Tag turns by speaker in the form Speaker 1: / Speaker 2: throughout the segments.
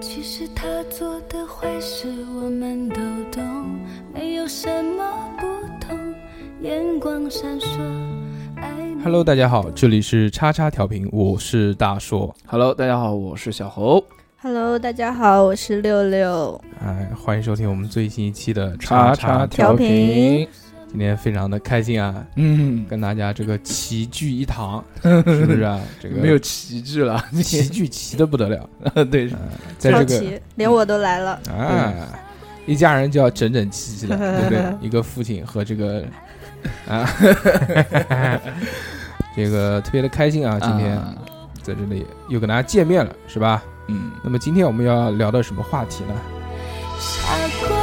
Speaker 1: 其实他做的坏事我们都懂，没有什么不同，眼光闪烁。
Speaker 2: Hello，大家好，这里是叉叉调频，我是大硕。
Speaker 3: Hello，大家好，我是小猴。
Speaker 4: Hello，大家好，我是六六。
Speaker 2: 哎，欢迎收听我们最新一期的
Speaker 3: 叉
Speaker 2: 叉
Speaker 3: 调频。
Speaker 2: 今天非常的开心啊，
Speaker 3: 嗯，
Speaker 2: 跟大家这个齐聚一 堂，是不是啊？这个
Speaker 3: 没有齐聚了，
Speaker 2: 齐聚齐的不得了。
Speaker 3: 对，
Speaker 2: 呃、在这个
Speaker 4: 连我都来了
Speaker 2: 啊，一家人就要整整齐 齐的，对不对？一个父亲和这个。啊， 这个特别的开心啊！今天在这里又跟大家见面了，是吧？
Speaker 3: 嗯。
Speaker 2: 那么今天我们要聊的什么话题呢？
Speaker 1: 傻瓜，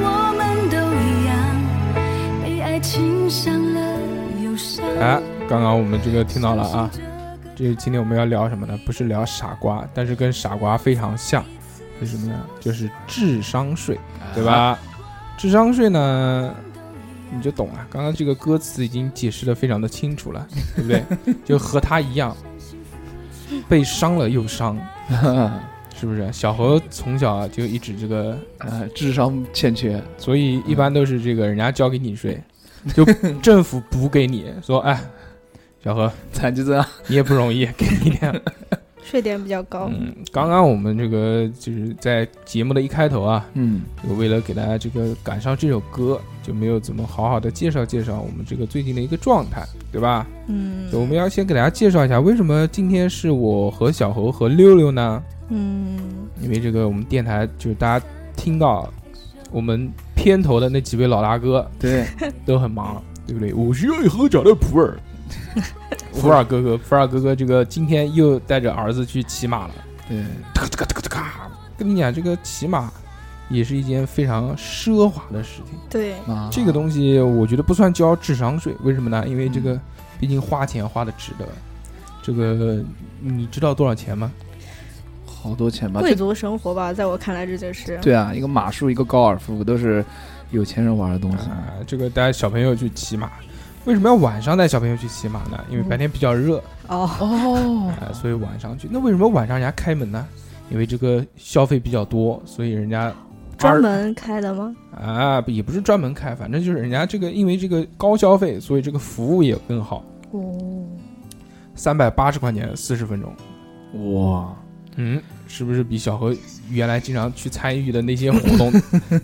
Speaker 1: 我们都一样，被爱情伤了又伤。
Speaker 2: 啊，刚刚我们这个听到了啊，这今天我们要聊什么呢？不是聊傻瓜，但是跟傻瓜非常像，是什么呢？就是智商税，对吧？啊、智商税呢？你就懂了、啊，刚刚这个歌词已经解释的非常的清楚了，对不对？就和他一样，被伤了又伤，是不是？小何从小就一直这个
Speaker 3: 呃智商欠缺，
Speaker 2: 所以一般都是这个人家交给你税，就政府补给你说，哎，小何
Speaker 3: 残疾证
Speaker 2: 你也不容易，给你 点
Speaker 4: 税点比较高。
Speaker 2: 嗯，刚刚我们这个就是在节目的一开头啊，
Speaker 3: 嗯，
Speaker 2: 就为了给大家这个赶上这首歌。就没有怎么好好的介绍介绍我们这个最近的一个状态，对吧？
Speaker 4: 嗯，
Speaker 2: 我们要先给大家介绍一下，为什么今天是我和小猴和六六呢？
Speaker 4: 嗯，
Speaker 2: 因为这个我们电台就是大家听到我们片头的那几位老大哥，
Speaker 3: 对，
Speaker 2: 都很忙，对不对？我是爱喝酒的普洱， 普洱哥哥，普洱哥哥，这个今天又带着儿子去骑马了，
Speaker 3: 对，
Speaker 2: 这个这个这个这个，跟你讲，这个骑马。也是一件非常奢华的事情。
Speaker 4: 对，
Speaker 3: 啊、
Speaker 2: 这个东西我觉得不算交智商税，为什么呢？因为这
Speaker 4: 嗯
Speaker 2: 个，毕竟花钱花的值得。这个你知道多少钱吗？
Speaker 3: 好多钱吧？
Speaker 4: 贵族生活吧，在我看来这就是。
Speaker 3: 对啊，一个马术，一个高尔夫，都是有钱人玩的东西。
Speaker 2: 啊、这个带小朋友去骑马，为什么要晚上带小朋友去骑马呢？因为
Speaker 4: 嗯
Speaker 2: 白天比较热。
Speaker 4: 哦、
Speaker 3: 嗯、
Speaker 2: 哦，所以晚上去。那为什么晚上人家开门呢？因为这个消费比较多，所以人家。
Speaker 4: 专门开的吗？
Speaker 2: 啊，也不是专门开，反正就是人家这个因为这个高消费，所以这个服务也更好。
Speaker 4: 哦，
Speaker 2: 三百八十块钱四十分
Speaker 3: 钟，哇，
Speaker 2: 嗯，是不是比小何原来经常去参与的那些活 动，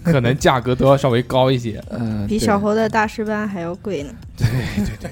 Speaker 2: 可能价格都要稍微高一些？
Speaker 3: 嗯、呃，
Speaker 4: 比小侯的大师班还要贵呢。
Speaker 2: 对对对。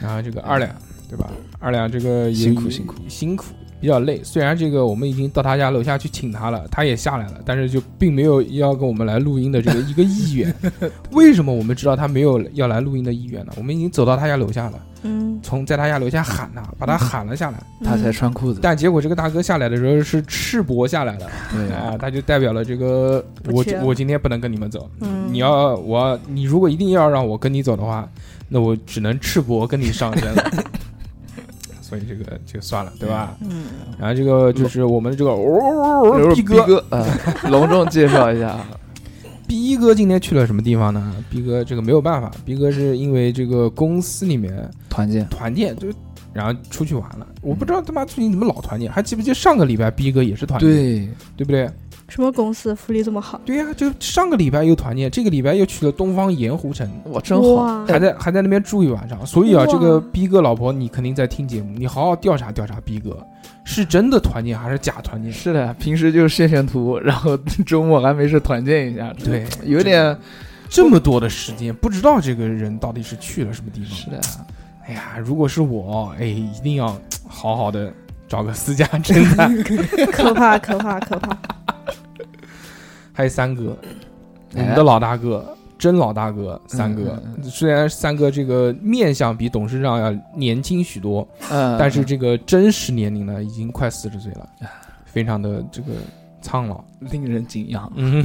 Speaker 2: 然啊后这个二两，对吧？二两这个
Speaker 3: 嗯辛苦辛苦
Speaker 2: 辛苦。比较累，虽然这个我们已经到他家楼下去请他了，他也下来了，但是就并没有要跟我们来录音的这个一个意愿。 为什么我们知道他没有要来录音的意愿呢？我们已经走到他家楼下了，
Speaker 4: 嗯，
Speaker 2: 从在他家楼下喊他，把他喊了下来，
Speaker 3: 嗯、他才穿 裤子。
Speaker 2: 但结果这个大哥下来的时候是赤膊下来的，
Speaker 3: 对
Speaker 2: 啊，他就代表了这个我我今天不能跟你们走，
Speaker 4: 嗯、
Speaker 2: 你要我你如果一定要让我跟你走的话，那我只能赤膊跟你上身了。所以这个就算了，对吧？
Speaker 4: 嗯。
Speaker 2: 然后这个就是我们这个哦，逼哥
Speaker 3: 啊，隆重介绍一下，
Speaker 2: 逼哥今天去了什么地方呢？逼哥这个没有办法，逼哥是因为这个公司里面
Speaker 3: 团建，
Speaker 2: 团建就然后出去玩了。我不知道他妈最近怎么老团建，还记不记上个礼拜逼哥也是团建，
Speaker 3: 对
Speaker 2: 对不对？
Speaker 4: 什么公司福利这 么好？
Speaker 2: 对呀、啊，就上个礼拜又团建，这个礼拜又去了东方盐湖城，
Speaker 3: 哇，真好，
Speaker 2: 还在还在那边住一晚上。所以啊，这个逼哥老婆，你肯定在听节目，你好好调查调查逼哥是真的团建还是假团建？
Speaker 3: 是的，平时就是炫炫图，然后 周末还没事团建一下，
Speaker 2: 对，
Speaker 3: 有点
Speaker 2: 这么多的时间，不知道这个人到底是去了什么地方。
Speaker 3: 是的，
Speaker 2: 哎呀，如果是我，哎，一定要好好的找个私家侦探
Speaker 4: 可怕可怕可怕。
Speaker 2: 还有三哥，
Speaker 3: 哎
Speaker 2: 我们的老大哥，真老大哥，
Speaker 3: 嗯
Speaker 2: 三哥。虽然三哥这个面相比董事长要年轻许多，
Speaker 3: 嗯
Speaker 2: 但是这个真实年龄呢，已经快四十岁了，
Speaker 3: 哎
Speaker 2: 非常的这个苍老，
Speaker 3: 令人敬仰。嗯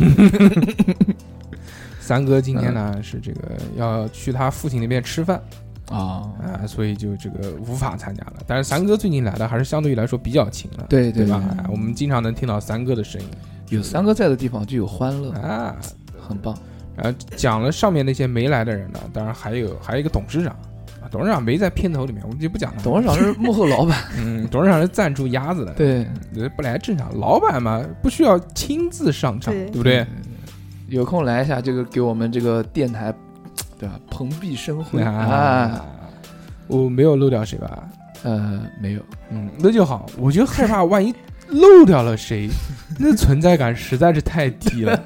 Speaker 2: 三哥今天呢是这个要去他父亲那边吃饭，
Speaker 3: 啊，
Speaker 2: 啊，所以就这个无法参加了。但是三哥最近来的还是相对于来说比较勤了，
Speaker 3: 对
Speaker 2: 对
Speaker 3: 对
Speaker 2: 吧？哎我们经常能听到三哥的声音
Speaker 3: 有三哥在的地方就有欢乐，
Speaker 2: 啊。
Speaker 3: 很棒。
Speaker 2: 然后讲了上面那些没来的人呢，当然还有还有一个董事长，啊董事长没在片头里面，我们就不讲了。
Speaker 3: 董事长是幕后老板，
Speaker 2: 嗯，董事长是赞助鸭子的，
Speaker 3: 对
Speaker 2: 对，本来正常，老板嘛不需要亲自上场，
Speaker 4: 对
Speaker 2: 对不
Speaker 3: 嗯
Speaker 2: 对？
Speaker 3: 有空来一下，这个给我们这个电台，对吧？蓬荜生辉啊！
Speaker 2: 啊，我没有漏掉谁吧？
Speaker 3: 呃，没有，
Speaker 2: 嗯，那就好。我就害怕万一漏掉了谁，那存在感实在是太低了。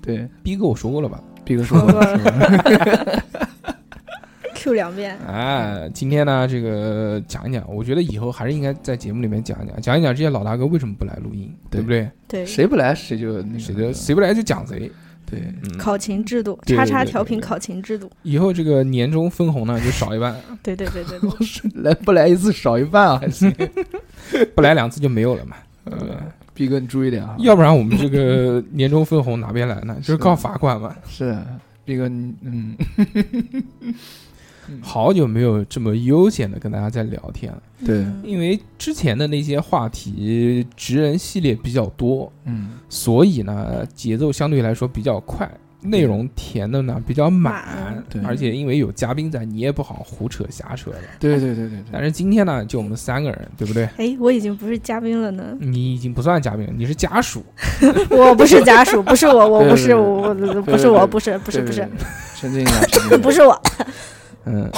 Speaker 3: 对，
Speaker 2: 逼哥我说过了吧？
Speaker 3: 毕哥说过，
Speaker 4: Q 两遍，
Speaker 2: 哎，今天呢，这个讲一讲，我觉得以后还是应该在节目里面讲一讲，讲一讲这些老大哥为什么不来录音，对
Speaker 3: 对
Speaker 2: 不对？
Speaker 4: 对，
Speaker 3: 谁不来谁就那个
Speaker 2: 谁的谁不来就讲谁。
Speaker 3: 对，
Speaker 2: 嗯，
Speaker 4: 考勤制度，
Speaker 2: 对
Speaker 4: 叉
Speaker 2: 对
Speaker 4: 叉
Speaker 2: 对
Speaker 4: 调
Speaker 2: 对
Speaker 4: 频
Speaker 2: 对
Speaker 4: 考勤制度，
Speaker 2: 以后这个年终分红呢就少一半，
Speaker 3: 嗯
Speaker 4: 对对对对对，
Speaker 3: 是 来不来一次少一半啊，还行。
Speaker 2: 不来两次就没有了嘛。对不对
Speaker 3: 毕哥，你注意点啊！
Speaker 2: 要不然我们这个年终分红哪边来 呢？就是靠罚款嘛。
Speaker 3: 是的毕哥，你嗯，
Speaker 2: 好久没有这么悠闲的跟大家在聊天了，
Speaker 3: 对
Speaker 4: 嗯
Speaker 2: 因为之前的那些话题职人系列比较多，
Speaker 3: 嗯，
Speaker 2: 所以呢节奏相对来说比较快，内容填的呢比较满
Speaker 4: 满，
Speaker 3: 对
Speaker 2: 而且因为有嘉宾在，你也不好胡扯瞎扯的。
Speaker 3: 对对对对对，
Speaker 2: 但是今天呢，就我们三个人，对不对？
Speaker 4: 哎，我已经不是嘉宾了 呢，
Speaker 2: 你已经不算嘉宾了，你是家属，
Speaker 4: 我不是家属，不是我，我不
Speaker 3: 对
Speaker 4: 是
Speaker 3: 对对
Speaker 4: 我，我不是
Speaker 3: 对
Speaker 4: 我，
Speaker 3: 对
Speaker 4: 不是不是
Speaker 3: 对
Speaker 4: 不是，
Speaker 3: 沉浸一下，沉浸一下
Speaker 4: 不是我，
Speaker 2: 嗯，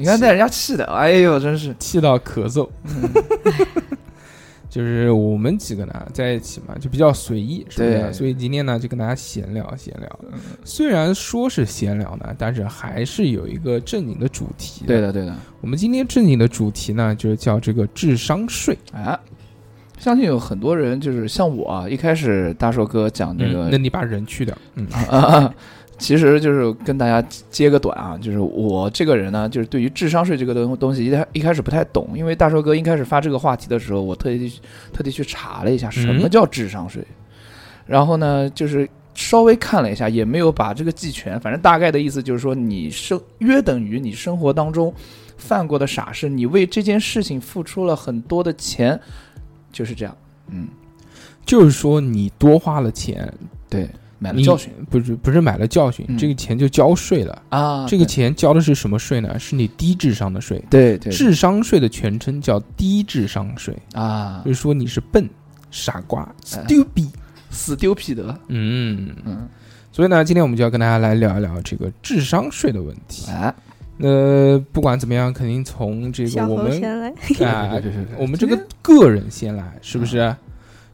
Speaker 3: 你看带人家气的，哎呦，真是，
Speaker 2: 气到咳嗽。
Speaker 3: 嗯
Speaker 2: 就是我们几个呢在一起嘛，就比较随意，是不是？
Speaker 3: 对嗯
Speaker 2: 所以今天呢就跟大家闲聊闲聊。虽然说是闲聊呢，但是还是有一个正经的主题。
Speaker 3: 对，的对的，
Speaker 2: 我们今天正经的主题呢，就是叫这个智商税。
Speaker 3: 啊，相信有很多人就是像我啊，一开始大硕哥讲这
Speaker 2: 嗯
Speaker 3: 个
Speaker 2: 那你把人去掉，嗯，
Speaker 3: 啊， 其实就是跟大家接个短啊，就是我这个人呢，就是对于智商税这个东东西一开一开始不太懂，因为大寿哥一开始发这个话题的时候，我特地去特地去查了一下什
Speaker 2: 嗯
Speaker 3: 么叫智商税，然后呢，就是稍微看了一下，也没有把这个记全，反正大概的意思就是说，你生约等于你生活当中犯过的傻事，你为这件事情付出了很多的钱，就是这样，嗯，
Speaker 2: 就是说你多花了钱，
Speaker 3: 对，买了
Speaker 2: 你
Speaker 3: 教训
Speaker 2: 不是不是买了教训，
Speaker 3: 嗯
Speaker 2: 这个钱就交税了。
Speaker 3: 啊，
Speaker 2: 这个钱交的是什么税呢？是你低智商的税。
Speaker 3: 对对对
Speaker 2: 智商税的全称叫低智商税，
Speaker 3: 啊
Speaker 2: 就是说你是笨、傻瓜、
Speaker 3: 哎
Speaker 2: stupid。
Speaker 3: 死丢屁德，
Speaker 2: 嗯，
Speaker 3: 嗯，
Speaker 2: 所以呢，今天我们就要跟大家来聊一聊这个智商税的问题。
Speaker 3: 哎，
Speaker 2: 呃，不管怎么样，肯定从这个
Speaker 4: 小
Speaker 2: 我
Speaker 4: 侯
Speaker 2: 们
Speaker 4: 先来，
Speaker 2: 啊、
Speaker 3: 对对对
Speaker 2: 我们这个个人先来，是不是？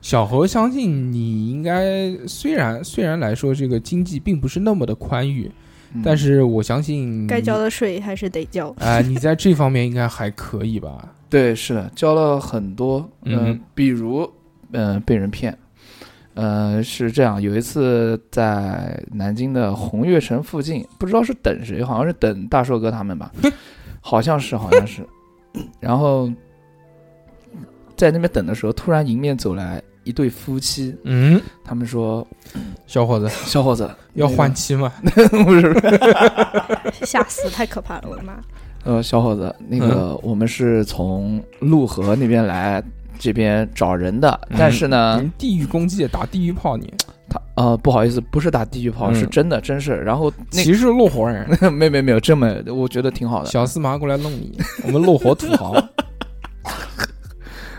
Speaker 2: 小侯相信你应该，虽然虽然来说这个经济并不是那么的宽裕，
Speaker 3: 嗯
Speaker 2: 但是我相信你
Speaker 4: 该交
Speaker 2: 啊、
Speaker 4: 的税还是得交，
Speaker 2: 你在这方面应该还可以吧？
Speaker 3: 对是的，交了很多，
Speaker 2: 嗯
Speaker 3: 嗯，比如，嗯，被人骗，呃，是这样，有一次在南京的红悦城附近，不知道是等谁，好像是等大寿哥他们吧， 好像是，好像是，然后在那边等的时候，突然迎面走来一对夫妻，
Speaker 2: 嗯，
Speaker 3: 他们说
Speaker 2: 小伙子：“
Speaker 3: 小伙子，
Speaker 2: 要
Speaker 3: 那个
Speaker 2: 换妻吗？
Speaker 3: 不是，
Speaker 4: 吓死，太可怕了，我的妈！
Speaker 3: 呃，小伙子，那
Speaker 2: 嗯
Speaker 3: 个、我们是从陆河那边来这边找人的，
Speaker 2: 嗯
Speaker 3: 但是呢，
Speaker 2: 你 地狱攻击打地狱炮你，
Speaker 3: 他呃不好意思，不是打地狱炮，
Speaker 2: 嗯
Speaker 3: 是真的，真是。然后
Speaker 2: 歧视骆活人。
Speaker 3: 那 没有没有没有，这么我觉得挺好的。
Speaker 2: 小司马过来弄你，我们落火土 豪。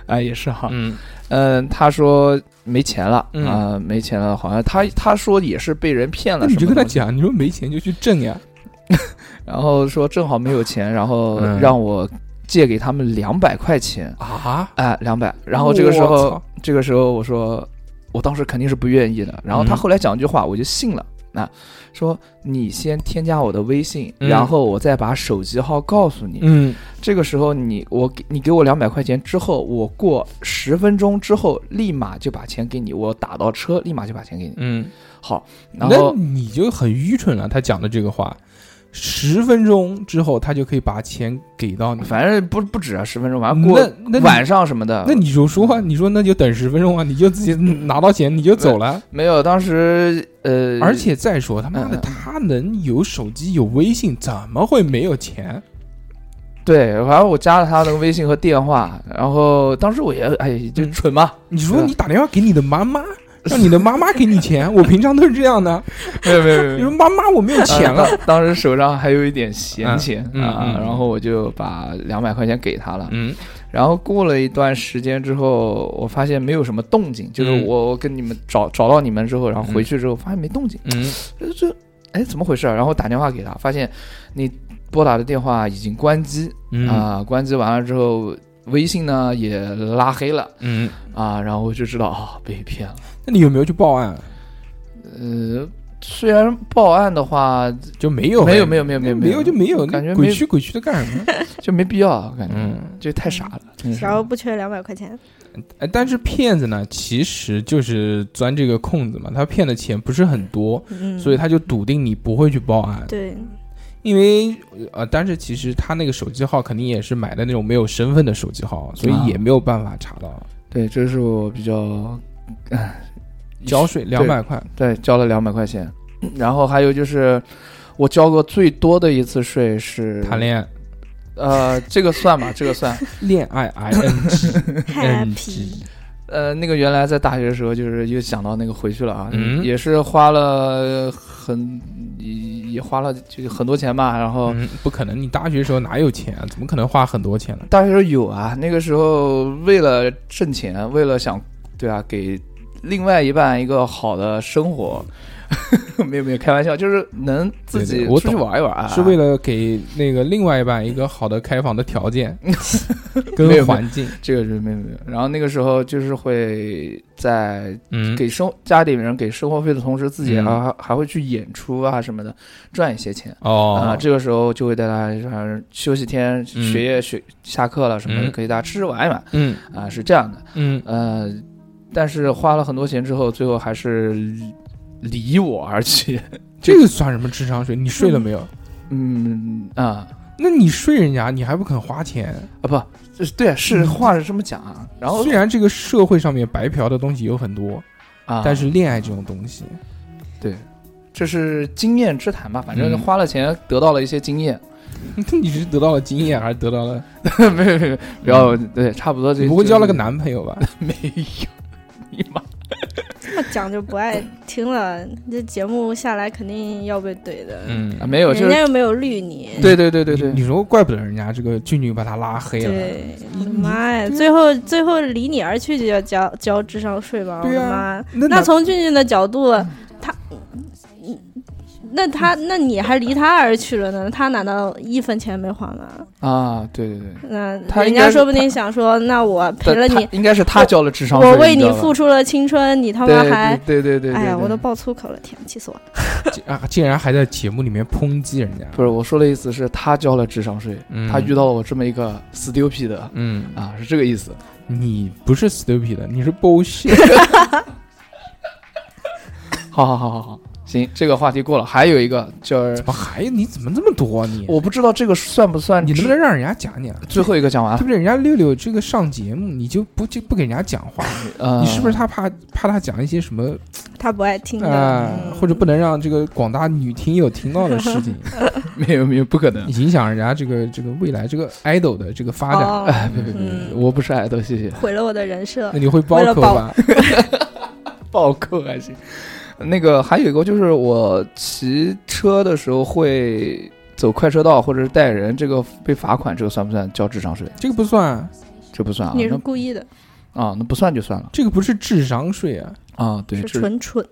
Speaker 3: 哎，也是哈，
Speaker 2: 嗯
Speaker 3: 嗯，他说没钱了啊、
Speaker 2: 嗯
Speaker 3: 没钱了，好像他他说也是被人骗
Speaker 2: 那
Speaker 3: 了，
Speaker 2: 你就跟他
Speaker 3: 讲，
Speaker 2: 讲，你说没钱就去挣呀。
Speaker 3: 然后说正好没有钱，然后
Speaker 2: 嗯
Speaker 3: 让我借给他们两百块钱，
Speaker 2: 啊，
Speaker 3: 哎，两百。然后这个时
Speaker 2: 我
Speaker 3: 候
Speaker 2: 操，
Speaker 3: 这个时候我说，我当时肯定是不愿意的。然后他
Speaker 2: 嗯
Speaker 3: 后来讲一句话，我就信了。啊，说你先添加我的微信，
Speaker 2: 嗯
Speaker 3: 然后我再把手机号告诉你。
Speaker 2: 嗯，
Speaker 3: 这个时候你我给你给我两百块钱之后，我过十分钟之后立马就把钱给你，我打到车立马就把钱给你。
Speaker 2: 嗯，
Speaker 3: 好，然
Speaker 2: 那
Speaker 3: 后
Speaker 2: 你就很愚蠢了。他讲的这个话，十分钟之后他就可以把钱给到你。
Speaker 3: 反正不不止啊，十分钟，反正过
Speaker 2: 那那你
Speaker 3: 晚上什嗯么的，
Speaker 2: 那你就说啊，你说那就等十分钟啊，你就自己拿到钱你就走了。
Speaker 3: 没有当时呃，
Speaker 2: 而且再说他妈的，
Speaker 3: 嗯嗯
Speaker 2: 他能有手机有微信，怎么会没有钱？
Speaker 3: 对，反正我加了他的微信和电话，然后当时我也哎就
Speaker 2: 嗯
Speaker 3: 蠢嘛，
Speaker 2: 你说你打电话给你的妈 妈，让你的妈妈给你钱，我平常都是这样的。
Speaker 3: 没有没有没有
Speaker 2: 你说妈妈我没有钱了，
Speaker 3: 啊 当当时手上还有一点闲钱
Speaker 2: 嗯嗯
Speaker 3: 啊，
Speaker 2: 嗯
Speaker 3: 然后我就把两百块钱给他了。
Speaker 2: 嗯
Speaker 3: 然后过了一段时间之后，我发现没有什么动静，就是
Speaker 2: 嗯
Speaker 3: 我我跟你们找找到你们之后，然后回去之后发现没动静，
Speaker 2: 嗯
Speaker 3: 这这哎怎么回事啊？然后打电话给他，发现你拨打的电话已经关机
Speaker 2: 嗯
Speaker 3: 啊，关机完了之后。微信呢也拉黑了
Speaker 2: 嗯，
Speaker 3: 啊，然后我就知道啊、被骗了。
Speaker 2: 那你有没有去报案？
Speaker 3: 呃，虽然报案的话
Speaker 2: 就没有
Speaker 3: 没有没有没有没有
Speaker 2: 没有就没有，
Speaker 3: 感觉
Speaker 2: 那鬼
Speaker 3: 没
Speaker 2: 区鬼区的干 什么？
Speaker 3: 就没必要啊，感觉、
Speaker 2: 嗯，
Speaker 3: 就太傻了。真的是
Speaker 4: 然后不缺两百块钱，
Speaker 2: 哎但是骗子呢，其实就是钻这个空子嘛，他骗的钱不是很多，
Speaker 4: 嗯，
Speaker 2: 所以他就笃定你不会去报案，
Speaker 4: 对，
Speaker 2: 因为呃，但是其实他那个手机号肯定也是买的那种没有身份的手机号，所以
Speaker 3: 啊
Speaker 2: 也没有办法查到。
Speaker 3: 对，这是我比较
Speaker 2: 交税两百块，
Speaker 3: 对交了两百块钱，然后还有就是我交过最多的一次税是
Speaker 2: 谈恋爱，
Speaker 3: 呃，这个算吧，这个算。
Speaker 2: 恋爱 i n g n
Speaker 4: Happy
Speaker 2: g，
Speaker 3: 呃，那个原来在大学的时候，就是又想到那个回去了啊，
Speaker 2: 嗯
Speaker 3: 也是花了很也也花了就很多钱吧，然后。
Speaker 2: 嗯，不可能，你大学时候哪有钱啊？怎么可能花很多钱呢？
Speaker 3: 大学时候有啊，那个时候为了挣钱，为了想对啊，给另外一半一个好的生活， 没有没有开玩笑，就是能自
Speaker 2: 对
Speaker 3: 己
Speaker 2: 对我
Speaker 3: 出去
Speaker 2: 懂
Speaker 3: 玩一玩啊，
Speaker 2: 是为了给那个另外一半一个好的开房的条 件跟环境，
Speaker 3: 这个是没有没有。然后那个时候就是会在
Speaker 2: 嗯，
Speaker 3: 给生家里人给生活费的同时，自己还、
Speaker 2: 嗯
Speaker 3: 还还会去演出啊什么的，赚一些钱。啊、
Speaker 2: 哦，
Speaker 3: 这个时候就会带他呃休息天、
Speaker 2: 嗯
Speaker 3: 学业学下课了什么的，
Speaker 2: 嗯
Speaker 3: 可以大家吃吃玩一玩啊、
Speaker 2: 嗯
Speaker 3: 是这样的。
Speaker 2: 嗯，
Speaker 3: 呃，但是花了很多钱之后，最后还是离离我 而去。
Speaker 2: 这个算什么智商税？你睡了没有？
Speaker 3: 嗯啊
Speaker 2: 那你睡人家，你还不肯花钱？
Speaker 3: 啊不，这对是话是这么讲啊，然后
Speaker 2: 嗯虽然这个社会上面白嫖的东西有很多，
Speaker 3: 啊，
Speaker 2: 但是恋爱这种东西，
Speaker 3: 这是经验之谈吧，反正
Speaker 2: 嗯
Speaker 3: 花了钱得到了一些经验。
Speaker 2: 你是得到了经验，还是得到了？
Speaker 3: 没有没有，不要对，差不多这。
Speaker 2: 嗯你不会交了个
Speaker 3: 就是
Speaker 2: 男朋友吧？
Speaker 3: 没有？你妈！
Speaker 4: 这么讲就不爱听了，这节目下来肯定要被怼的。
Speaker 2: 嗯
Speaker 3: 啊没有，就
Speaker 4: 人家
Speaker 3: 是
Speaker 4: 又没有绿你，
Speaker 3: 对对对对对
Speaker 2: 你你说怪不得人家这个俊俊把他拉黑了。
Speaker 4: 对，我的妈呀！
Speaker 2: 嗯
Speaker 4: 最后最后离你而去就要交交智商税吧？我
Speaker 2: 对
Speaker 4: 的
Speaker 2: 呀
Speaker 4: 妈！
Speaker 2: 那
Speaker 4: 那
Speaker 2: 哪
Speaker 4: 从俊俊的角度，他，嗯那他那你还离他而去了呢？他难道一分钱没还吗？
Speaker 3: 啊，对对对。
Speaker 4: 那
Speaker 3: 他
Speaker 4: 人
Speaker 3: 应
Speaker 4: 家
Speaker 3: 该是
Speaker 4: 说不定想说，那我陪了
Speaker 3: 但他
Speaker 4: 你，
Speaker 3: 应该是他交了智商税，
Speaker 4: 我为你
Speaker 3: 知道吧
Speaker 4: 付出了青春，你他
Speaker 3: 对
Speaker 4: 妈还……
Speaker 3: 对对对对，
Speaker 4: 哎呀，
Speaker 3: 对
Speaker 4: 我都爆粗口了，天，气死我！了！
Speaker 2: 竟啊，竟然还在节目里面抨击人家，
Speaker 3: 不是我说的意思是，他交了智商税，
Speaker 2: 嗯
Speaker 3: 他遇到了我这么一个 stupid 的
Speaker 2: 嗯，
Speaker 3: 啊，是这个意思。
Speaker 2: 你不是 stupid 的，你是 bullshit。
Speaker 3: 好好好好好，行，这个话题过了。还有一个就是
Speaker 2: 怎，么还你怎么这么多啊你？
Speaker 3: 我不知道这个算不算
Speaker 2: 你
Speaker 3: 智，
Speaker 2: 能不能让人家讲讲？
Speaker 3: 最后一个讲完啊
Speaker 2: 对？不对？人家六六这个上节目，你就不就不给人家讲话，
Speaker 3: 呃，
Speaker 2: 你是不是他怕怕他讲一些什么
Speaker 4: 他不爱听的，
Speaker 2: 啊、
Speaker 4: 嗯
Speaker 2: 或者不能让这个广大女听友听到的事 情，
Speaker 3: 呃没有没有不可能？
Speaker 2: 影响人家这个这个未来这个 idol 的这个发展？
Speaker 4: 哦
Speaker 3: 哎，别别别，
Speaker 4: 嗯，
Speaker 3: 我不是爱豆，谢谢。
Speaker 4: 毁了我的人设
Speaker 2: 那。你会包
Speaker 4: 为了
Speaker 2: 扣
Speaker 4: 保
Speaker 2: 吧？
Speaker 3: 暴扣还行。那个还有一个就是我骑车的时候会走快车道或者是带人，这个被罚款，这个算不算交智商税？
Speaker 2: 这个不算，
Speaker 3: 这不算啊，
Speaker 4: 你是
Speaker 3: 那
Speaker 4: 故意的，
Speaker 3: 啊那不算就算了
Speaker 2: 这个不是智商税啊，
Speaker 3: 啊。对，
Speaker 4: 是
Speaker 3: 这
Speaker 4: 纯蠢。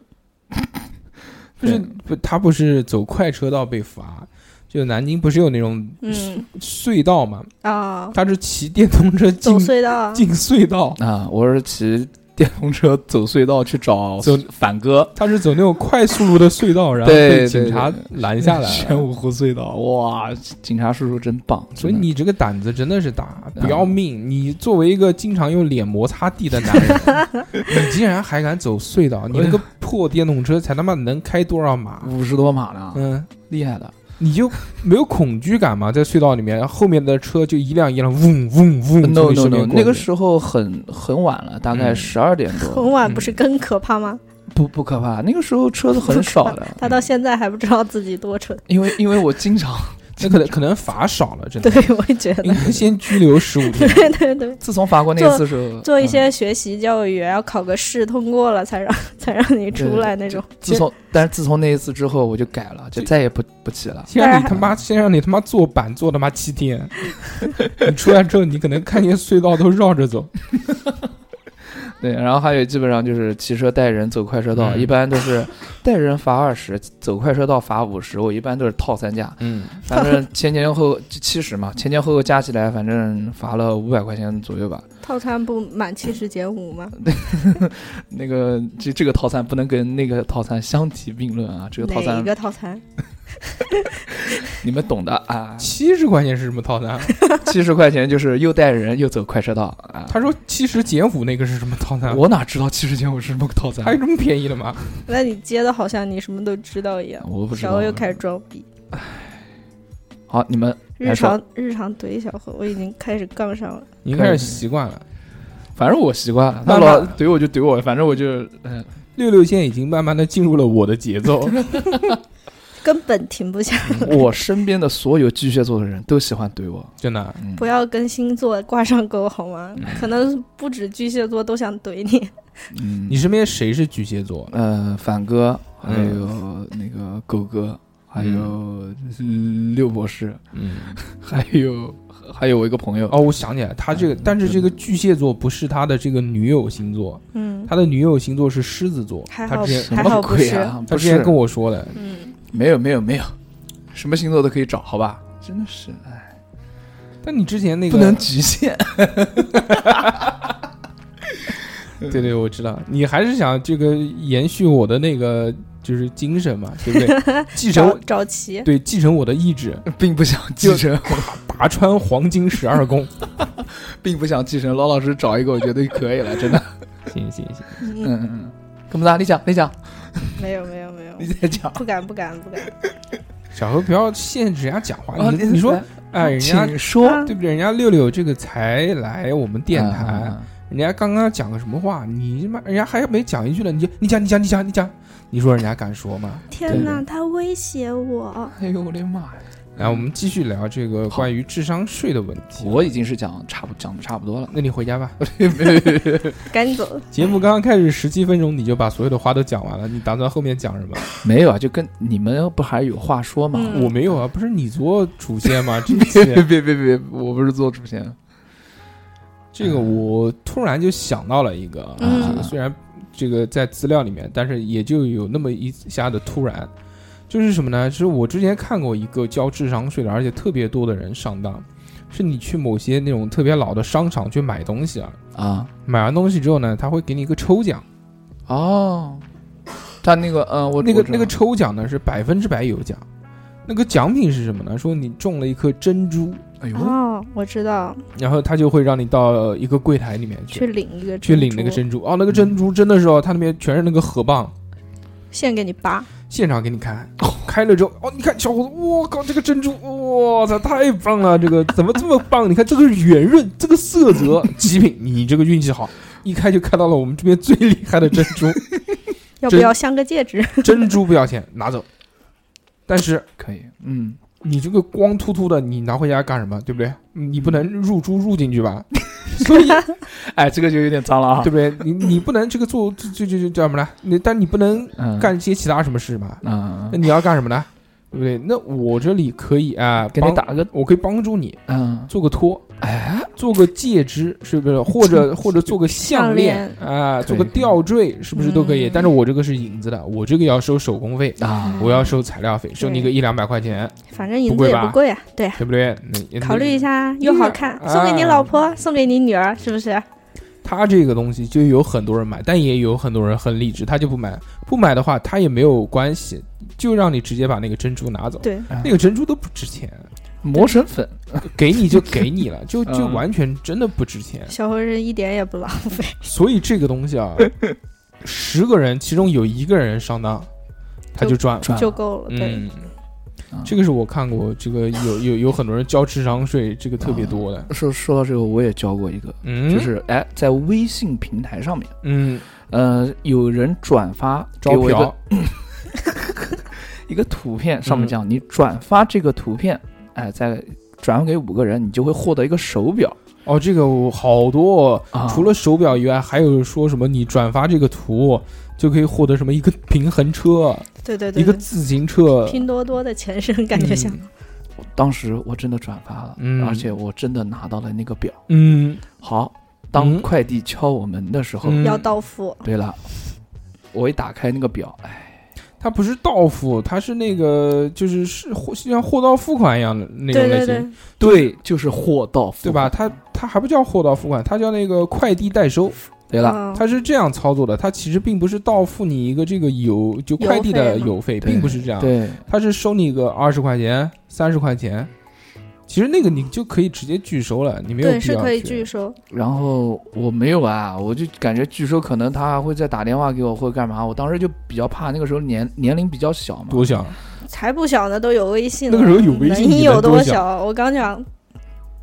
Speaker 2: 不是不，他不是走快车道被罚。就南京不是有那种
Speaker 4: 嗯
Speaker 2: 隧道嘛？
Speaker 4: 啊，
Speaker 2: 他是骑电动车进
Speaker 4: 走隧道啊，
Speaker 2: 进隧道，
Speaker 3: 啊，我是骑电动车走隧道去找
Speaker 2: 走
Speaker 3: 反哥，
Speaker 2: 他是走那种快速路的隧 道，然后
Speaker 3: 对
Speaker 2: 被
Speaker 3: 对
Speaker 2: 警察拦下来了。
Speaker 3: 玄武湖隧道，哇，警察叔叔真棒！
Speaker 2: 所以
Speaker 3: 真的
Speaker 2: 你这个胆子真的是大，
Speaker 3: 嗯
Speaker 2: 不要命！你作为一个经常用脸摩擦地的男 人，你竟然还敢走隧道？你那个破电动车才他妈能开多少码？
Speaker 3: 五十多码呢，
Speaker 2: 嗯，
Speaker 3: 厉害的。
Speaker 2: 你就没有恐惧感吗？在隧道里面，后面的车就一辆一辆嗡嗡嗡从
Speaker 3: No
Speaker 2: 你
Speaker 3: no
Speaker 2: 身边
Speaker 3: no，
Speaker 2: 过去
Speaker 3: 那个时候很很晚了，大概
Speaker 2: 嗯
Speaker 3: 十二点
Speaker 4: 很
Speaker 3: 多，
Speaker 4: 晚不是更可怕吗？
Speaker 3: 不不可 怕。那个时候车子很少的，
Speaker 4: 他到现在还不知道自己多蠢。
Speaker 3: 因为因为我经常
Speaker 2: 那可能可能罚少了，
Speaker 3: 嗯
Speaker 2: 真的
Speaker 4: 对，我也觉
Speaker 2: 应
Speaker 4: 得，
Speaker 2: 该先拘留十五天。
Speaker 4: 对对对，
Speaker 3: 自从法国那次嗯是，
Speaker 4: 做一些学习教育，然后考个试通过了，才让 才让你出来那种。
Speaker 3: 自从但是自从那一次之后，我就改了，就再也不不骑了。
Speaker 2: 先让你他妈，先让你他妈坐板坐他妈七天， 你出来之后，你可能看见隧道都绕着走。
Speaker 3: 对，然后还有基本上就是骑车带人走快车道，
Speaker 2: 嗯
Speaker 3: 一般都是带人罚二十，走快车道罚五十，我一般都是套三价，
Speaker 2: 嗯，，
Speaker 3: 反正前前后后七十嘛，前前后后加起来反正罚了五百块钱左右吧。
Speaker 4: 套餐不满七十减五吗？
Speaker 3: 那个这这个套餐不能跟那个套餐相提并论啊，这个套
Speaker 4: 哪
Speaker 3: 餐
Speaker 4: 一个套餐？
Speaker 3: 你们懂的啊
Speaker 2: 七十块钱是什么套餐？啊
Speaker 3: 七十块钱就是又带人又走快车道啊。
Speaker 2: 他说七十减五那个是什么套餐？啊
Speaker 3: 我哪知道七十减五是什么个套餐
Speaker 2: 还？有这么便宜的吗？
Speaker 4: 那你接的好像你什么都知道一样。
Speaker 3: 我不知
Speaker 4: 小
Speaker 3: 道
Speaker 4: 欧。又开始装逼，
Speaker 3: 好，你们
Speaker 4: 日
Speaker 3: 来说
Speaker 4: 常日常怼小何，我已经开始杠上了。
Speaker 2: 你应该是习惯了。
Speaker 3: 反正我习惯了，他
Speaker 2: 慢慢
Speaker 3: 老怼我就怼我，反正我就嗯、
Speaker 2: 六六现在已经慢慢的进入了我的节奏。
Speaker 4: 根本停不下，
Speaker 3: 我身边的所有巨蟹座的人都喜欢怼我。
Speaker 2: 真的，啊
Speaker 3: 嗯、
Speaker 4: 不要跟星座挂上钩好吗？
Speaker 2: 嗯
Speaker 4: 可能不止巨蟹座都想怼你。
Speaker 3: 嗯，
Speaker 2: 你身边谁是巨蟹座？
Speaker 3: 呃，反哥，还
Speaker 2: 嗯
Speaker 3: 有那个狗哥，还有六博士，
Speaker 2: 嗯，
Speaker 3: 还有还有我一个朋友，
Speaker 2: 哦，我想起来，他这个，但是这个巨蟹座不是他的这个女友星座，
Speaker 4: 嗯
Speaker 2: 他的女友星座是狮子座。
Speaker 4: 还
Speaker 2: 他
Speaker 4: 好
Speaker 2: 之
Speaker 3: 什
Speaker 2: 前
Speaker 4: 还好
Speaker 3: 么
Speaker 4: 不
Speaker 3: 鬼啊？
Speaker 2: 他
Speaker 3: 不
Speaker 2: 之
Speaker 3: 是
Speaker 2: 前跟我说的，
Speaker 4: 嗯，
Speaker 3: 没有没有没有，什么星座都可以找，好吧？真的是，哎，
Speaker 2: 但你之前那个
Speaker 3: 不能局限。
Speaker 2: 对对，我知道，你还是想这个延续我的那个就是精神嘛，对不对？继
Speaker 4: 找
Speaker 2: 承
Speaker 4: 找齐。
Speaker 2: 对继承我的意志，
Speaker 3: 并不想继承，
Speaker 2: 拔穿黄金十二宫。
Speaker 3: 并不想继承。老老实实找一个，我觉得可以了，真的。
Speaker 2: 行行行，
Speaker 3: 嗯
Speaker 4: 嗯，
Speaker 3: 嗯嗯，怎么的？你讲，你讲，
Speaker 4: 没有没有没有，
Speaker 3: 你再讲。
Speaker 4: 不敢不敢不敢。
Speaker 2: 小何不要限制人家讲话，
Speaker 3: 啊
Speaker 2: 你你说
Speaker 3: 来，
Speaker 2: 哎，人家
Speaker 3: 请说。
Speaker 4: 啊
Speaker 2: 对不对？人家六六这个才来我们电台，
Speaker 3: 啊
Speaker 2: 人家刚刚讲个什么话，你他妈人家还没讲一句呢，你就你讲你讲你讲你讲，你说人家敢说吗？
Speaker 4: 天哪，他威胁我。
Speaker 3: 哎呦我的妈呀！
Speaker 2: 来，我们继续聊这个
Speaker 3: 好
Speaker 2: 关于智商税的问题。
Speaker 3: 我已经是讲差不讲的差不多了。
Speaker 2: 那你回家吧。
Speaker 4: 赶紧走！
Speaker 2: 节目刚刚开始十七分钟，你就把所有的话都讲完了，你打算后面讲什么？
Speaker 3: 没有啊，就跟你们不还有话说吗？
Speaker 4: 嗯
Speaker 2: 我没有啊，不是你做主线 吗？这
Speaker 3: 别
Speaker 2: 些
Speaker 3: 别别别，我不是做主线。
Speaker 2: 这个我突然就想到了一个啊，
Speaker 4: 嗯
Speaker 2: 这个虽然这个在资料里面，但是也就有那么一下的突然，就是什么呢？是我之前看过一个交智商税的，而且特别多的人上当，是你去某些那种特别老的商场去买东西啊，
Speaker 3: 啊
Speaker 2: 买完东西之后呢，他会给你一个抽奖，
Speaker 3: 哦，他那个嗯、呃我
Speaker 2: 那个
Speaker 3: 我知道
Speaker 2: 那个抽奖呢是百分之百有奖，那个奖品是什么呢？说你中了一颗珍珠。
Speaker 3: 哎呦、
Speaker 4: 哦，我知道，
Speaker 2: 然后他就会让你到一个柜台里面
Speaker 4: 去
Speaker 2: 去
Speaker 4: 领一个，
Speaker 2: 去领那个，珍珠。哦，那个珍珠真的是哦，它那边全是那个河蚌，
Speaker 4: 现给你拔。
Speaker 2: 现场给你看，开了之后，哦，你看小伙子，我靠，这个珍珠，我操，太棒了！这个 怎么这么棒？你看这个圆润，这个色泽，极品！你这个运气好，一开就开到了我们这边最厉害的珍 珠，
Speaker 4: 要不
Speaker 2: 真
Speaker 4: 要镶个戒指？
Speaker 2: 珍珠不要钱，拿走。但是
Speaker 3: 可以，嗯，
Speaker 2: 你这个光秃秃的，你拿回家干什么？对不对？你不
Speaker 3: 嗯
Speaker 2: 能入珠入进去吧？所以
Speaker 3: 哎，这个就有点脏了啊
Speaker 2: 对。不对？你你不能这个做这这这这叫什么呢？你但你不能
Speaker 3: 嗯，
Speaker 2: 干一些其他什么事嘛？
Speaker 3: 嗯，
Speaker 2: 那
Speaker 3: 嗯
Speaker 2: 你要干什么呢？对不对？那我这里可以啊，
Speaker 3: 给你
Speaker 2: 帮
Speaker 3: 打，个
Speaker 2: 我可以帮助你
Speaker 3: 嗯，
Speaker 2: 做个托，
Speaker 3: 哎，
Speaker 2: 做个戒指，是不是？或者 或者做个项链
Speaker 4: 项
Speaker 2: 啊，
Speaker 3: 以
Speaker 2: 做个吊坠，是不是都可以？
Speaker 4: 嗯
Speaker 2: 但是我这个是银子的，我这个要收手工费。
Speaker 3: 啊，
Speaker 2: 我要收材料费，收你个一两百块钱，
Speaker 4: 反正
Speaker 2: 不
Speaker 4: 银子也
Speaker 2: 贵吧
Speaker 4: 不贵啊。对啊，
Speaker 2: 对不对？那
Speaker 4: 考虑一下
Speaker 2: 那
Speaker 4: 又好看，
Speaker 2: 啊
Speaker 4: 送给你老婆，送给你女儿，是不是？
Speaker 2: 他这个东西就有很多人买，但也有很多人很理智，他就不买。不买的话，他也没有关系，就让你直接把那个珍珠拿走。
Speaker 4: 对，
Speaker 2: 那个珍珠都不值钱，
Speaker 3: 磨神粉，
Speaker 2: 给你就给你了， 就
Speaker 3: 嗯
Speaker 2: 就完全真的不值钱。
Speaker 4: 小何人一点也不浪费。
Speaker 2: 所以这个东西啊，十个人其中有一个人上当，他就赚了。
Speaker 3: 赚
Speaker 4: 就够了。对，
Speaker 2: 嗯
Speaker 3: 啊，
Speaker 2: 这个是我看过，这个有有有很多人交智商税，这个特别多的。
Speaker 3: 说说到这个，我也教过一个，
Speaker 2: 嗯，
Speaker 3: 就是哎，在微信平台上面，
Speaker 2: 嗯，
Speaker 3: 呃，有人转发给
Speaker 2: 招
Speaker 3: 我一个
Speaker 2: 嫖，嗯
Speaker 3: 一个图片，上面讲你转发这个图片哎，再转给五个人，你就会获得一个手表。
Speaker 2: 哦，这个我好多、哦
Speaker 3: 啊
Speaker 2: 除了手表以外，还有说什么你转发这个图就可以获得什么一个平衡车、
Speaker 4: 对对对，
Speaker 2: 一个自行车，
Speaker 4: 拼多多的前身感觉像，
Speaker 3: 我当时我真的转发了，
Speaker 2: 嗯
Speaker 3: 而且我真的拿到了那个表。
Speaker 2: 嗯，
Speaker 3: 好，当
Speaker 2: 嗯
Speaker 3: 快递敲我门的时候，
Speaker 2: 嗯
Speaker 4: 要到付，
Speaker 3: 对了，我一打开那个表，哎，
Speaker 2: 它不是到付，它是那个就是是货像货到付款一样的那种
Speaker 4: 对
Speaker 2: 类
Speaker 4: 对
Speaker 2: 型，
Speaker 4: 对，
Speaker 3: 对，就是货到付
Speaker 2: 对吧？
Speaker 3: 款？
Speaker 2: 它它还不叫货到付款，它叫那个快递代收，
Speaker 3: 对了，
Speaker 4: 嗯
Speaker 2: 它是这样操作的。它其实并不是到付你一个这个邮就快递的
Speaker 4: 邮
Speaker 2: 邮费，
Speaker 3: 对
Speaker 2: 并不是这样，
Speaker 3: 对，
Speaker 2: 它是收你个二十块钱、三十块钱。其实那个你就可以直接拒收了，你没有
Speaker 4: 对
Speaker 2: 必要
Speaker 4: 是可以
Speaker 2: 去
Speaker 4: 拒收，
Speaker 3: 然后我没有啊，我就感觉据说可能他还会再打电话给我或者干嘛，我当时就比较怕，那个时候年年龄比较小嘛，
Speaker 2: 多想，
Speaker 4: 才不小呢，都有微信了，
Speaker 2: 那个时候有微信
Speaker 4: 能
Speaker 2: 你能
Speaker 4: 有
Speaker 2: 多
Speaker 4: 多
Speaker 2: 小
Speaker 4: 小？我刚想。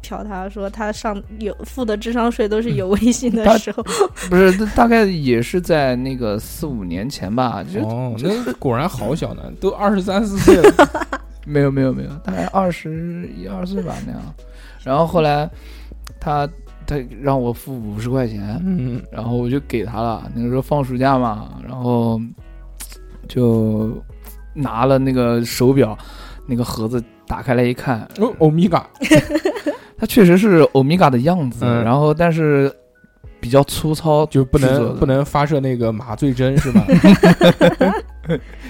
Speaker 4: 瞟他说他上有付的智商税都是有微
Speaker 2: 嗯
Speaker 4: 信
Speaker 3: 他
Speaker 4: 的时候，
Speaker 3: 不是，大概也是在那个四五年前吧，就、
Speaker 2: 哦， 那果然好小呢，都二十三四岁了，
Speaker 3: 没有没有没有，大概二十一二岁吧那样。然后后来他他让我付五十块钱，
Speaker 2: 嗯，
Speaker 3: 然后我就给他了。那个时候放暑假嘛，然后就拿了那个手表，那个盒子打开来一看，
Speaker 2: 哦，欧米伽，
Speaker 3: 它确实是欧米伽的样子，
Speaker 2: 嗯
Speaker 3: 然后但是比较粗糙，
Speaker 2: 就不
Speaker 3: 制作
Speaker 2: 能
Speaker 3: 的
Speaker 2: 不能发射那个麻醉针 是吧？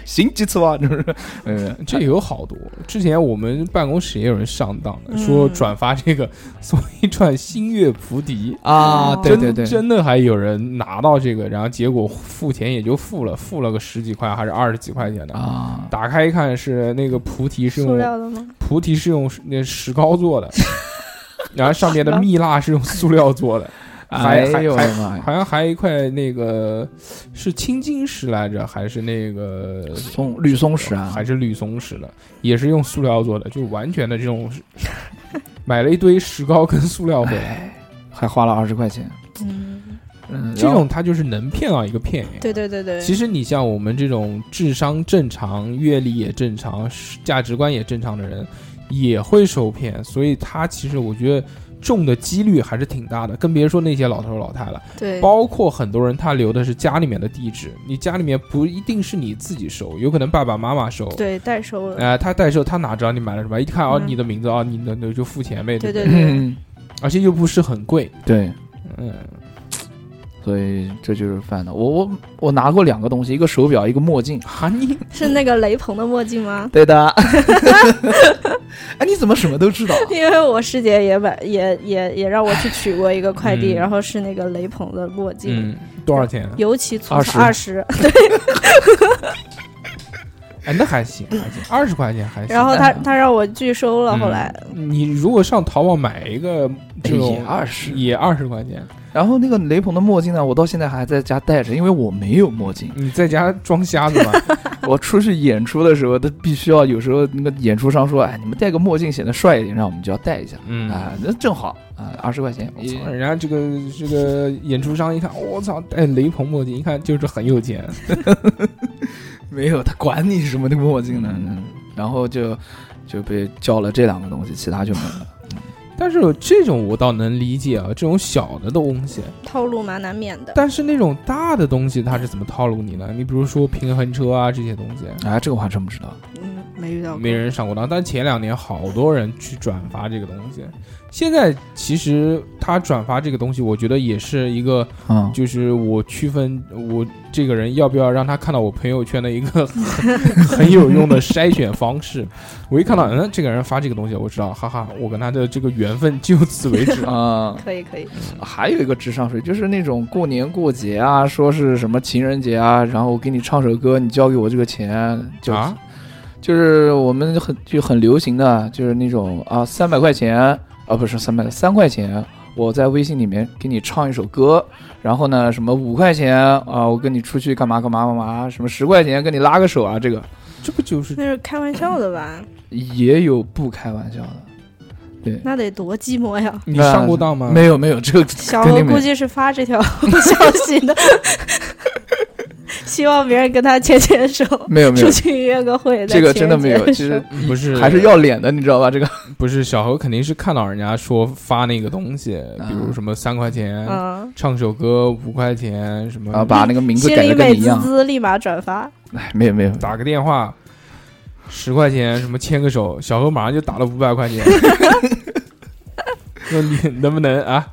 Speaker 3: 行几次啊， 就是 没有没有
Speaker 2: 这有好多。之前我们办公室也有人上当的，
Speaker 4: 嗯
Speaker 2: 说转发这个 送一串星月菩提。
Speaker 3: 啊，
Speaker 4: 哦
Speaker 3: 对对对，
Speaker 2: 真的还有人拿到这个，然后结果付钱也就付了，付了个十几块还是二十几块钱的。
Speaker 3: 啊，
Speaker 2: 打开一看是那个菩提是
Speaker 4: 塑
Speaker 2: 用
Speaker 4: 料的吗？
Speaker 2: 菩提是用那石膏做 的，然后上面的蜜蜡是用塑料做的，还
Speaker 3: 哎
Speaker 2: 还
Speaker 3: 呦我
Speaker 2: 还
Speaker 3: 的妈呀！
Speaker 2: 好像还有一块那个是青金石来着，还是那个
Speaker 3: 松绿松石啊，
Speaker 2: 还是绿松石的，也是用塑料做的，就完全的这 种，买了一堆石膏跟塑料回
Speaker 4: 哎
Speaker 2: 来。
Speaker 3: 哎还花了二十块钱。
Speaker 4: 嗯，
Speaker 3: 嗯，
Speaker 2: 这种它就是能骗到一个骗一个。
Speaker 4: 对对对对，
Speaker 2: 其实你像我们这种智商正常、阅历也正常、价值观也正常的人，也会受骗，所以他其实我觉得中的几率还是挺大的，更别说那些老头老太了。
Speaker 4: 对
Speaker 2: 包括很多人他留的是家里面的地址，你家里面不一定是你自己收，有可能爸爸妈妈收。，
Speaker 4: 对代收的，
Speaker 2: 呃，他代收，他哪知道你买了什么？一看哦，
Speaker 4: 嗯
Speaker 2: 你的名字哦，你的那就付钱呗，
Speaker 4: 对
Speaker 2: 不
Speaker 4: 对
Speaker 2: 对？
Speaker 4: 对，
Speaker 3: 嗯，
Speaker 2: 而且又不是很贵，
Speaker 3: 对，
Speaker 2: 嗯，
Speaker 3: 所以这就是犯的。我我我拿过两个东西，一个手表，一个墨镜。
Speaker 2: 哈你
Speaker 4: 是那个雷朋的墨镜吗？
Speaker 3: 对的。 哎，你怎么什么都知道？啊
Speaker 4: 因为我师姐也买，也也也让我去取过一个快递，
Speaker 2: 嗯
Speaker 4: 然后是那个雷朋的墨镜，
Speaker 2: 嗯，多少钱？
Speaker 4: 尤其粗
Speaker 3: 20
Speaker 4: 糙，二十，
Speaker 2: 哎，那还行，还行，二十块钱还行。
Speaker 4: 然后他他让我拒收了，
Speaker 2: 嗯
Speaker 4: 后来
Speaker 2: 你如果上淘宝买一个这种
Speaker 3: 也二十。
Speaker 2: 也二十块钱，。
Speaker 3: 然后那个雷朋的墨镜呢，我到现在还在家戴着，因为我没有墨镜
Speaker 2: 你在家装瞎 子吧？
Speaker 3: 我出去演出的时候，他必须要有时候那个演出商说：“哎，你们戴个墨镜显得帅一点，让我们就要戴一下。”
Speaker 2: 嗯
Speaker 3: 啊，那正好啊，二十块钱。
Speaker 2: 我操！人家这个这个演出商一看，我操，戴雷朋墨镜，一看就是很有钱。
Speaker 3: 没有，他管你什么那个墨镜呢？嗯然后就就被叫了这两个东西，其他就没 了。
Speaker 2: 但是这种我倒能理解啊，这种小的东西，
Speaker 4: 套路嘛难免的。
Speaker 2: 但是那种大的东西它是怎么套路你呢？你比如说平衡车啊这些东西，
Speaker 3: 啊，这个我还真不知道。
Speaker 4: 嗯，没遇到过，
Speaker 2: 没人上过当。但前两年好多人去转发这个东西，现在其实他转发这个东西，我觉得也是一个，
Speaker 3: 嗯，。
Speaker 2: 就是我区分我这个人要不要让他看到我朋友圈的一个 很很有用的筛选方式。我一看到，嗯，这个人发这个东西，我知道，哈哈，我跟他的这个缘分就此为 止
Speaker 3: 啊、
Speaker 4: 可以可以，
Speaker 3: 还有一个智商税，就是那种过年过节啊，说是什么情人节啊，然后我给你唱首歌，你交给我这个钱，就、
Speaker 2: 啊，
Speaker 3: 就是我们很就很流行的，就是那种啊，三百块钱啊，不是三百三块钱，我在微信里面给你唱一首歌，然后呢，什么五块钱啊，我跟你出去干嘛干嘛干嘛，什么十块钱跟你拉个手啊，这个
Speaker 2: 这不就是
Speaker 4: 那是开玩笑的吧？
Speaker 3: 也有不开玩笑的，对，
Speaker 4: 那得多寂寞呀！
Speaker 2: 你上过当吗？
Speaker 3: 没有没有，这个
Speaker 4: 小
Speaker 3: 跟你
Speaker 4: 鹅
Speaker 3: 没
Speaker 4: 估计是发这条消息的，希望别人跟他牵牵手，
Speaker 3: 没有没有
Speaker 4: 出，去约个会，再
Speaker 3: 这个
Speaker 4: 牵
Speaker 3: 真的没有，
Speaker 4: 牵
Speaker 3: 其实
Speaker 4: 手
Speaker 2: 不是
Speaker 3: 还是要脸的，你知道吧？这个
Speaker 2: 不是小何肯定是看到人家说发那个东西，比如什么三块钱、
Speaker 4: 嗯，
Speaker 2: 唱首歌五块钱什么，
Speaker 3: 啊，把那个名字
Speaker 4: 心
Speaker 3: 改
Speaker 4: 里
Speaker 3: 的跟
Speaker 4: 美
Speaker 3: 你一
Speaker 4: 滋
Speaker 3: 样，
Speaker 4: 滋，立马转发。
Speaker 3: 哎，没有没有，
Speaker 2: 打个电话十块钱什么牵个手，小何马上就打了五百 块钱。那你能不能啊？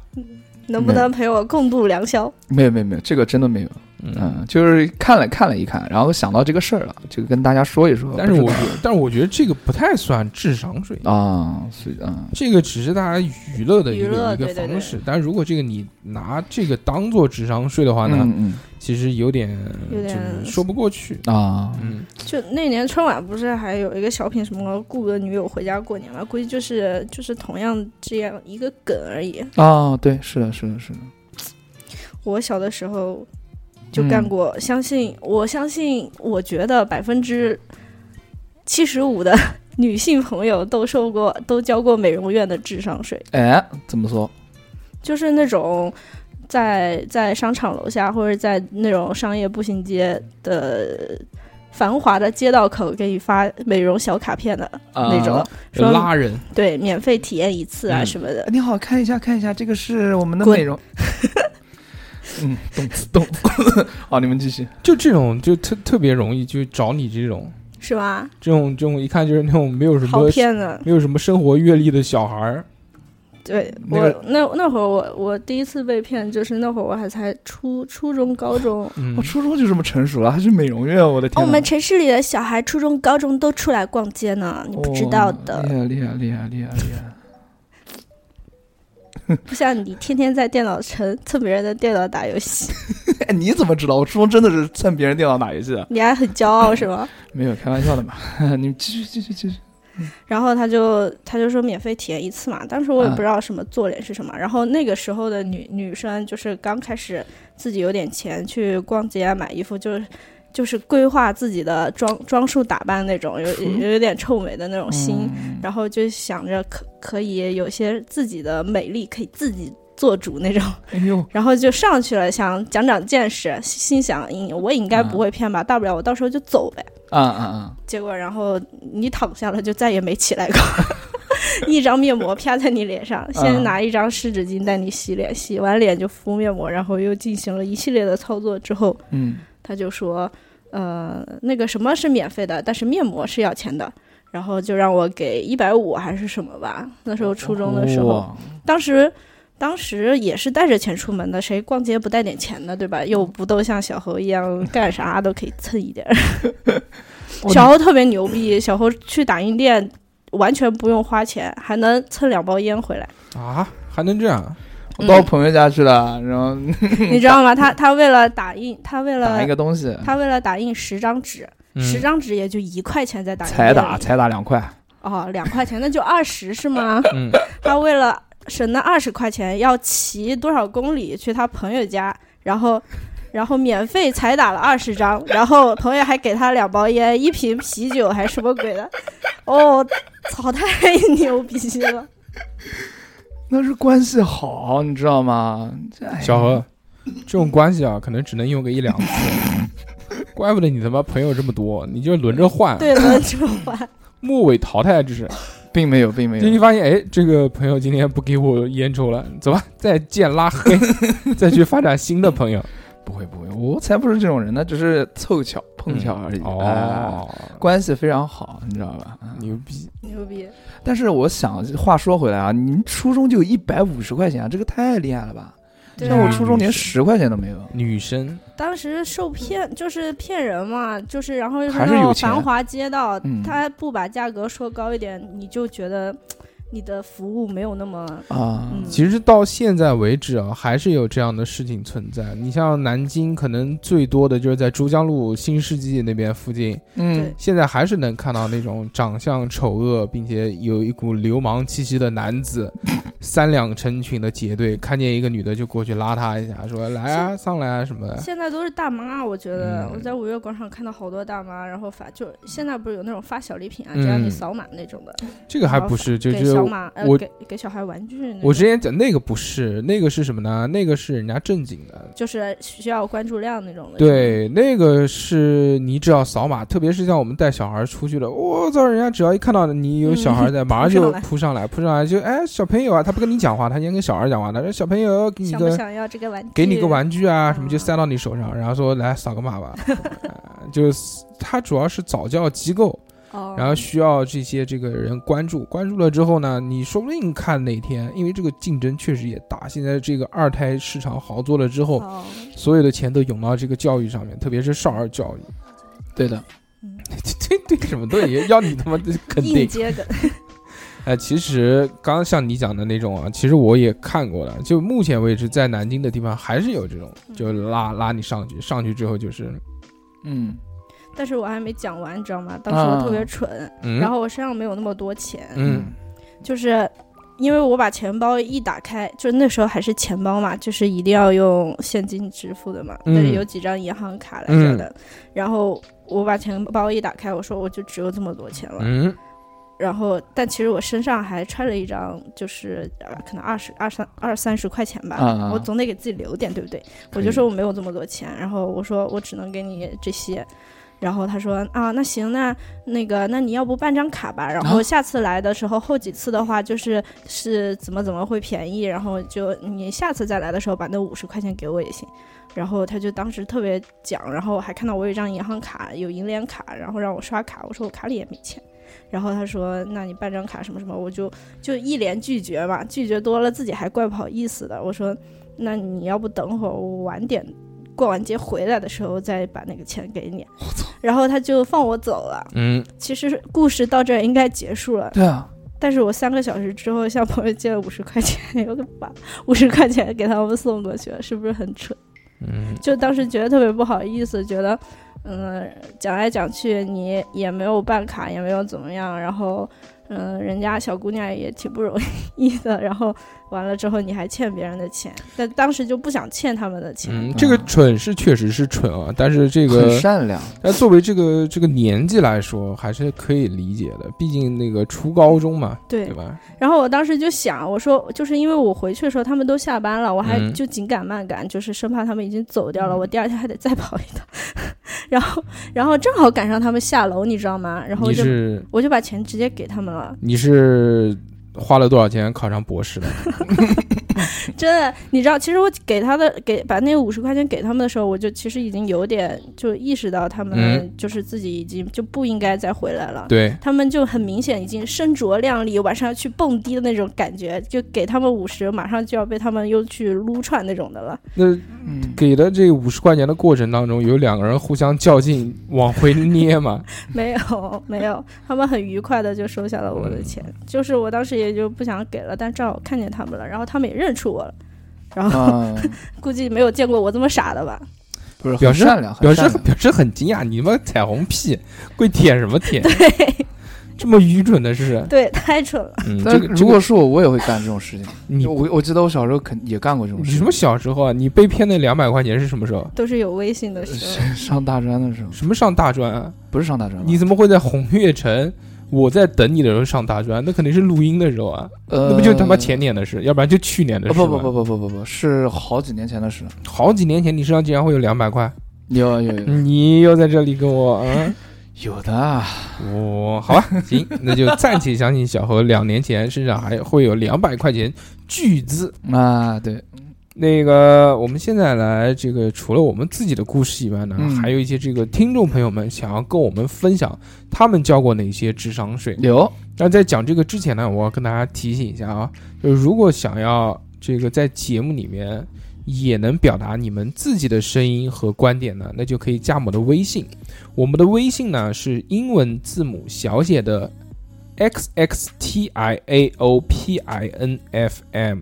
Speaker 4: 能不能陪我共度良宵？
Speaker 3: 没有没有没有，这个真的没有，
Speaker 2: 嗯，
Speaker 3: 嗯，就是看了看了一看，然后想到这个事儿了，就跟大家说一说。
Speaker 2: 但是
Speaker 3: 不
Speaker 2: 我觉，但是我觉得这个不太算智商税，
Speaker 3: 啊，所以啊，
Speaker 2: 这个只是大家娱乐的一
Speaker 4: 嗯娱
Speaker 2: 个
Speaker 4: 乐
Speaker 2: 一个
Speaker 4: 对对对
Speaker 2: 方式。但如果这个你拿这个当做智商税的话呢，
Speaker 3: 嗯
Speaker 2: 其实有点
Speaker 4: 有点
Speaker 2: 就是说不过去。
Speaker 3: 嗯啊，
Speaker 2: 嗯，
Speaker 4: 就那年春晚不是还有一个小品什么雇个女友回家过年嘛？估计就是就是同样这样一个梗而已。
Speaker 3: 啊，对，是的，是的，是的，
Speaker 4: 我小的时候就干过，相信我相信，我觉得百分之七十五的 女性朋友都受过都交过美容院的智商税，
Speaker 3: 哎，怎么说？
Speaker 4: 就是那种。在在商场楼下或者在那种商业步行街的繁华的街道口给你发美容小卡片的
Speaker 3: 啊
Speaker 4: 那种，说
Speaker 2: 拉人，
Speaker 4: 对，免费体验一次啊
Speaker 2: 嗯
Speaker 4: 什么的。
Speaker 3: 呃你好，看一下，看一下，这个是我们的
Speaker 4: 滚
Speaker 3: 美容。嗯，动词 动。好，你们继续。
Speaker 2: 就这种就特特别容易就找你这种
Speaker 4: 是吧？
Speaker 2: 这种这种一看就是那种没有什
Speaker 4: 好
Speaker 2: 么
Speaker 4: 骗啊的。
Speaker 2: 没有什么生活阅历的小孩儿。
Speaker 4: 对
Speaker 2: 那
Speaker 4: 我那那会儿我我第一次被骗，就是那会儿我还才初初中
Speaker 3: 哦
Speaker 4: 高中。
Speaker 2: 嗯
Speaker 3: 我，初中就这么成熟了，还是美容院？我的天哪！
Speaker 4: 哦我们城市里的小孩初中、高中都出来逛街呢，你不知道的
Speaker 3: 哦，厉害厉害厉害厉害厉害！
Speaker 4: 不像你天天在电脑城蹭别人的电脑打游戏，
Speaker 3: 哎，你怎么知道？我初中真的是蹭别人电脑打游戏的？
Speaker 4: 你还很骄傲是吗？
Speaker 3: 啊没有，开玩笑的嘛。你们继续继续继续。
Speaker 4: 然后他就他就说免费体验一次嘛，当时我也不知道什么做脸是什么。然后那个时候的女女生就是刚开始自己有点钱去逛街啊买衣服，就是就是规划自己的装装束打扮那种，有有有点臭美的那种心。
Speaker 3: 嗯
Speaker 4: 然后就想着可可以有些自己的美丽可以自己做主那种，
Speaker 3: 哎呦，
Speaker 4: 然后就上去了，想长长见识，心想嗯我应该不会骗吧，大不了我到时候就走呗。
Speaker 3: 啊啊啊！
Speaker 4: 结果然后你躺下了，就再也没起来过。 一张面膜啪在你脸上，先拿一张湿纸巾带你洗脸，洗完脸就敷面膜，然后又进行了一系列的操作之后，
Speaker 3: 嗯，
Speaker 4: 他就说，呃，那个什么是免费的，但是面膜是要钱的。然后就让我给一百五还是什么吧，那时候初中的时候，
Speaker 3: 哇，
Speaker 4: 当时当时也是带着钱出门的，谁逛街不带点钱的，对吧？
Speaker 3: 嗯
Speaker 4: 又不都像小猴一样 干啥都可以蹭一点儿。小猴特别牛逼，小猴去打印店完全不用花钱，还能蹭两包 烟回来，
Speaker 2: 啊，还能这样？
Speaker 3: 我到朋友家去了，然后
Speaker 4: 你知道吗？他他为了打印，他为
Speaker 3: 打
Speaker 4: 了
Speaker 3: 一个东西，
Speaker 4: 他为了打印十张纸，
Speaker 2: 嗯
Speaker 4: 十张纸也就一块钱在打印
Speaker 3: 才
Speaker 4: 店
Speaker 3: 打
Speaker 4: 里
Speaker 3: 才打两块。
Speaker 4: 哦，两块钱那就二十是吗？
Speaker 2: 嗯，
Speaker 4: 他为了省那二十块钱，要骑多少公里去他朋友家，然后，然后免费才打了二十张，然后朋友还给他两包烟、一瓶啤酒，还什么鬼的？哦，操，太牛逼了！
Speaker 3: 那是关系好，你知道吗？这哎呀
Speaker 2: 小何，这种关系啊，可能只能用个一 两次。怪不得你他妈朋友这么多，你就轮着换，
Speaker 4: 对 了，这么话，
Speaker 2: 末尾淘汰制。
Speaker 3: 哎并没有，并没
Speaker 2: 就你
Speaker 3: 有。
Speaker 2: 发现，哎，这个朋友今天不给我烟抽了，走吧，再见拉 黑，再去发展新的朋友。
Speaker 3: 不会，不会，我才不是这种人呢，只是凑巧碰巧而已。哎，
Speaker 2: 哦，
Speaker 3: 关系非常好，你知道吧？
Speaker 2: 牛逼！
Speaker 4: 牛逼！
Speaker 3: 但是我想，话说回来啊，你初中就一百五十块钱啊，这个太厉害了吧？
Speaker 2: 嗯
Speaker 4: 对
Speaker 3: 像我
Speaker 4: 啊，
Speaker 3: 初中连十块钱都没有。
Speaker 2: 女生
Speaker 4: 当时受骗就是骗人嘛，就是然后又
Speaker 3: 还是
Speaker 4: 那
Speaker 3: 有
Speaker 4: 种
Speaker 3: 钱
Speaker 4: 繁华街道，
Speaker 3: 嗯
Speaker 4: 他不把价格说高一点，你就觉得嘖你的服务没有那么，
Speaker 3: 啊，
Speaker 4: 嗯，
Speaker 2: 其实到现在为止啊，还是有这样的事情存在。你像南京，可能最多的就是在珠江路新世纪那边附近，
Speaker 3: 嗯
Speaker 4: 对，
Speaker 2: 现在还是能看到那种长相丑恶并且有一股流氓气息的男子，三两成群的结队，看见一个女的就过去拉她一下，说来啊，上来啊什么的。
Speaker 4: 现在都是大妈，我觉
Speaker 2: 嗯
Speaker 4: 得我在五月广场看到好多大妈，然后发就现在不是有那种发小礼品啊，只要你
Speaker 2: 嗯
Speaker 4: 扫码那种的，
Speaker 2: 这个还不是，就
Speaker 4: 给
Speaker 2: 是
Speaker 4: 小马呃
Speaker 2: 我
Speaker 4: 给给小孩玩具那种。
Speaker 2: 我之前讲那个不是，那个是什么呢？那个是人家正经的，
Speaker 4: 就是需要关注量那种的。
Speaker 2: 对，那个是你只要扫码，特别是像我们带小孩出去的，我操，人家只要一看到你有小孩在，马上就
Speaker 4: 扑上来
Speaker 2: 扑上来，扑上来就哎，小朋友啊，他不跟你讲话，他先跟小孩讲话，他说小朋友给你
Speaker 4: 想不
Speaker 2: 个
Speaker 4: 想要这个玩具？
Speaker 2: 给你个玩具啊，什么就
Speaker 4: 啊
Speaker 2: 塞到你手上，然后说来扫个码吧，呃就是他主要是早教机构，
Speaker 4: 哦，
Speaker 2: 然后需要这些这个人关注，关注了之后呢，你说不定看哪天，因为这个竞争确实也大，现在这个二胎市场好做了之后，
Speaker 4: 哦，
Speaker 2: 所有的钱都涌到这个教育上面，特别是少儿教育。
Speaker 3: 对的，
Speaker 2: 这对什么对？要你他妈的肯
Speaker 4: 硬
Speaker 2: 定。
Speaker 4: 接梗，
Speaker 2: 哎，其实刚刚像你讲的那种啊，其实我也看过了。就目前为止，在南京的地方还是有这种，
Speaker 4: 嗯
Speaker 2: 就拉拉你上去，上去之后就是，
Speaker 3: 嗯，
Speaker 4: 但是我还没讲完，你知道吗？当时我特别蠢，
Speaker 2: 啊嗯，
Speaker 4: 然后我身上没有那么多钱，
Speaker 2: 嗯
Speaker 4: 就是因为我把钱包一打开，就那时候还是钱包嘛，就是一定要用现金支付的嘛，
Speaker 2: 嗯
Speaker 4: 但是有几张银行卡来着的。然后我把钱包一打开，我说我就只有这么多钱了。
Speaker 2: 嗯
Speaker 4: 然后，但其实我身上还揣了一张，就是、呃、可能二十二三二三十块钱吧，
Speaker 3: 啊啊
Speaker 4: 我总得给自己留点，对不对？
Speaker 2: 可
Speaker 4: 我
Speaker 2: 以
Speaker 4: 就说我没有这么多钱，然后我说我只能给你这些。然后他说啊，那行，那那个，那你要不办张卡吧？然
Speaker 2: 啊
Speaker 4: 后下次来的时候，后几次的话，就是是怎么怎么会便宜，然后就你下次再来的时候，把那五十块钱给我也行。然后他就当时特别讲，然后还看到我有一张银行卡，有银联卡，然后让我刷卡，我说我卡里也没钱。然后他说：“那你办张卡什么什么？”我就就一连拒绝嘛，拒绝多了自己还怪不好意思的。我说：“那你要不等会儿我晚点过完节回来的时候再把那个钱给你。”然后他就放我走了。
Speaker 2: 嗯，
Speaker 4: 其实故事到这儿应该结束了，
Speaker 3: 对啊，
Speaker 4: 但是我三个小时之后向朋友借了五十块钱，又把 五十块钱给他们送过去了，是不是很蠢？
Speaker 2: 嗯，
Speaker 4: 就当时觉得特别不好意思，觉得，嗯，讲来讲去你也没有办卡，也没有怎么样，然后，嗯，人家小姑娘也挺不容易的，然后完了之后你还欠别人的钱，但当时就不想欠他们的钱，
Speaker 2: 嗯，这个蠢是确实是蠢啊，但是这
Speaker 3: 很
Speaker 2: 个，
Speaker 3: 善良，
Speaker 2: 但作为这个这个年纪来说，还是可以理解的，毕竟那个初高中嘛，
Speaker 4: 对
Speaker 2: 对吧？
Speaker 4: 然后我当时就想，我说就是因为我回去的时候他们都下班了，我还
Speaker 2: 嗯
Speaker 4: 就紧赶慢赶，就是生怕他们已经走掉了，我第二天还得再跑一趟。 然后，然后正好赶上他们下楼，你知道吗？然后我
Speaker 2: 你
Speaker 4: 就是我就把钱直接给他们了。
Speaker 2: 你是花了多少钱考上博士的？
Speaker 4: 真的，你知道，其实我给他的给把那五十块钱给他们的时候，我就其实已经有点就意识到他们
Speaker 2: 嗯
Speaker 4: 就是自己已经就不应该再回来了。
Speaker 2: 对，
Speaker 4: 他们就很明显已经身着靓丽，晚上要去蹦迪的那种感觉，就给他们五十，马上就要被他们又去撸串那种的 了。
Speaker 2: 那
Speaker 3: 嗯，
Speaker 2: 给的这五十块钱的过程当中，有两个人互相较劲往回捏 嘛，
Speaker 4: 没有，没有，他们很愉快的就收下了我的钱，就是我当时也就不想给了，但正好看见他们了，然后他们也认出我了，
Speaker 2: 啊
Speaker 4: 然后
Speaker 3: 嗯，
Speaker 4: 估计没有见过我这么傻的 吧。
Speaker 3: 不是
Speaker 2: 表
Speaker 3: 很
Speaker 2: 示
Speaker 3: 善良，很
Speaker 2: 表
Speaker 3: 善
Speaker 2: 示
Speaker 3: 良
Speaker 2: 表示很惊讶，你们彩虹屁，跪舔什么 舔？这么愚蠢的事，
Speaker 4: 对，太蠢了，
Speaker 2: 嗯，
Speaker 3: 但
Speaker 2: 这个
Speaker 3: 如果是我，我也会干这种事情。
Speaker 2: 这个你
Speaker 3: 我我记得我小时候肯也干过这种
Speaker 2: 你
Speaker 3: 事
Speaker 2: 什
Speaker 3: 情
Speaker 2: 么，小时候啊？你被骗那两百块钱是什么时候？
Speaker 4: 都是有微信的时候。
Speaker 3: 是上大专的时候，
Speaker 2: 什么上大专啊？
Speaker 3: 不是上大专吧，
Speaker 2: 你怎么会在红悦城？我在等你的时候上大专，那肯定是录音的时候啊，
Speaker 3: 呃，
Speaker 2: 那不就他妈前年的事，要不然就去年的
Speaker 3: 呃？
Speaker 2: 事。
Speaker 3: 不不不，不不不不，是好几年前的事。
Speaker 2: 好几年前你身上竟然会有两百块，
Speaker 3: 有有 有
Speaker 2: 你又在这里跟我嗯。
Speaker 3: 有的啊，
Speaker 2: 哦，好吧， 行，那就暂且相信小何两年前身上还会有两百块钱巨资。
Speaker 3: 啊对，
Speaker 2: 那个，我们现在来这个，除了我们自己的故事以外呢，
Speaker 3: 嗯
Speaker 2: 还有一些这个听众朋友们想要跟我们分享他们交过哪些智商税。
Speaker 3: 有
Speaker 2: 那在讲这个之前呢，我要跟大家提醒一下啊，就是如果想要这个在节目里面也能表达你们自己的声音和观点呢，那就可以加我们的微信。我们的微信呢是英文字母小写的 x x t i a o p i n f m，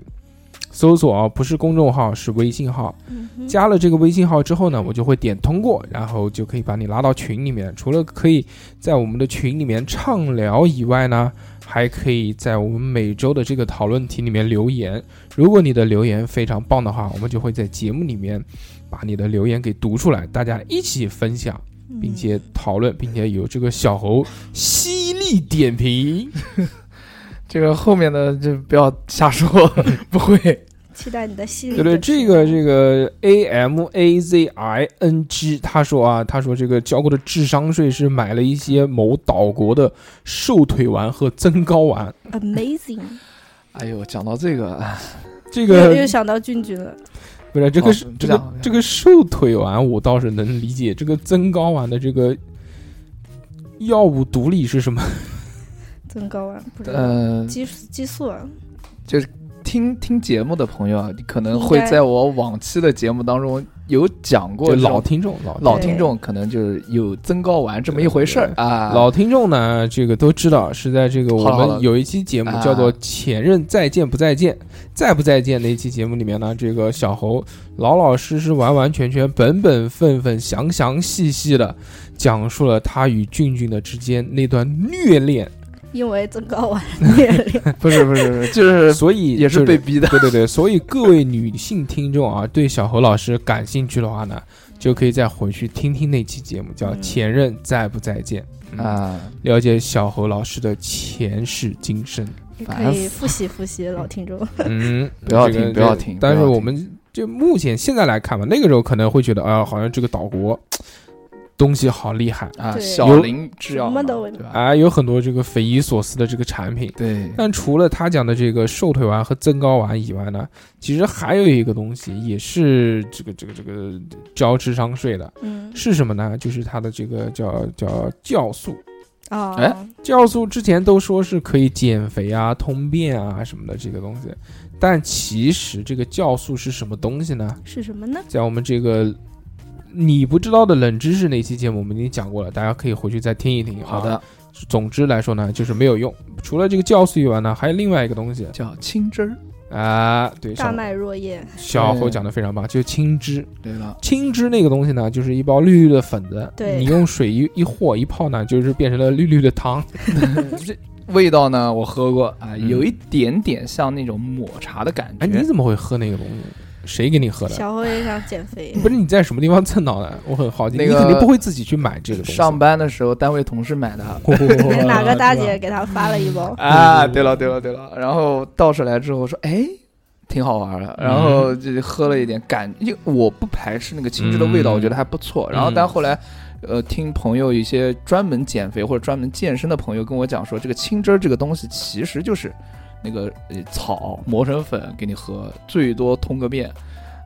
Speaker 2: 搜索啊，不是公众号，是微信号。
Speaker 4: 嗯哼
Speaker 2: 加了这个微信号之后呢，我就会点通过，然后就可以把你拉到群里面。除了可以在我们的群里面畅聊以外呢，还可以在我们每周的这个讨论题里面留言。如果你的留言非常棒的话，我们就会在节目里面把你的留言给读出来，大家一起分享，并且讨论，并且有这个小猴犀利点评。
Speaker 3: 这个后面的就不要瞎说， 不会。
Speaker 4: 期待你的犀利。
Speaker 2: 对对，这个这个 A M A Z I N G，他说啊，他说这个交过的智商税是买了一些某岛国的瘦腿丸和增高丸。
Speaker 4: Amazing！
Speaker 3: 哎呦，讲到这个，
Speaker 2: 这个
Speaker 4: 又想到俊俊了。
Speaker 2: 不是这
Speaker 3: 哦
Speaker 2: 个是这个这个瘦腿丸，我倒是能理解。这个增高丸的这个药物毒理是什么？
Speaker 4: 增高丸不知道，呃、激激素啊，
Speaker 3: 就是。听听节目的朋友啊，你可能会在我往期的节目当中有 讲过
Speaker 2: 老听众，
Speaker 3: 老听众可能就是有增高丸这么一回事儿啊。
Speaker 2: 老听众呢，这个都知道是在这个我们有一期节目叫
Speaker 3: 啊
Speaker 2: 做《前任再见不再见，再不再见》那一期节目里面呢，这个小猴老老实实、完完全全、本本分分、详详细细的讲述了他与俊俊的之间那段虐恋。
Speaker 4: 因为增高完虐恋
Speaker 3: 不是不是不是，就是
Speaker 2: 所以
Speaker 3: 也是被逼的。
Speaker 2: 对对对，所以各位女性听众啊，对小侯老师感兴趣的话呢，就可以再回去听听那期节目，
Speaker 3: 嗯
Speaker 2: 叫《前任再不再见》
Speaker 3: 啊、嗯，
Speaker 2: 了解小侯老师的前世今 生。
Speaker 4: 也可以复习复习老听众。
Speaker 2: 嗯，
Speaker 3: 不要听不要听。
Speaker 2: 但是我们就目前现在来看吧，那个时候可能会觉得啊、呃，好像这个岛国。东西好厉害
Speaker 3: 啊！小林制药
Speaker 4: 什么都
Speaker 2: 啊，有很多这个匪夷所思的这个产品。
Speaker 3: 对，
Speaker 2: 但除了他讲的这个瘦腿丸和增高丸以外呢，其实还有一个东西也是这个这个这个交智商税的，
Speaker 4: 嗯，
Speaker 2: 是什么呢？就是它的这个叫叫酵素
Speaker 4: 啊，
Speaker 3: 哎、
Speaker 4: 哦，
Speaker 2: 酵素之前都说是可以减肥啊、通便啊什么的这个东西，但其实这个酵素是什么东西呢？
Speaker 4: 是什么呢？
Speaker 2: 在我们这个。你不知道的冷知识那期节目我们已经讲过了，大家可以回去再听一听。
Speaker 3: 好的，
Speaker 2: 总之来说呢，就是没有用。除了这个酵素以外呢，还有另外一个东西
Speaker 3: 叫青汁儿
Speaker 2: 啊、呃，对，
Speaker 4: 大麦若叶。
Speaker 2: 小侯讲的非常棒，就是青汁。
Speaker 3: 对了，
Speaker 2: 青汁那个东西呢，就是一包绿绿的粉子，你用水一一和一泡呢，就是变成了绿绿的汤。
Speaker 3: 这味道呢，我喝过啊、呃，有一点点像那种抹茶的感觉。
Speaker 2: 嗯哎，你怎么会喝那个东西？谁给你喝的？
Speaker 4: 小侯也想 减肥。
Speaker 2: 不是你在什么地方蹭到的？ 我很好奇。
Speaker 3: 那个
Speaker 2: 你肯定不会自己去买这个东西。
Speaker 3: 上班的时候，单位同事买的。
Speaker 2: 嗯
Speaker 4: 哪个大姐给他发了一 包？
Speaker 3: 啊，对了对了对了。然后倒出来之后说：“哎，挺好玩的。”然后就喝了一点，感因为我不排斥那个青汁的味道，我觉得还不错。然后但后来，呃，听朋友一些专门减肥或者专门健身的朋友跟我讲说，这个青汁这个东西其实就是。那个呃草磨成粉给你喝，最多通个便，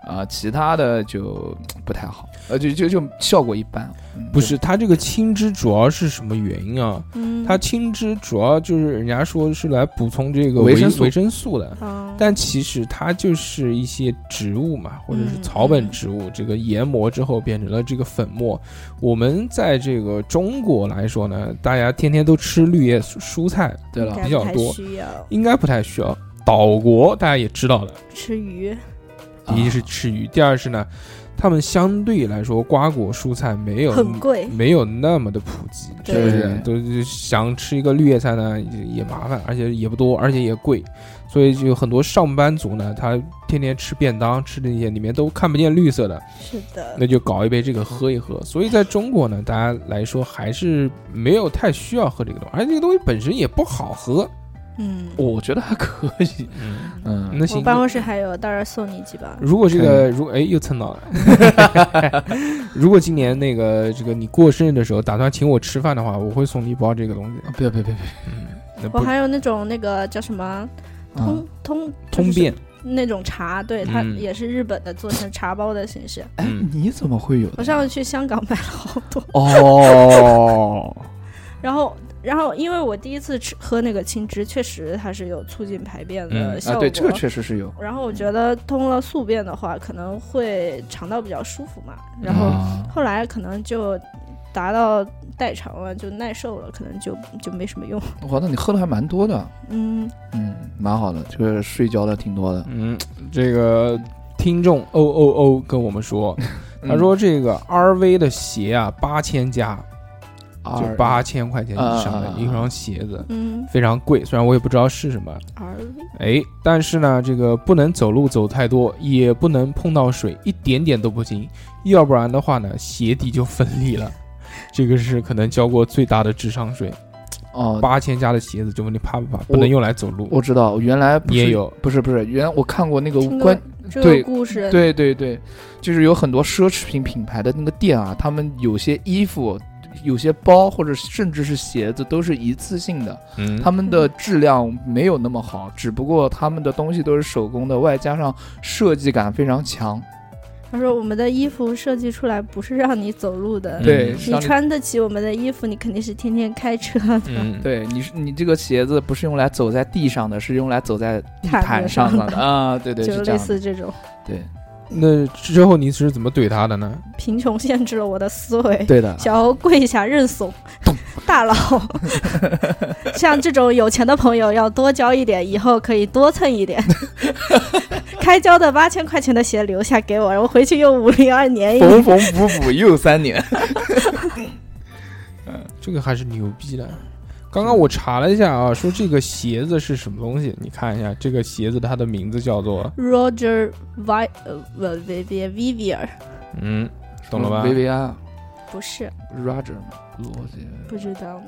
Speaker 3: 啊、呃，其他的就不太好，呃，就就就效果一般。嗯、
Speaker 2: 不是，它这个青汁主要是什么原因啊？
Speaker 4: 嗯，
Speaker 2: 它青汁主要就是人家说是来补充这个维
Speaker 3: 生素
Speaker 2: 维生素的，
Speaker 4: 嗯、
Speaker 2: 但其实它就是一些植物嘛，或者是草本植物，
Speaker 4: 嗯、
Speaker 2: 这个研磨之后变成了这个粉末。我们在这个中国来说呢，大家天天都吃绿叶蔬菜，
Speaker 3: 对了，
Speaker 2: 比较多，应该不太需要。岛国大家也知道的，
Speaker 4: 吃鱼，
Speaker 3: 啊
Speaker 2: 第一
Speaker 4: 啊
Speaker 2: 是吃鱼，第二是呢。他们相对来说，瓜果蔬菜没有
Speaker 4: 很贵，
Speaker 2: 没有那么的普及，是不是？都想吃一个绿叶菜呢，也麻烦，而且也不多，而且也贵，所以就很多上班族呢，他天天吃便当，吃那些里面都看不见绿色的，
Speaker 4: 是的，
Speaker 2: 那就搞一杯这个喝一喝。所以在中国呢，大家来说还是没有太需要喝这个东西，而且这个东西本身也不好喝。
Speaker 4: 嗯，
Speaker 3: 我觉得还可以。嗯，
Speaker 2: 那行，
Speaker 4: 我办公室还有，到时候送你几包。
Speaker 2: 如果这个，如哎又蹭到了。 如果今年那个这个你过生日的时候打算请我吃饭的话，我会送你一包这个东西。
Speaker 3: 不要不要不要！
Speaker 4: 我还有那种那个叫什么通通
Speaker 2: 嗯通便嗯
Speaker 4: 那种茶，对，它也是日本的，做成茶包的形式。
Speaker 3: 哎，你怎么会有？
Speaker 4: 我上次去香港买了好多。
Speaker 3: 哦。
Speaker 4: 然后。然后，因为我第一次吃喝那个青汁，确实它是有促进排便的效果。
Speaker 3: 嗯、啊，对，这个确实是有。
Speaker 4: 然后我觉得通了宿便的话，可能会肠道比较舒服嘛。
Speaker 3: 嗯
Speaker 4: 然后
Speaker 3: 啊
Speaker 4: 后来可能就达到代偿了，就耐受了，可能就就没什么用。
Speaker 3: 哇，那你喝的还蛮多的。
Speaker 4: 嗯
Speaker 3: 嗯，蛮好的，这个睡觉的挺多的。
Speaker 2: 嗯，这个听众哦哦
Speaker 3: 嗯
Speaker 2: 哦跟我们说，他说这个 RV 的鞋啊八千加。就
Speaker 3: ，R
Speaker 2: 八千块钱以上的
Speaker 3: 啊
Speaker 2: 一双鞋子，
Speaker 4: 嗯
Speaker 2: 非常贵。虽然我也不知道是什么，
Speaker 4: ，RV
Speaker 2: 哎，但是呢，这个不能走路走太多，也不能碰到水，一点点都不行，要不然的话呢，鞋底就分离了。 这个是可能交过最大的智商税，
Speaker 3: 哦，
Speaker 2: 八千加的鞋子，就问你怕不怕？
Speaker 3: 我
Speaker 2: 不能用来走路。
Speaker 3: 我知道，原来不
Speaker 2: 你也
Speaker 3: 是
Speaker 2: 有
Speaker 3: 不是不是，原来我看过那个
Speaker 4: 听
Speaker 3: 关
Speaker 4: 过这
Speaker 3: 对
Speaker 4: 个故事，
Speaker 3: 对对对，就是有很多奢侈品品牌的那个店啊，他们有些衣服、有些包，或者甚至是鞋子，都是一次性的，
Speaker 2: 嗯
Speaker 3: 他们的质量没有那么好，只不过他们的东西都是手工的，外加上设计感非常强。
Speaker 4: 他说我们的衣服设计出来不是让你走路的，
Speaker 3: 对，
Speaker 2: 嗯
Speaker 3: 是
Speaker 4: 你
Speaker 3: 让
Speaker 4: 穿得起我们的衣服，你肯定是天天开车的。
Speaker 2: 嗯，
Speaker 3: 对你是你这个鞋子不是用来走在地上的，是用来走在地
Speaker 4: 毯子
Speaker 3: 毯上
Speaker 4: 上
Speaker 3: 的啊！对对，
Speaker 4: 就是
Speaker 3: 这
Speaker 4: 类
Speaker 3: 样的。
Speaker 4: 似这种，
Speaker 3: 对
Speaker 2: 那之后你是怎么怼他的呢？
Speaker 4: 贫穷限制了我的思维。
Speaker 3: 对的，
Speaker 4: 小猴跪下认怂，大佬，像这种有钱的朋友要多交一点，以后可以多蹭 一点。开交的八千块钱的鞋留下给我，我回去用五零二粘一
Speaker 2: 哦
Speaker 3: 缝缝补补又三年。
Speaker 2: 这个还是牛逼的。
Speaker 3: 嗯
Speaker 2: 刚刚我查了一下啊，说这个鞋子是什么东西？你看一下，这个鞋子它的名字叫做
Speaker 4: Roger Vi 呃不 Vivier Vivier
Speaker 2: 嗯，懂了吧？
Speaker 3: 薇薇安
Speaker 4: 不是
Speaker 3: Roger 罗杰，
Speaker 4: 不知道，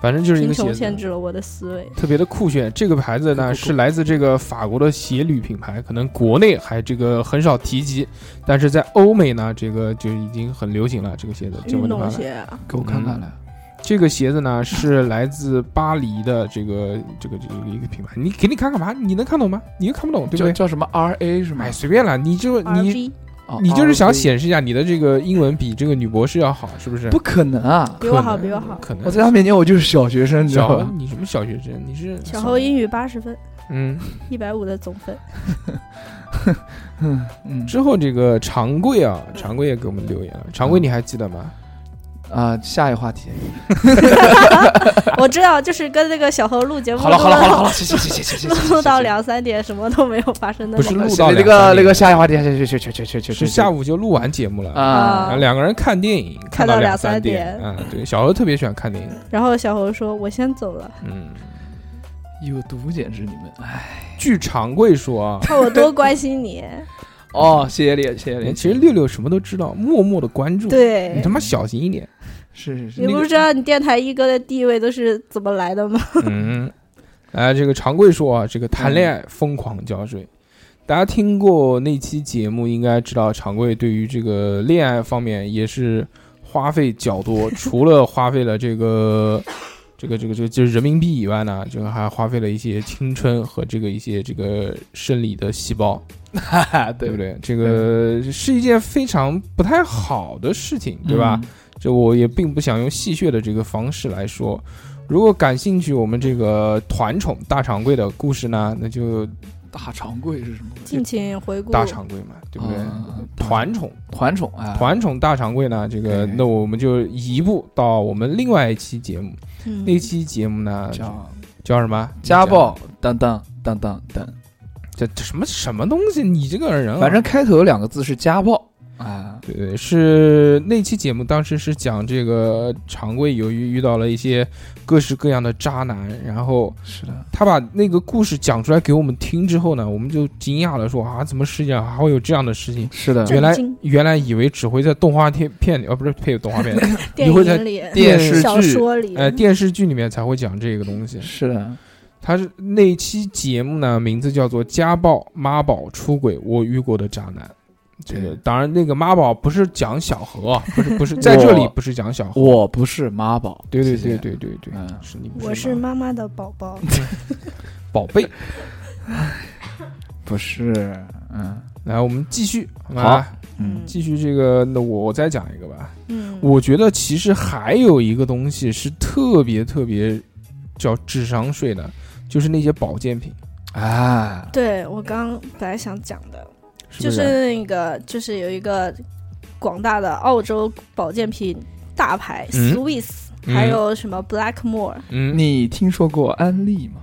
Speaker 2: 反正就是一
Speaker 4: 贫
Speaker 2: 个
Speaker 4: 穷
Speaker 2: 鞋
Speaker 4: 限
Speaker 2: 子，
Speaker 4: 制了我的思维。
Speaker 2: 特别的酷炫。这个牌子
Speaker 3: 酷酷
Speaker 2: 呢
Speaker 3: 酷
Speaker 2: 是来自这个法国的鞋履品牌，可能国内还这个很少提及，但是在欧美呢，这个就已经很流行了。这个鞋子，这么
Speaker 4: 运
Speaker 2: 的
Speaker 4: 动
Speaker 2: 话呢
Speaker 4: 鞋啊，
Speaker 3: 给我看看来。
Speaker 2: 这个鞋子呢是来自巴黎的这个这个这个一个品牌，你给你看干嘛？你能看懂吗？你又看不懂，对不
Speaker 3: 叫
Speaker 2: 对？
Speaker 3: 叫什么 R A 是吗？
Speaker 2: 哎，随便了，你就你
Speaker 4: RV
Speaker 3: 哦
Speaker 2: 你就是想
Speaker 3: RV
Speaker 2: 显示一下你的这个英文比这个女博士要好，是不是？
Speaker 3: 不可能啊！
Speaker 4: 比我好，比我好。
Speaker 2: 可能
Speaker 3: 我在他面前我就是小学生，你知道
Speaker 2: 小
Speaker 3: 吧？
Speaker 2: 你什么小学生？你是
Speaker 4: 小猴英语八十分，
Speaker 2: 嗯。
Speaker 4: 一百五的总 分。
Speaker 3: 嗯
Speaker 2: 之后这个常贵啊，常贵也给我们留言了。常贵你还记得
Speaker 4: 嗯
Speaker 2: 吗？
Speaker 3: 啊，下一个话题。
Speaker 4: 我知道，就是跟那个小猴录节目，
Speaker 3: 好了好了好了好了，谢谢谢谢谢谢谢谢。
Speaker 4: 录 到两三点，什么都没有发生的。
Speaker 2: 不是录到
Speaker 3: 那
Speaker 2: 两
Speaker 3: 个
Speaker 2: 三
Speaker 3: 那
Speaker 2: 点
Speaker 3: 个下一个话题，去去去去去去
Speaker 2: 是下午就录完节目了。
Speaker 3: 啊
Speaker 2: 然后两个人看电影，
Speaker 4: 看
Speaker 2: 到
Speaker 4: 到
Speaker 2: 两
Speaker 4: 两三
Speaker 2: 点。
Speaker 4: 点
Speaker 2: 嗯，对，小何特别喜欢看电影。
Speaker 4: 然后小猴说：“我先走了，
Speaker 2: 嗯，
Speaker 3: 有毒，简直你们！哎，
Speaker 2: 据常贵说啊，
Speaker 4: 看我 多关心你。
Speaker 3: 哦，谢谢你，谢谢你。
Speaker 2: 其实六六什么都知道，默默的关”注。，你
Speaker 4: 对
Speaker 2: 他，妈小心一点。
Speaker 3: 是是是，
Speaker 4: 你不知道你电台一哥的地位都是怎么来的吗？
Speaker 2: 嗯，哎，这个常贵说啊，这个谈恋爱疯狂交税。大家听过那期节目，应该知道常贵对于这个恋爱方面也是花费较多，除了花费了这个。这个这个这个就是人民币以外呢，这个还花费了一些青春和这个一些这个生理的细胞，
Speaker 3: 啊，
Speaker 2: 对
Speaker 3: 对
Speaker 2: 不？对？这个是一件非常不太好的事情，对吧？？这我也并不想用戏谑的这个方式来说。如果感兴趣我们这个团宠大常贵的故事呢，那就
Speaker 3: 大长贵是什么？
Speaker 4: 敬请回顾。
Speaker 2: 大常贵嘛，对不对？
Speaker 3: 嗯
Speaker 2: 团宠
Speaker 3: 团宠啊，
Speaker 2: 团宠大常贵呢，这个
Speaker 3: 对
Speaker 2: 那我们就移步到我们另外一期节目，
Speaker 4: 嗯
Speaker 2: 那期节目呢
Speaker 3: 嗯叫
Speaker 2: 叫什么？
Speaker 3: 家暴，等等等等等，
Speaker 2: 这，这什么什么东西？你这个人啊，
Speaker 3: 反正开头两个字是家暴啊。
Speaker 2: 对对，是那期节目当时是讲这个常贵由于遇到了一些各式各样的渣男，然后
Speaker 3: 是的，
Speaker 2: 他把那个故事讲出来给我们听之后呢，我们就惊讶了说，啊，怎么世界上还会有这样的事情？
Speaker 3: 是的，
Speaker 4: 震
Speaker 2: 原来
Speaker 4: 惊
Speaker 2: 原来以为只会在动画片片里，哦，不是配动画片，
Speaker 4: 电
Speaker 2: 你会在
Speaker 4: 影里、嗯
Speaker 3: 电视
Speaker 4: 小
Speaker 3: 剧
Speaker 4: 说里，
Speaker 2: 呃，电视剧里面才会讲这个东西。
Speaker 3: 是的，
Speaker 2: 他是那期节目呢，名字叫做《家暴、妈宝、出轨，我遇过的渣男》。这个
Speaker 3: 对
Speaker 2: 当然，那个妈宝不是讲小何 啊，不是不是，在这里不是讲小何，
Speaker 3: 我不是妈宝，
Speaker 2: 对对
Speaker 3: 谢
Speaker 2: 对
Speaker 3: 谢，
Speaker 2: 对对对，
Speaker 3: 嗯
Speaker 2: 是你不
Speaker 4: 我是
Speaker 2: 妈
Speaker 4: 妈妈的宝 宝。
Speaker 2: 宝贝。
Speaker 3: 不是，嗯，
Speaker 2: 来，我们继续，
Speaker 3: 好
Speaker 2: 啊
Speaker 3: 嗯
Speaker 2: 继续这个，那我我再讲一个吧。
Speaker 4: 嗯，
Speaker 2: 我觉得其实还有一个东西是特别特别叫智商税的，就是那些保健品，
Speaker 3: 啊，
Speaker 4: 对我刚本来想讲的，
Speaker 2: 是
Speaker 4: 就
Speaker 2: 不啊
Speaker 4: 是那个，就是有一个广大的澳洲保健品大牌
Speaker 2: 嗯
Speaker 4: Swiss，、
Speaker 2: 嗯
Speaker 4: 还有什么 Blackmore，
Speaker 2: 嗯，
Speaker 3: 你听说过安利吗？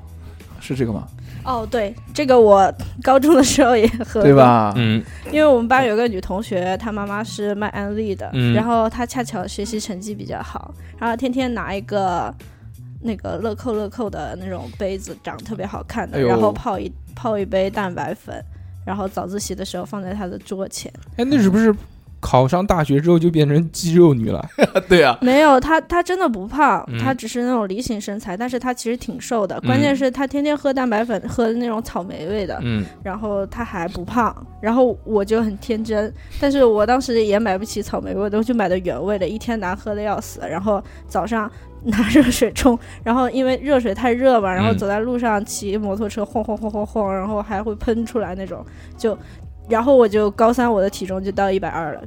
Speaker 3: 是这个吗？
Speaker 4: 哦，对，这个我高中的时 候也喝，
Speaker 3: 对？吧？
Speaker 5: 嗯，
Speaker 4: 因为我们班有个女同学，她妈妈是卖安利的，
Speaker 5: 嗯
Speaker 4: 然后她恰巧学习成绩比较好，然后天天拿一个那个乐扣乐扣的那种杯子，长得特别好看的，
Speaker 3: 哎呦
Speaker 4: 然后泡一泡一杯蛋白粉，然后早自习的时候放在她的桌前。
Speaker 2: 哎，那是不是考上大学之后就变成肌肉女了？
Speaker 6: 对啊，
Speaker 4: 没有，她她真的不胖
Speaker 5: 嗯，
Speaker 4: 她只是那种梨形身材，但是她其实挺瘦的。
Speaker 5: 嗯
Speaker 4: 关键是她天天喝蛋白粉，喝那种草莓味
Speaker 3: 啊
Speaker 4: 的，
Speaker 5: 嗯，
Speaker 4: 然后她还不胖。然后我就很天真，但是我当时也买不起草莓味的，我就买的原味的，一天难喝的要死。然后早上拿热水冲，然后因为热水太热嘛，然后
Speaker 5: 嗯
Speaker 4: 走在路上骑摩托车晃晃晃晃晃，然后还会喷出来那种，就，然后我就高三我的体重就到一百二了，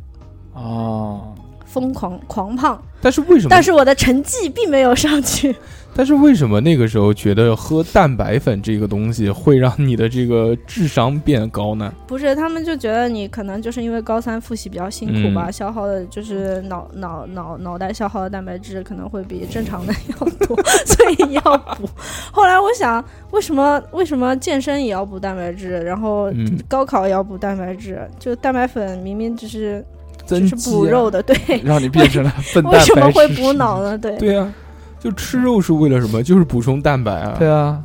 Speaker 3: 哦，
Speaker 4: 疯狂狂胖。
Speaker 2: 但是为什么？
Speaker 4: 但是我的成绩并没有上去。
Speaker 2: 但是为什么那个时候觉得喝蛋白粉这个东西会让你的这个智商变高呢？
Speaker 4: 不是，他们就觉得你可能就是因为高三复习比较辛苦
Speaker 3: 嗯
Speaker 4: 吧，消耗的就是脑脑脑脑袋消耗的蛋白质可能会比正常的要多，所以要补。 后来我想，为什么为什么健身也要补蛋白质，然后
Speaker 2: 嗯，
Speaker 4: 高考也要补蛋白质？就蛋白粉明明只是
Speaker 2: 增
Speaker 4: 只是
Speaker 2: 肌
Speaker 4: 补
Speaker 2: 啊
Speaker 4: 肉的，对，
Speaker 3: 让你变成了笨蛋
Speaker 4: 为
Speaker 3: 白痴。
Speaker 4: 什么会补脑呢？对，
Speaker 2: 对啊，就吃肉是为了什么？就是补充蛋白啊。
Speaker 3: 对啊，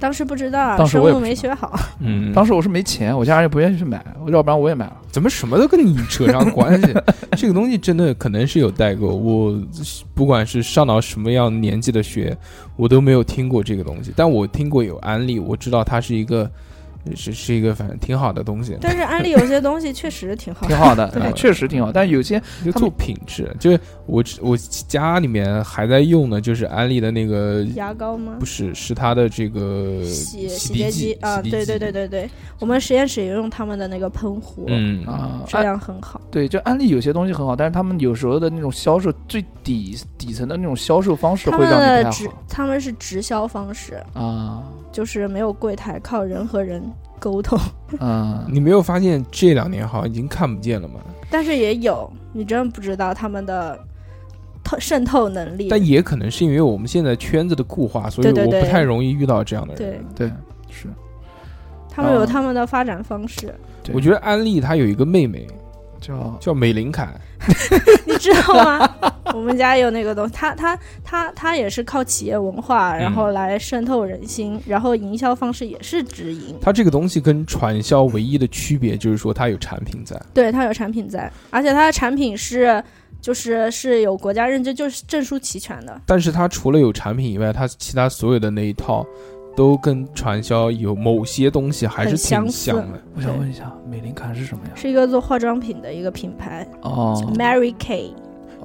Speaker 4: 当时不知道啊，
Speaker 3: 当时
Speaker 4: 生
Speaker 3: 我也
Speaker 4: 物
Speaker 3: 不
Speaker 4: 没
Speaker 3: 知
Speaker 4: 学好。
Speaker 2: 嗯，
Speaker 3: 当时我是没钱，我家人也不愿意去买，要不然我也买了。
Speaker 2: 怎么什么都跟你扯上关系？ 这个东西真的可能是有代沟。我不管是上到什么样年纪的学，我都没有听过这个东西，但我听过有安利，我知道它是一个是是一个反正挺好的东西，
Speaker 4: 但是安利有些东西确实挺好
Speaker 3: 挺好的，
Speaker 2: 对
Speaker 3: 哎确实挺好。但有些
Speaker 2: 就做品质。就是我我家里面还在用呢，就是安利的那个。
Speaker 4: 牙膏吗
Speaker 2: 不？是，是它的这个
Speaker 4: 洗
Speaker 2: 呃洗
Speaker 4: 洁
Speaker 2: 涤
Speaker 4: 机
Speaker 2: 剂
Speaker 4: 啊，
Speaker 2: 洗涤
Speaker 4: 对对
Speaker 2: 剂
Speaker 4: 对对对，我们实验室也用他们的那个喷壶，
Speaker 2: 嗯
Speaker 3: 啊，
Speaker 4: 质
Speaker 3: 安
Speaker 4: 量很好。
Speaker 3: 对，就安利有些东西很好，但是他们有时候的那种销售最底底层的那种销售方式
Speaker 4: 他
Speaker 3: 会
Speaker 4: 们
Speaker 3: 让你
Speaker 4: 的
Speaker 3: 不
Speaker 4: 直
Speaker 3: 太
Speaker 4: 他们是直销方式，
Speaker 3: 好啊，
Speaker 4: 就是没有柜台，靠人和人沟通，
Speaker 3: 嗯，
Speaker 2: 你没有发现这两年好像已经看不见了吗？
Speaker 4: 但是也有，你真不知道他们的透渗透能力。
Speaker 2: 但也可能是因为我们现在圈子的固化，所以
Speaker 4: 对对
Speaker 2: 我不
Speaker 4: 对
Speaker 2: 太容易遇到这样的人。
Speaker 4: 对
Speaker 3: 对，是
Speaker 4: 他们有
Speaker 3: 哦
Speaker 4: 他们的发展方式，
Speaker 3: 对
Speaker 2: 我觉得安利她有一个妹妹
Speaker 3: 叫
Speaker 2: 叫美玲凯，
Speaker 4: 你知道吗？ 我们家有那个东西，他他他他也是靠企业文化，
Speaker 2: 嗯
Speaker 4: 然后来渗透人心，然后营销方式也是直营。
Speaker 2: 她这个东西跟传销唯一的区别就是说它有产品在。
Speaker 4: 对，它有产品在，而且它的产品是就是是有国家认证，就是证书齐全的。
Speaker 2: 但是它除了有产品以外，它其他所有的那一套都跟传销有某些东西还是
Speaker 4: 很相
Speaker 2: 挺
Speaker 4: 似
Speaker 2: 像的。
Speaker 3: 我想问一下，美林卡是什么呀？
Speaker 4: 是一个做化妆品的一个品牌、
Speaker 3: 哦，
Speaker 4: Mary Kay。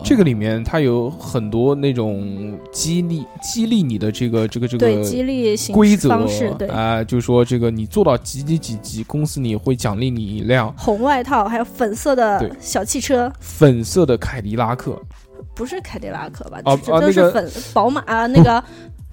Speaker 2: 这个里面它有很多那种激励激励你的这个这个这
Speaker 4: 对，
Speaker 2: 个
Speaker 4: 激励型
Speaker 2: 规则
Speaker 4: 方式，对，
Speaker 2: 啊、就是说这个你做到几几几级，公司你会奖励你一辆
Speaker 4: 红外套，还有粉色的
Speaker 2: 对
Speaker 4: 小汽车，
Speaker 2: 粉色的凯迪拉克。
Speaker 4: 不是凯迪拉克吧？
Speaker 2: 哦
Speaker 4: 这
Speaker 2: 哦
Speaker 4: 都
Speaker 2: 那
Speaker 4: 是
Speaker 2: 个
Speaker 4: 粉、宝马啊，那个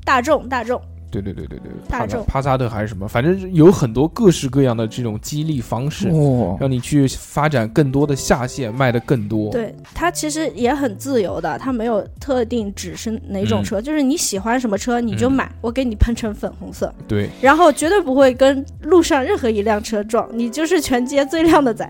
Speaker 4: 大众，大众。
Speaker 2: 对对对对对，帕
Speaker 4: 大
Speaker 2: 萨
Speaker 4: 众
Speaker 2: 帕萨特还是什么，反正有很多各式各样的这种激励方式，
Speaker 4: 嗯
Speaker 3: 哦，
Speaker 2: 让你去发展更多的下线，卖的更多。，
Speaker 4: 对，它其实也很自由的，它没有特定只是哪种
Speaker 2: 嗯
Speaker 4: 车，就是你喜欢什么车你就
Speaker 2: 嗯
Speaker 4: 买，我给你喷成粉红色，
Speaker 2: 对
Speaker 4: 然后绝对不会跟路上任何一辆车撞，你就是全街最靓的仔。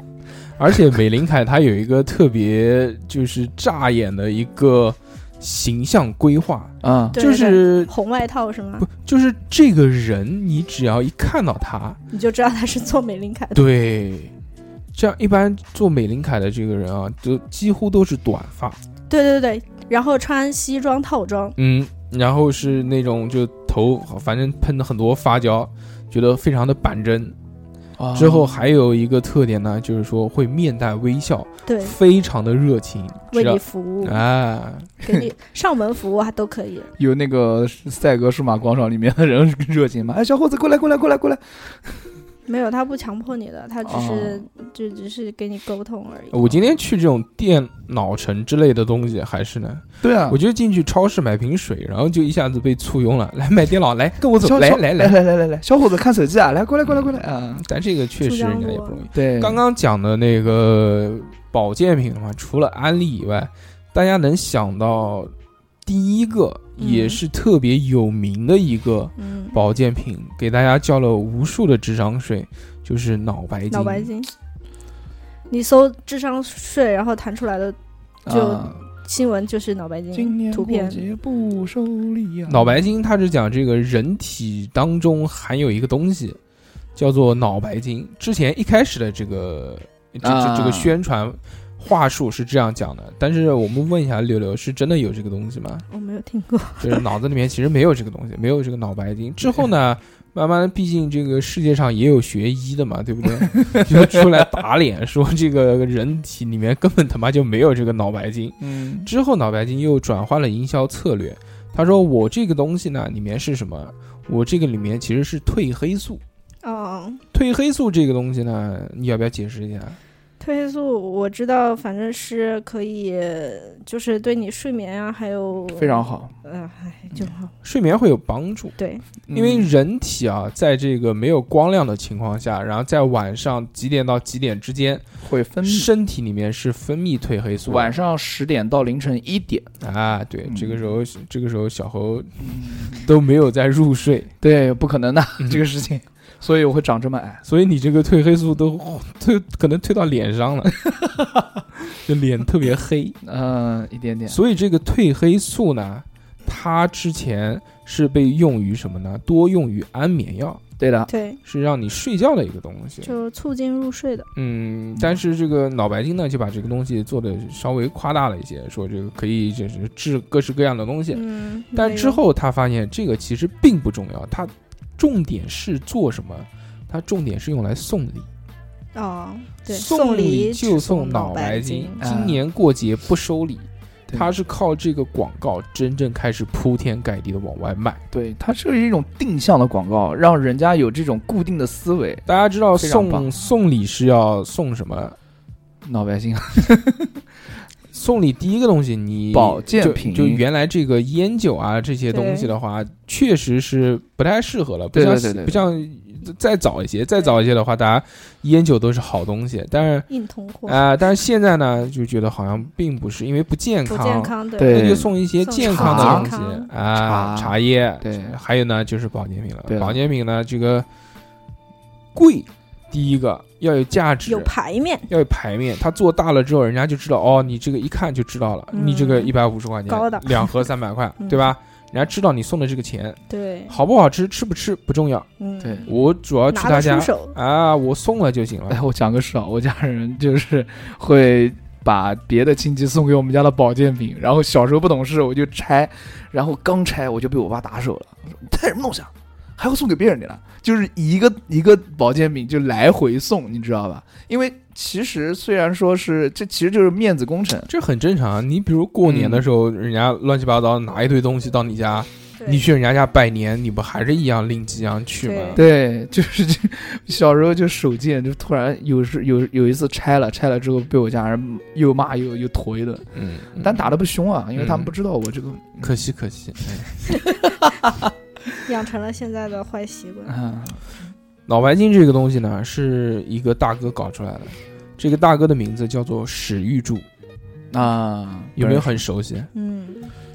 Speaker 2: 而且美林凯他有一个特别就是扎眼的一个形象规划，
Speaker 3: 嗯，
Speaker 4: 对
Speaker 2: 就
Speaker 4: 对对
Speaker 2: 是
Speaker 4: 红外套是吗
Speaker 2: 不？就是这个人，你只要一看到他，
Speaker 4: 你就知道他是做美林凯的。
Speaker 2: 对，这样一般做美林凯的这个人啊，就几乎都是短发，
Speaker 4: 对对对，然后穿西装套装，
Speaker 2: 嗯，然后是那种就头反正喷了很多发胶，觉得非常的板正。
Speaker 3: 哦
Speaker 2: 之后还有一个特点呢，就是说会面带微笑，
Speaker 4: 对，
Speaker 2: 非常的热情，只
Speaker 4: 为你
Speaker 2: 要
Speaker 4: 服务，
Speaker 2: 啊，
Speaker 4: 给你上门服务还都可以。
Speaker 3: 有那个赛格数码广场里面的人热情吗？哎，小伙子，过来，过来，过来，过来。
Speaker 4: 没有，他不强迫你的，他只是
Speaker 3: 哦
Speaker 4: 就只是给你沟通而已。
Speaker 2: 我今天去这种电脑城之类的东西，还是呢，
Speaker 3: 对啊，
Speaker 2: 我就进去超市买瓶水，然后就一下子被簇拥了，来买电脑，来跟我走，
Speaker 3: 小
Speaker 2: 来
Speaker 3: 小
Speaker 2: 来
Speaker 3: 来
Speaker 2: 来，
Speaker 3: 来来来来，小伙子看手机啊，来，过来，过来，过来啊。
Speaker 2: 但这个确
Speaker 4: 出
Speaker 2: 实
Speaker 4: 张
Speaker 2: 人家也不
Speaker 4: 罗
Speaker 2: 容易。
Speaker 3: 对，
Speaker 2: 刚刚讲的那个保健品的话，除了安利以外，大家能想到第一个也是特别有名的一个
Speaker 4: 嗯，
Speaker 2: 保健品，给大家交了无数的智商税，就是脑白金。
Speaker 4: 脑白金。你搜智商税，然后弹出来的就
Speaker 3: 啊
Speaker 4: 新闻就是脑白
Speaker 3: 今
Speaker 4: 金
Speaker 3: 年
Speaker 4: 图片
Speaker 3: 过。节不收礼啊，
Speaker 2: 脑白金它是讲这个人体当中含有一个东西，叫做脑白金。之前一开始的这个这这这
Speaker 3: 啊
Speaker 2: 个宣传话术是这样讲的，但是我们问一下六六，是真的有这个东西吗？
Speaker 4: 我没有听过，
Speaker 2: 就是脑子里面其实没有这个东西，没有这个脑白金。之后呢，慢慢毕竟这个世界上也有学医的嘛，对不对？就出来打脸说这个人体里面根本他妈就没有这个脑白金。
Speaker 3: 嗯，
Speaker 2: 之后脑白金又转换了营销策略，他说我这个东西呢里面是什么？我这个里面其实是褪黑素。
Speaker 4: 哦，
Speaker 2: 褪黑素这个东西呢，你要不要解释一下？
Speaker 4: 褪黑素我知道，反正是可以，就是对你睡眠啊，还有
Speaker 3: 非常好，
Speaker 4: 呃，哎，就好。
Speaker 2: 睡眠会有帮助。
Speaker 4: 对，
Speaker 2: 嗯
Speaker 3: 嗯
Speaker 2: 因为人体啊，在这个没有光亮的情况下，然后在晚上几点到几点之间，
Speaker 3: 会分泌。
Speaker 2: 身体里面是分泌褪黑素的。
Speaker 3: 晚上十点到凌晨一点，
Speaker 2: 啊，对，
Speaker 3: 嗯
Speaker 2: 这个时候这个时候小猴都没有在入睡，
Speaker 3: 对，不可能的、
Speaker 2: 嗯
Speaker 3: 这个事情，所以我会长这么矮。
Speaker 2: 所以你这个褪黑素都褪可能褪到脸上了， 就脸特别 黑。
Speaker 3: 嗯、一点点。
Speaker 2: 所以这个褪黑素呢，它之前是被用于什么呢？多用于安眠药，
Speaker 3: 对的，
Speaker 4: 对，
Speaker 2: 是让你睡觉的一个东西。
Speaker 4: 就促进入睡的。
Speaker 2: 嗯，但是这个脑白金呢，就把这个东西做的稍微夸大了一些，说这个可以就是治各式各样的东西。
Speaker 4: 嗯，
Speaker 2: 但
Speaker 4: 没
Speaker 2: 之
Speaker 4: 有
Speaker 2: 后他发现这个其实并不重要，它重点是做什么？它重点是用来送礼，
Speaker 4: 哦，对，
Speaker 2: 送
Speaker 4: 礼只
Speaker 2: 就
Speaker 4: 送
Speaker 2: 送
Speaker 4: 脑
Speaker 2: 白哎
Speaker 4: 金。
Speaker 3: 啊
Speaker 2: 今年过节不收礼，
Speaker 3: 对
Speaker 2: 它是靠这个广告真正开始铺天盖地的往外卖。
Speaker 3: 对，它是一种定向的广告，让人家有这种固定的思维。
Speaker 2: 大家知道
Speaker 3: 非常棒
Speaker 2: 送送礼是要送什么？
Speaker 3: 脑白金，
Speaker 2: 送礼第一个东西你，
Speaker 3: 保健品
Speaker 2: 就就原来这个烟酒啊这些东西的话，确实是不太适合了，不
Speaker 3: 对
Speaker 2: 像
Speaker 3: 对对对
Speaker 2: 不像再早一些，再早一些的话，大家烟酒都是好东西，但是
Speaker 4: 硬通货，
Speaker 2: 啊、但是现在呢，就觉得好像并不是，因为不健
Speaker 4: 不
Speaker 2: 康，
Speaker 4: 健康的。
Speaker 3: 对
Speaker 2: 那就送一些健康
Speaker 3: 送
Speaker 2: 的
Speaker 4: 茶
Speaker 2: 东西
Speaker 4: 茶
Speaker 2: 啊，
Speaker 3: 茶
Speaker 2: 茶叶，
Speaker 3: 对
Speaker 2: 还有呢就是保健品了，
Speaker 3: 对了啊
Speaker 2: 保健品呢这个贵，第一个要有价值，
Speaker 4: 有牌面，
Speaker 2: 要有牌面，它做大了之后，人家就知道哦，你这个一看就知道了，
Speaker 4: 嗯
Speaker 2: 你这个一百五十块钱，
Speaker 4: 高档
Speaker 2: 两盒三百块，
Speaker 4: 嗯
Speaker 2: 对吧？人家知道你送的这个钱
Speaker 4: 对，
Speaker 2: 好不好吃，吃不吃不重要，
Speaker 4: 嗯，
Speaker 3: 对
Speaker 2: 我主要去
Speaker 4: 拿
Speaker 2: 他
Speaker 4: 得
Speaker 2: 家
Speaker 4: 出手，
Speaker 2: 啊，我送了就行了
Speaker 3: 哎，。我讲个事啊，我家人就是会把别的亲戚送给我们家的保健品，然后小时候不懂事，我就拆，然后刚拆我就被我爸打手了，我说你带什么东西啊，还要送给别人的了，就是一个一个保健品就来回送，你知道吧？因为其实虽然说是这其实就是面子工程，
Speaker 2: 这很正常，啊你比如过年的时候，人家乱七八糟拿一堆东西到你家，
Speaker 4: 嗯对
Speaker 2: 你去人家家拜年，你不还是一样啊拎几样去吗？
Speaker 4: 对
Speaker 3: 对， 就是这小时候就手贱，就突然有时有有一次拆了，拆了之后被我家人又骂又又驮一顿，
Speaker 2: 嗯，
Speaker 3: 但打的不凶啊，因为他
Speaker 2: 嗯
Speaker 3: 们不知道我这个
Speaker 2: 可惜可惜。
Speaker 4: 养成了现在的坏习惯。
Speaker 3: 啊，
Speaker 2: 脑白金这个东西呢，是一个大哥搞出来的，这个大哥的名字叫做史玉柱，
Speaker 3: 啊，
Speaker 2: 有没有很熟悉？
Speaker 4: 嗯，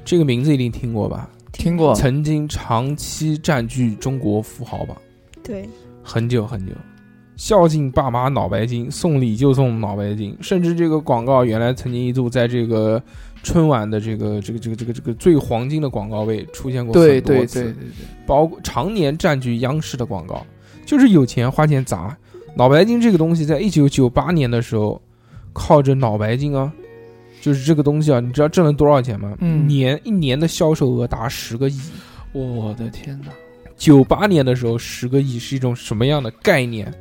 Speaker 2: 这个名字一定听过吧？
Speaker 3: 听过？
Speaker 2: 曾经长期占据中国富豪榜
Speaker 4: 对，
Speaker 2: 很久很久。孝敬爸妈脑白金，送礼就送脑白金，甚至这个广告原来曾经一度在这个春晚的这个这个这个这个这个最黄金的广告位出现过
Speaker 3: 对
Speaker 2: 很
Speaker 3: 对
Speaker 2: 多
Speaker 3: 对对
Speaker 2: 次，
Speaker 3: 对，
Speaker 2: 包括常年占据央视的广告，就是有钱花钱砸。脑白金这个东西，在一九九八年的时候，靠着脑白金啊，就是这个东西啊，你知道挣了多少钱吗？
Speaker 3: 嗯
Speaker 2: 年一年的销售额达十个亿。
Speaker 3: 我的天哪！
Speaker 2: 九八年的时候，十个亿是一种什么样的概念？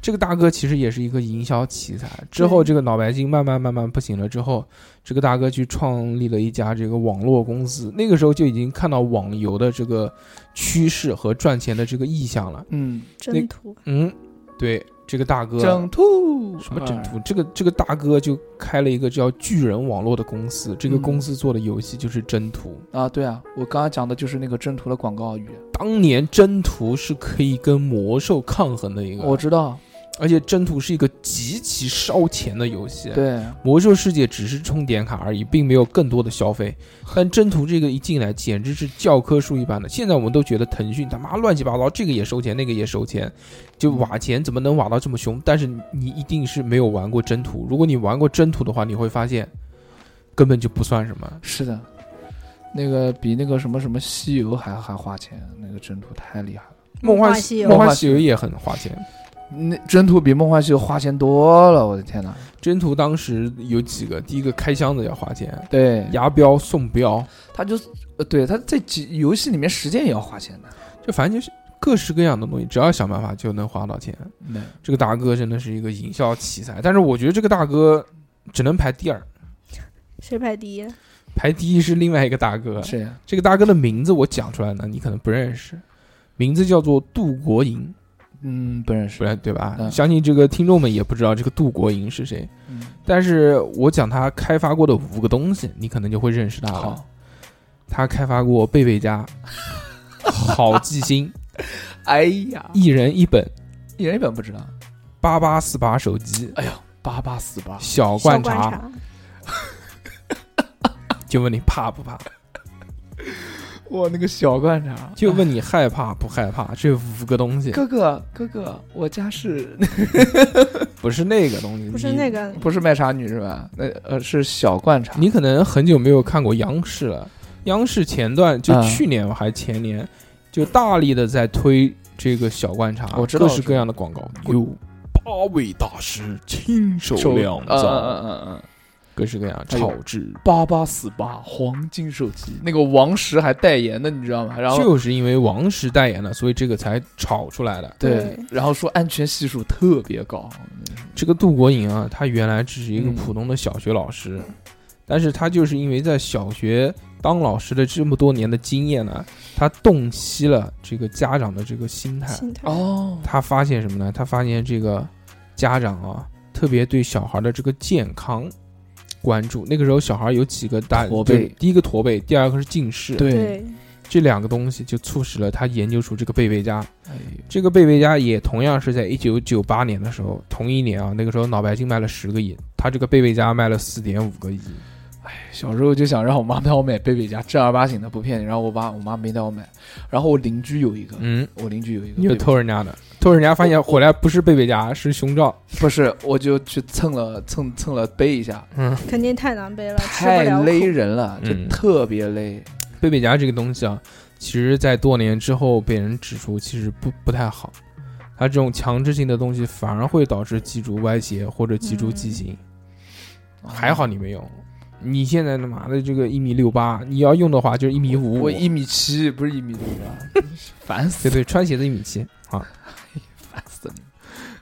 Speaker 2: 这个大哥其实也是一个营销奇才。之后，这个脑白金慢慢慢慢不行了之后，这个大哥去创立了一家这个网络公司。那个时候就已经看到网游的这个趋势和赚钱的这个意向了。
Speaker 3: 嗯，
Speaker 4: 征途
Speaker 2: 嗯，对，这个大哥
Speaker 3: 整吐
Speaker 2: 什么整图？这个这个大哥就开了一个叫巨人网络的公司。这个
Speaker 3: 嗯
Speaker 2: 公司做的游戏就是征途。
Speaker 3: 啊？对啊，我刚刚讲的就是那个征途的广告语，
Speaker 2: 当年征途是可以跟魔兽抗衡的一个，
Speaker 3: 我知道，
Speaker 2: 而且征途是一个极其烧钱的游戏，
Speaker 3: 对，
Speaker 2: 魔兽世界只是充点卡而已，并没有更多的消费。但征途这个一进来，简直是教科书一般的。现在我们都觉得腾讯他妈乱七八糟，这个也收钱，那个也收钱，就瓦钱怎么能瓦到这么凶？但是你一定是没有玩过征途，如果你玩过征途的话，你会发现根本就不算什么。
Speaker 3: 是的，那个比那个什么什么西游还还花钱，那个征途太厉害了。
Speaker 2: 梦
Speaker 4: 幻
Speaker 2: 幻
Speaker 4: 西游
Speaker 2: 梦幻西游也很花钱。
Speaker 3: 那征途比梦幻西游花钱多了，我的天哪！
Speaker 2: 征途当时有几个，第一个开箱子要花钱，
Speaker 3: 对，
Speaker 2: 牙标送标，
Speaker 3: 他就呃，对，他在几游戏里面时间也要花钱的。
Speaker 2: 就反正就是各式各样的东西，只要想办法就能花到钱。
Speaker 3: 对，
Speaker 2: 这个大哥真的是一个营销奇才，但是我觉得这个大哥只能排第二，
Speaker 4: 谁排第一？
Speaker 2: 排第一是另外一个大哥。
Speaker 3: 是呀，
Speaker 2: 这个大哥的名字我讲出来呢，你可能不认识，名字叫做杜国营，
Speaker 3: 嗯，不认识
Speaker 2: 不。然对吧？
Speaker 3: 嗯
Speaker 2: 相信这个听众们也不知道这个杜国营是谁，
Speaker 3: 嗯，
Speaker 2: 但是我讲他开发过的五个东西，你可能就会认识他了。
Speaker 3: 好，
Speaker 2: 他开发过贝贝家、好记 星、
Speaker 3: 哎呀，
Speaker 2: 一人一本、
Speaker 3: 一人一本不知道。
Speaker 2: 八八四八手机、
Speaker 3: 哎呀，八八四八，
Speaker 2: 小
Speaker 4: 小
Speaker 2: 罐
Speaker 4: 观
Speaker 2: 茶，
Speaker 4: 察，
Speaker 2: 就问你怕不怕？
Speaker 3: 我那个小罐茶，
Speaker 2: 就问你害怕不害怕？这五个东西
Speaker 3: 哥哥哥哥，我家是
Speaker 2: 不是那个东西，
Speaker 4: 不是
Speaker 2: 你
Speaker 4: 那。个
Speaker 3: 不是卖茶女是吧？那呃是小罐茶。
Speaker 2: 你可能很久没有看过央视了，央视前段就
Speaker 3: 嗯
Speaker 2: 去年还前年，就大力的在推这个小罐茶，
Speaker 3: 我知道
Speaker 2: 各式各样的广告，有
Speaker 7: 八位大师亲手酿
Speaker 3: 嗯
Speaker 7: 造，
Speaker 3: 嗯嗯嗯嗯，
Speaker 2: 各式各样
Speaker 3: 还有
Speaker 2: 炒制，
Speaker 3: 八八四八黄金手机，那个王石还代言的，你知道吗？然后
Speaker 2: 就是因为王石代言了，所以这个才炒出来的。
Speaker 3: 对
Speaker 4: 对，
Speaker 3: 然后说安全系数特别高，
Speaker 2: 这个杜国营啊，他原来只是一个
Speaker 3: 嗯
Speaker 2: 普通的小学老师，但是他就是因为在小学当老师的这么多年的经验呢，他洞悉了这个家长的这个心态。
Speaker 4: 心态。
Speaker 3: 哦，
Speaker 2: 他发现什么呢？他发现这个家长啊，特别对小孩的这个健康关注。那个时候小孩有几个大
Speaker 3: 驼背
Speaker 2: 就第一个驼背，第二个是近视，
Speaker 3: 对，
Speaker 4: 对，
Speaker 2: 这两个东西就促使了他研究出这个贝贝佳。
Speaker 3: 哎呦
Speaker 2: 这个贝贝佳也同样是在一九九八年的时候，同一年啊，那个时候脑白金卖了十个亿，他这个贝贝佳卖了四点五个亿。
Speaker 3: 小时候就想让我妈带我买贝贝家，正儿八经的不骗你。然后我爸我妈没带我买，然后我邻居有一个，
Speaker 2: 嗯，
Speaker 3: 我邻居有一哦个
Speaker 2: 你又
Speaker 3: 贝贝，
Speaker 2: 偷人家的，偷人家发现回来不是贝贝佳，是胸罩。
Speaker 3: 不是，我就去蹭了蹭蹭了背一下，
Speaker 2: 嗯，
Speaker 4: 肯定太难背了，呃吃
Speaker 3: 太
Speaker 4: 不了
Speaker 3: 勒
Speaker 4: 苦。
Speaker 3: 人了，就
Speaker 2: 嗯
Speaker 3: 特别勒。
Speaker 2: 贝贝佳这个东西啊，其实在多年之后被人指出，其实不不太好。它这种强制性的东西反而会导致脊柱歪斜或者脊柱畸形。
Speaker 3: 嗯
Speaker 2: 还好你没有，你现在他妈的这个一米六八，你要用的话就是一米五五
Speaker 3: 我。一米七，不是一米六八，嗯 烦死
Speaker 2: 对
Speaker 3: 了，
Speaker 2: 对，穿鞋子一米七 啊。
Speaker 3: 烦死你！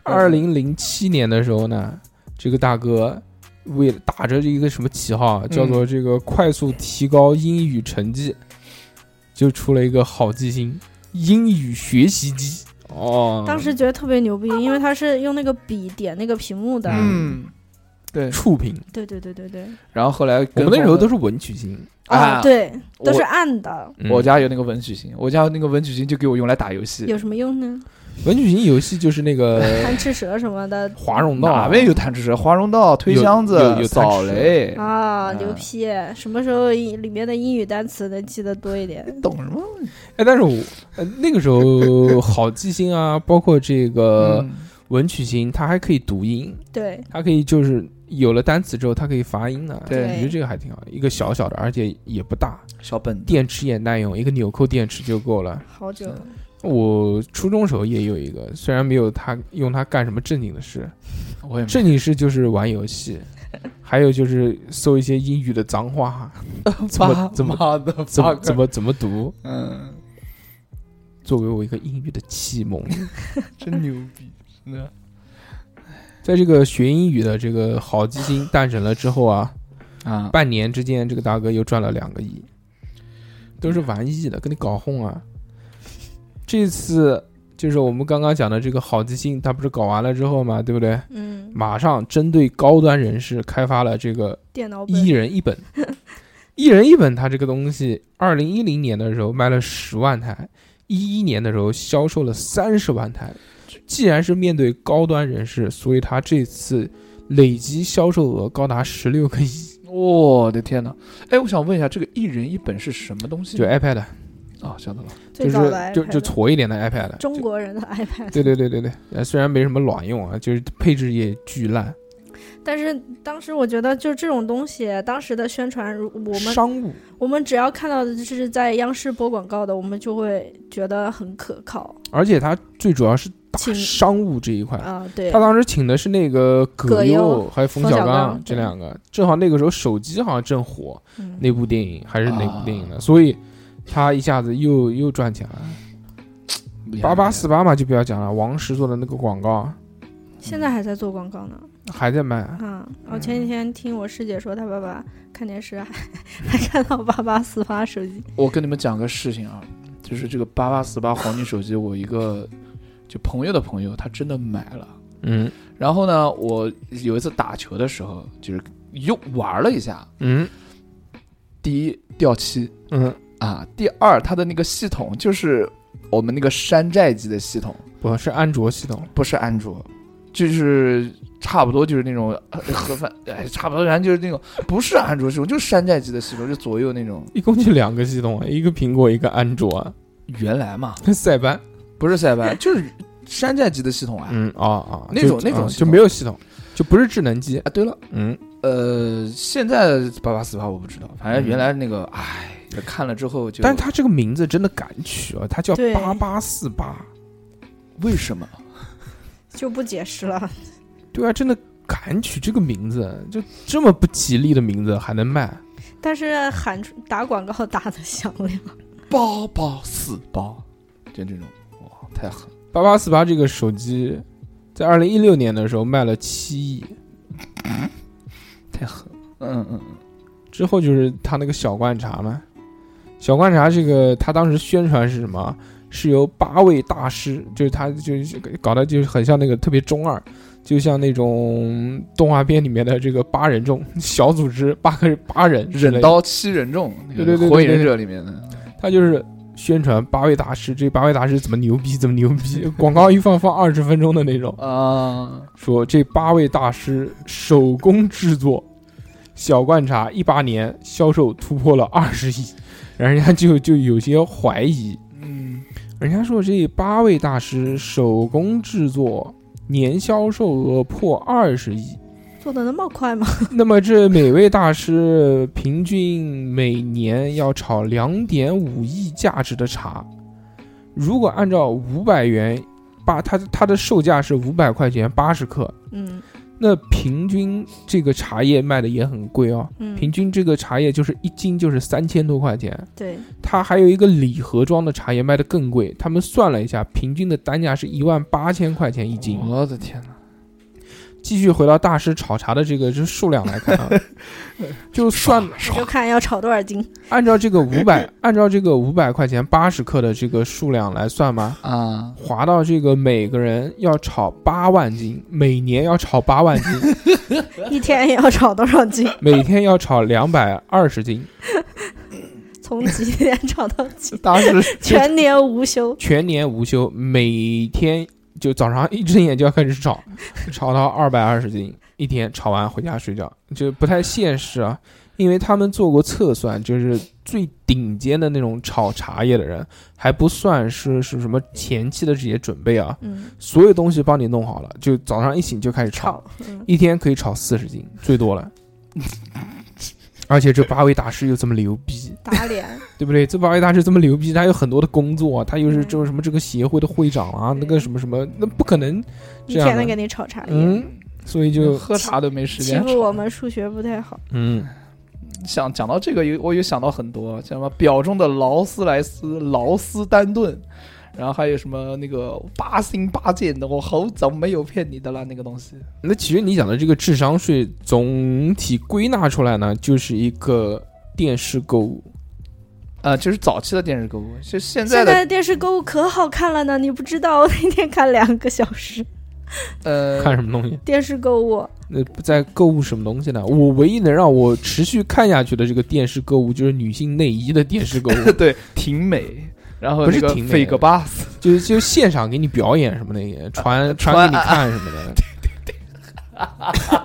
Speaker 2: 二零零七年的时候呢，这个大哥为了打着一个什么旗号啊，叫做这个快速提高英语成绩，就出了一个好记星英语学习机。哦，
Speaker 4: 当时觉得特别牛逼，因为他是用那个笔点那个屏幕的。
Speaker 2: 嗯
Speaker 3: 嗯，对。
Speaker 2: 触屏，
Speaker 4: 对对对对对。
Speaker 3: 然后后来
Speaker 2: 我
Speaker 3: 跟
Speaker 2: 们那时候都
Speaker 3: 是
Speaker 2: 是文曲星，
Speaker 3: 啊，
Speaker 4: 哦，，对，
Speaker 3: 我
Speaker 4: 都是暗的，
Speaker 2: 嗯
Speaker 3: 我家有那个文曲星，我家那个文曲星就给我用来打游戏。
Speaker 4: 有什么用呢？
Speaker 2: 文曲星游戏就是那 个
Speaker 4: 贪吃蛇什么的
Speaker 2: 华容道啊
Speaker 3: 哪边有贪吃蛇？华容道、推
Speaker 2: 有
Speaker 3: 箱子
Speaker 2: 有有、贪
Speaker 3: 扫
Speaker 2: 吃蛇
Speaker 3: 雷，
Speaker 4: 啊，
Speaker 3: 嗯
Speaker 4: 牛批！什么时候英里面的英语单词能记得多一点？
Speaker 3: 懂什么？
Speaker 2: 哎，但是我、呃、那个时候好记星啊，包括这个
Speaker 3: 嗯
Speaker 2: 文曲星，它还可以读音，
Speaker 4: 对，
Speaker 2: 它可以就是有了单词之后，它可以发音的。
Speaker 3: 对
Speaker 2: 我觉得这个还挺好，一个小小的，而且也不大，
Speaker 3: 小本
Speaker 2: 电池也耐用，一个纽扣电池就够了。
Speaker 4: 好久了
Speaker 2: 我初中时候也有一个，虽然没有它用它干什么正经的事，
Speaker 3: 我也没
Speaker 2: 正经事就是玩游戏，还有就是搜一些英语的脏 话，怎么怎么
Speaker 3: 么的
Speaker 2: 怎么怎么怎么读，
Speaker 3: 嗯，
Speaker 2: 作为我一个英语的启蒙。
Speaker 3: 真牛逼，真的
Speaker 2: 在这个学英语的这个好基金诞生了之后啊，
Speaker 3: 啊！
Speaker 2: 半年之间，这个大哥又赚了两个亿，都是玩意的，跟你搞混啊。这次就是我们刚刚讲的这个好基金，它不是搞完了之后嘛，对不对？
Speaker 4: 嗯，
Speaker 2: 马上针对高端人士开发了这个
Speaker 4: 电脑本
Speaker 2: 一人一本，一人一本，它这个东西，二零一零年的时候卖了十万台，一一年的时候销售了三十万台，既然是面对高端人士，所以他这次累计销售额高达十六个亿。
Speaker 3: 我的天哪！哎，我想问一下，这个一人一本是什么东西？
Speaker 2: 就 iPad，啊、
Speaker 3: 哦，晓得了。
Speaker 2: 就
Speaker 4: 最早
Speaker 2: 是
Speaker 4: 的
Speaker 2: 就
Speaker 4: iPad
Speaker 2: 就矬一点的 iPad。
Speaker 4: 中国人的 iPad，
Speaker 2: 对对对对对，呃虽然没什么卵用啊，就是配置也巨烂。
Speaker 4: 但是当时我觉得，就这种东西，当时的宣传，如我们
Speaker 2: 商务
Speaker 4: 我们只要看到的就是在央视播广告的，我们就会觉得很可靠
Speaker 2: 而且它最主要是打
Speaker 4: 请
Speaker 2: 商务这一块。
Speaker 4: 啊。对
Speaker 2: 他，当时请的是那个葛
Speaker 4: 葛
Speaker 2: 优
Speaker 4: 优
Speaker 2: 还有冯
Speaker 4: 冯
Speaker 2: 小
Speaker 4: 小
Speaker 2: 刚
Speaker 4: 刚
Speaker 2: 这
Speaker 4: 对
Speaker 2: 两个，正好那个时候手机好像正火，
Speaker 4: 嗯
Speaker 2: 那部电影还是哪部电影呢？所以他一下子又又赚钱了。八八四八嘛，就不要讲了，王石做的那个广告
Speaker 4: 现在还在做广告呢。
Speaker 2: 还在卖。
Speaker 4: 啊，我前几天听我师姐说，她爸爸看电视还 还看到八八四八手机，
Speaker 3: 我跟你们讲个事情啊，就是这个八八四八黄金手机，我一个就朋友的朋友，他真的买了。
Speaker 2: 嗯
Speaker 3: 然后呢，我有一次打球的时候，就是又玩了一下，
Speaker 2: 嗯
Speaker 3: 第一掉漆
Speaker 2: 嗯，
Speaker 3: 啊，第二它的那个系统就是我们那个山寨机的系统，
Speaker 2: 不是安卓系统，
Speaker 3: 不是安卓，就是差不多就是那种 呃盒饭，哎，差不多然后就是那种不是安卓系统，就是山寨机的系统，就左右那种。
Speaker 2: 一共就两个系统啊，一个苹果，一个安卓啊。
Speaker 3: 原来嘛，
Speaker 2: 塞班，
Speaker 3: 不 是塞班，就是山寨机的系统啊。
Speaker 2: 嗯啊啊，
Speaker 3: 那
Speaker 2: 就
Speaker 3: 种那种
Speaker 2: 啊
Speaker 3: 系
Speaker 2: 就
Speaker 3: 统
Speaker 2: 没有系统，就不是智能机。
Speaker 3: 啊，对了，
Speaker 2: 嗯，
Speaker 3: 呃，现在八八四八我不知道，反正原来那个，哎，看了之后就，
Speaker 2: 但是它这个名字真的敢取啊，它叫
Speaker 4: 对
Speaker 2: 八八四八。
Speaker 3: 为什么？
Speaker 4: 就不解释了。
Speaker 2: 对啊，真的敢取这个名字，就这么不吉利的名字还能卖？
Speaker 4: 但是喊出打广告打的响亮，
Speaker 3: 八八四八，就这种，哇，太狠！
Speaker 2: 八八四八这个手机，在二零一六年的时候卖了七亿，
Speaker 3: 太狠了。嗯嗯嗯，
Speaker 2: 之后就是他那个小罐茶嘛。小罐茶这个，他当时宣传是什么？是由八位大师，就是他就是搞得就是很像那个特别中二，就像那种动画片里面的这个八人众小组织， 八个八人之类的
Speaker 3: 忍，刀七人众，那
Speaker 2: 对
Speaker 3: 个
Speaker 2: 对对对
Speaker 3: 火影
Speaker 2: 对
Speaker 3: 忍者里面的，
Speaker 2: 他就是宣传八位大师，这八位大师怎么牛逼，怎么牛逼，广告一放放二十分钟的那种。
Speaker 3: 啊，
Speaker 2: 说这八位大师手工制作小罐茶，一八年销售突破了二十亿，然后人家就就有些怀疑，
Speaker 3: 嗯，
Speaker 2: 人家说这八位大师手工制作年销售额破二十亿，
Speaker 4: 做的那么快吗？
Speaker 2: 那么这每位大师平均每年要炒两点五亿价值的茶，如果按照五百元。八，它它的售价是五百块钱八十克，
Speaker 4: 嗯
Speaker 2: 那平均这个茶叶卖的也很贵哦，
Speaker 4: 嗯，
Speaker 2: 平均这个茶叶就是一斤就是三千多块钱，
Speaker 4: 对，
Speaker 2: 它还有一个礼盒装的茶叶卖的更贵，他们算了一下，平均的单价是一万八千块钱一斤。
Speaker 3: 我的天哪，
Speaker 2: 继续回到大师炒茶的这个这数量来看啊，就算
Speaker 4: 你就看要炒多少斤。
Speaker 2: 按照这个五百，按照这个五百块钱八十克的这个数量来算吧，
Speaker 3: 啊，
Speaker 2: 划到这个每个人要炒八万斤，每年要炒八万斤，
Speaker 4: 一天要炒多少斤？
Speaker 2: 每天要炒两百二十斤。
Speaker 4: 从几点炒到几？
Speaker 3: 大师
Speaker 4: 全年无休。
Speaker 2: 全年无休，每天就早上一睁眼就要开始炒，炒到二百二十斤，一天炒完回家睡觉，就不太现实啊。因为他们做过测算，就是最顶尖的那种炒茶叶的人，还不算是是什么前期的这些准备啊，
Speaker 4: 嗯，
Speaker 2: 所有东西帮你弄好了，就早上一醒就开始炒，
Speaker 4: 炒。嗯，
Speaker 2: 一天可以炒四十斤，最多了。而且这八位大师又这么牛逼，
Speaker 4: 打脸。
Speaker 2: 对不对？这八位大师这么牛逼，他有很多的工作，他又是
Speaker 4: 嗯
Speaker 2: 这个什么这个协会的会长啊，那个什么什么，那不可能
Speaker 4: 一
Speaker 2: 这样
Speaker 4: 天能
Speaker 2: 的。
Speaker 4: 给你炒茶叶，
Speaker 2: 嗯，所以就
Speaker 3: 喝茶都没时
Speaker 4: 欺
Speaker 3: 间
Speaker 4: 负我们数学不太好。
Speaker 2: 嗯，
Speaker 3: 想讲到这个，有我有想到很多，像什么表中的劳斯莱斯、劳斯丹顿，然后还有什么那个八星八剑的，我好早没有骗你的啦，那个东西。
Speaker 2: 那其实你讲的这个智商税，总体归纳出来呢，就是一个电视购物。
Speaker 3: 啊，就是早期的电视购物，就现在
Speaker 4: 现
Speaker 3: 的
Speaker 4: 在电视购物可好看了呢，你不知道，我那天看两个小时
Speaker 3: 呃，
Speaker 2: 看什么 东西？
Speaker 4: 电视购物，
Speaker 2: 那呃在购物什么东西呢？我唯一能让我 持续看下去的这个电视购物，就是女性内衣的电视购物。
Speaker 3: 对，挺美。然后
Speaker 2: 不是
Speaker 3: 那个
Speaker 2: 停那个
Speaker 3: fake bus，
Speaker 2: 就是就现场给你表演什么的，也传
Speaker 3: 传
Speaker 2: 呃传给你啊看什么的。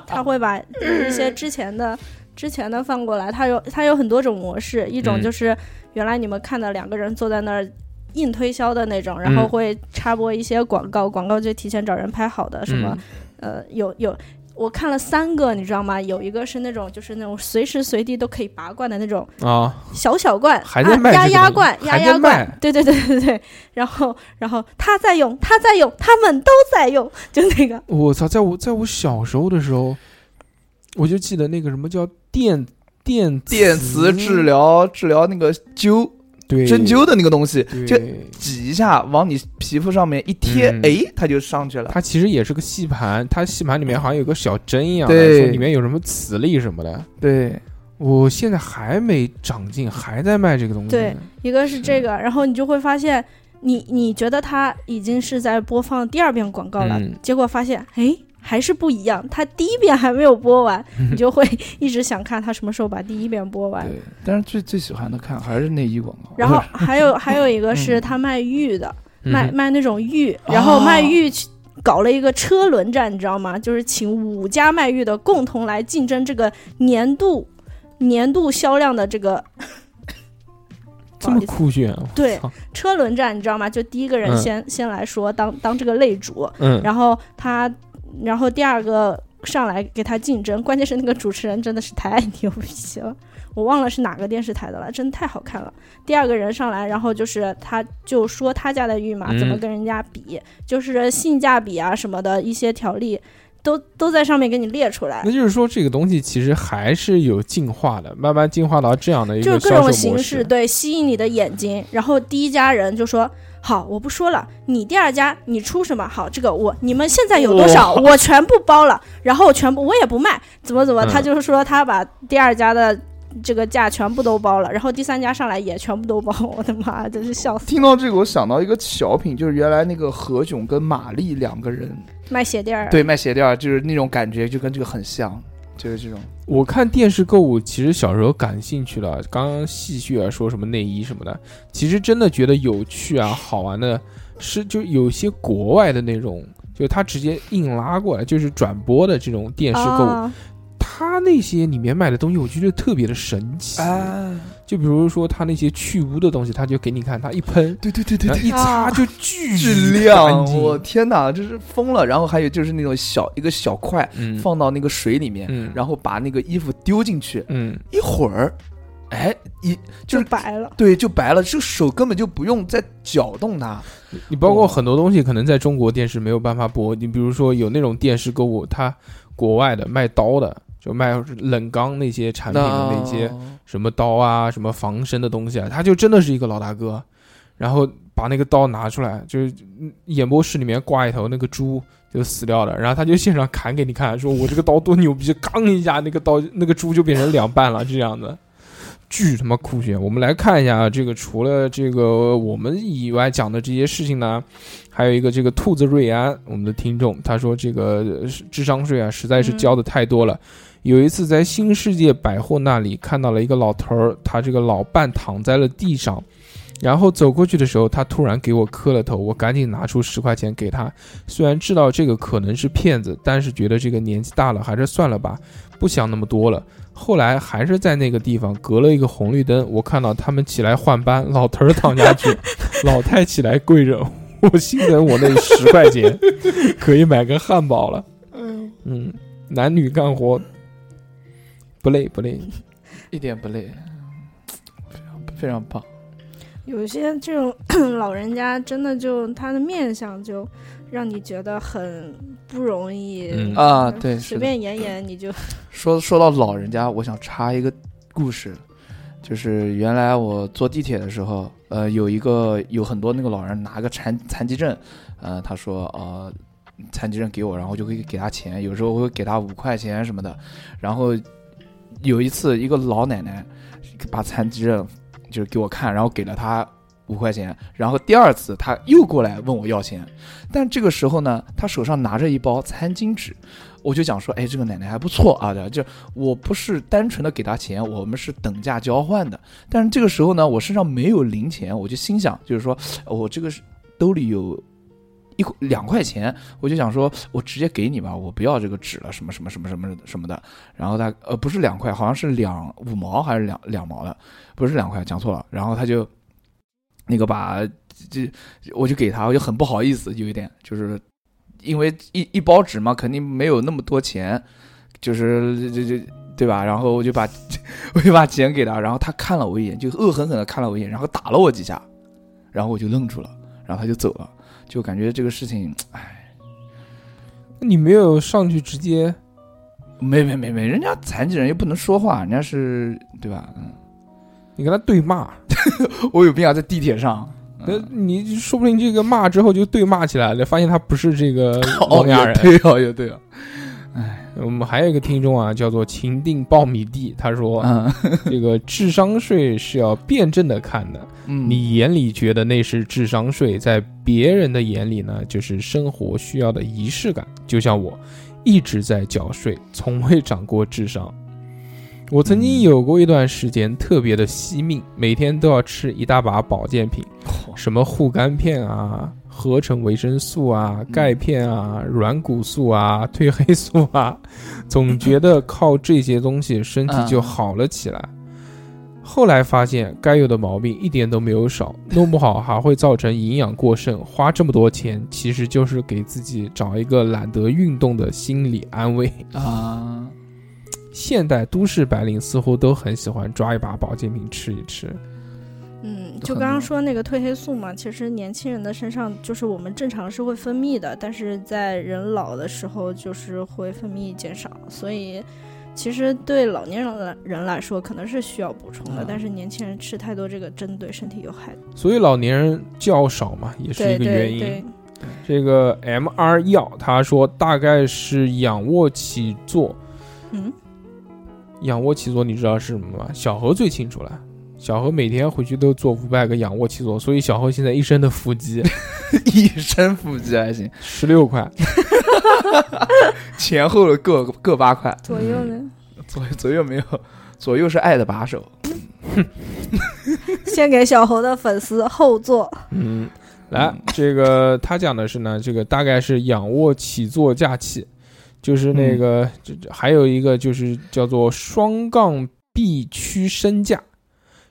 Speaker 4: 他会把一些之前的。之前的放过来，它有它有很多种模式，一种
Speaker 2: 嗯
Speaker 4: 就是原来你们看的两个人坐在那儿硬推销的那种，然后
Speaker 2: 嗯
Speaker 4: 会插播一些广告，广告就提前找人拍好的什么，
Speaker 2: 嗯
Speaker 4: 呃，有有我看了三个，你知道吗？有一个是那种就是那种随时随地都可以拔罐的那种
Speaker 2: 嗯啊，
Speaker 4: 小小罐，
Speaker 2: 还在卖
Speaker 4: 啊、
Speaker 2: 这个
Speaker 4: 压压
Speaker 2: 东西
Speaker 4: 罐，压
Speaker 2: 还在
Speaker 4: 压罐
Speaker 2: 卖，
Speaker 4: 对对对对对。然后然后他在用，他在用，他们都在用，就那个
Speaker 2: 我操，在我在我小时候的时候，我就记得那个什么叫电电
Speaker 3: 电磁治疗治疗那个灸
Speaker 2: 对
Speaker 3: 针灸的那个东西，就
Speaker 2: 对，
Speaker 3: 挤一下往你皮肤上面一贴
Speaker 2: 嗯，
Speaker 3: 哎，它就上去了。
Speaker 2: 它其实也是个吸盘，它吸盘里面好像有个小针一样的，
Speaker 3: 对
Speaker 2: 说里面有什么磁力什么的。
Speaker 3: 对，
Speaker 2: 我现在还没长进，还在卖这个东西。
Speaker 4: 对，一个是这个，然后你就会发现，你你觉得他已经是在播放第二遍广告了，
Speaker 2: 嗯
Speaker 4: 结果发现，哎。还是不一样，他第一遍还没有播完，你就会 一直想看他什么时候把第一遍播完。
Speaker 3: 对，但是最最喜欢的看还是内衣广告。
Speaker 4: 然后还有还有一个是他卖玉的，
Speaker 2: 嗯
Speaker 4: 卖卖那种玉，然后卖玉去搞了一个车轮战，你知道吗？就是请五家卖玉的共同来竞争这个年度年度销量的这个。
Speaker 2: 这么
Speaker 4: 不好意思哎
Speaker 2: 酷炫，啊
Speaker 4: 对
Speaker 2: 我操
Speaker 4: 车轮战，你知道吗？就第一个人
Speaker 2: 嗯
Speaker 4: 先、先来说当当这个擂主，
Speaker 2: 嗯，
Speaker 4: 然后他，然后第二个上来给他竞争，关键是那个主持人真的是太牛逼了，我忘了是哪个电视台的了，真太好看了。第二个人上来，然后就是他就说他家的玉嘛，
Speaker 2: 嗯
Speaker 4: 怎么跟人家比，就是性价比啊什么的一些条例，都都在上面给你列出来
Speaker 2: 那，就是说这个东西其实还是有进化的，慢慢进化到这样的一
Speaker 4: 就
Speaker 2: 个
Speaker 4: 是
Speaker 2: 销
Speaker 4: 各
Speaker 2: 售
Speaker 4: 种
Speaker 2: 模
Speaker 4: 形式
Speaker 2: 式。
Speaker 4: 对吸引你的眼睛。然后第一家人就说。好，我不说了。你第二家你出什么好？这个我你们现在有多少，我全部包了。然后我全部我也不卖，怎么怎么？
Speaker 2: 嗯
Speaker 4: 他就是说他把第二家的这个价全部都包了，然后第三家上来也全部都包。 我的妈，真是笑死！
Speaker 3: 听到这个，我想到一个小品，就是原来那个何炅跟马丽两个人，
Speaker 4: 卖鞋垫儿，
Speaker 3: 对，卖鞋垫儿，就是那种感觉，就跟这个很像，就是这种。
Speaker 2: 我看电视购物，其实小时候感兴趣的，刚刚戏谑啊说什么内衣什么的，其实真的觉得有趣啊、好玩的，是就有些国外的那种，就他直接硬拉过来，就是转播的这种电视购物，
Speaker 4: 啊，
Speaker 2: 他那些里面卖的东西，我就觉得特别的神奇。
Speaker 3: 啊，
Speaker 2: 就比如说他那些去污的东西，他就给你看，他一喷，
Speaker 3: 对对对对
Speaker 2: 然后
Speaker 3: 对，
Speaker 2: 一擦
Speaker 4: 啊
Speaker 2: 就巨
Speaker 3: 质量
Speaker 2: 干，净
Speaker 3: 我天哪，这是疯了。然后还有就是那种小一个小块
Speaker 2: 嗯
Speaker 3: 放到那个水里面，
Speaker 2: 嗯
Speaker 3: 然后把那个衣服丢进去，
Speaker 2: 嗯，
Speaker 3: 一会儿，哎，一就
Speaker 4: 就是白了。
Speaker 3: 对就白了，这个手根本就不用再搅动它。
Speaker 2: 你包括
Speaker 3: 哦
Speaker 2: 很多东西可能在中国电视没有办法播，你比如说有那种电视购物，它国外的卖刀的，就卖冷钢那些产品的那些什么刀啊、什么防身的东西啊，他就真的是一个老大哥，然后把那个刀拿出来，就是嗯演播室里面挂一头那个猪就死掉了，然后他就现场砍给你看，说我这个刀多牛逼，刚一下那个刀那个猪就变成两半了，这样子。巨他妈酷炫！我们来看一下啊，这个除了这个我们以外讲的这些事情呢，还有一个这个兔子瑞安，我们的听众他说这个呃是智商税啊实在是交的太多了，有一次在新世界百货那里看到了一个老头儿，他这个老伴躺在了地上，然后走过去的时候，他突然给我磕了头，我赶紧拿出十块钱给他。虽然知道这个可能是骗子，但是觉得这个年纪大了，还是算了吧，不想那么多了。后来还是在那个地方隔了一个红绿灯，我看到他们起来换班，老头儿躺下去，老太起来跪着。我心疼我那十块钱，可以买个汉堡了。嗯，男女干活不累不累，
Speaker 3: 一点不累，非常非常棒。
Speaker 4: 有些这种 老人家真的就他的面相就让你觉得很不容易
Speaker 2: 嗯
Speaker 3: 啊对是
Speaker 4: 随
Speaker 3: 的
Speaker 4: 便演演你就
Speaker 3: 说说到老人家，我想插一个故事，就是原来我坐地铁的时候，呃，有一个有很多那个老人拿个残残疾证，呃，他说呃，残疾证给我，然后就会给他钱，有时候会给他五块钱什么的。然后有一次，一个老奶奶把残疾证就是给我看，然后给了他五块钱，然后第二次他又过来问我要钱，但这个时候呢，他手上拿着一包餐巾纸，我就想说，哎，这个奶奶还不错啊，对吧？就我不是单纯的给他钱，我们是等价交换的。但是这个时候呢，我身上没有零钱，我就心想，就是说呃我这个是兜里有。一块两块钱，我就想说，我直接给你吧，我不要这个纸了，什么什么什么什么什么的。然后他呃不是两块，好像是两五毛还是两两毛的，不是两块，讲错了。然后他就那个把这我就给他，我就很不好意思，有一点就是因为一一包纸嘛，肯定没有那么多钱，就是这这对吧？然后我就把 我就把钱给他，然后他看了我一眼，就恶狠狠的看了我一眼，然后打了我几下，然后我就愣住了，然后他就走了，就感觉这个事情，哎，
Speaker 2: 你没有上去直接
Speaker 3: 没没没没，人家残疾人又不能说话，人家是对吧？嗯，
Speaker 2: 你跟他对骂，
Speaker 3: 我有病啊，在地铁上。
Speaker 2: 那你说不定这个骂之后就对骂起来了，发现他不是这个
Speaker 3: 哦，
Speaker 2: 聋哑人。
Speaker 3: 也 对哦，也对哦，
Speaker 2: 我们还有一个听众啊，叫做情定苞米地，他 说、
Speaker 3: 嗯
Speaker 2: 这个智商税是要辩证的看的，
Speaker 3: 嗯，
Speaker 2: 你眼里觉得那是智商税，在别人的眼里呢，就是生活需要的仪式感。就像我一直在缴税，从未长过智商。我曾经有过一段时间特别的惜命，每天都要吃一大把保健品，什么护肝片啊、合成维生素
Speaker 4: 嗯
Speaker 2: 啊、钙片啊、软骨素啊、 褪黑素 啊，总觉得靠这些东西身体就好了起
Speaker 4: 啊
Speaker 2: 来。后来发现该有的毛病一点都没有少，弄不好还会造成营养过剩。花这么多钱，其实就是给自己找一个懒得运动的心理安慰。
Speaker 3: 啊，
Speaker 2: 现代都市白领似乎都很喜欢抓一把保健品吃一吃。
Speaker 4: 嗯，
Speaker 3: 都
Speaker 4: 就
Speaker 3: 很
Speaker 4: 刚刚
Speaker 3: 多
Speaker 4: 说那个褪黑素嘛，其实年轻人的身上就是我们正常是会分泌的，但是在人老的时候就是会分泌减少，所以其实对老年人来人来说可能是需要补充的，
Speaker 3: 嗯
Speaker 2: 啊
Speaker 4: 但是年轻人吃太多这个真的对身体有害。
Speaker 2: 所以老年人较少嘛，也是
Speaker 4: 对
Speaker 2: 一个原
Speaker 4: 对
Speaker 2: 因。
Speaker 4: 对，
Speaker 2: 这个 M R 药，他说大概是仰卧起坐，
Speaker 4: 嗯，
Speaker 2: 仰卧起坐你知道是什么吗？小何最清楚了。小何每天回去都做五百个仰卧起坐，所以小何现在一身的腹肌，
Speaker 3: 一身腹肌还行，
Speaker 2: 十六块。
Speaker 3: 前后的各各八块，
Speaker 4: 左右呢？
Speaker 3: 左左右没有，左右是爱的把手。
Speaker 4: 献给小猴的粉丝后座。
Speaker 2: 嗯，来，这个他讲的是呢，这个大概是仰卧起坐架器，就是那个、这这还有一个就是叫做双杠臂屈伸架，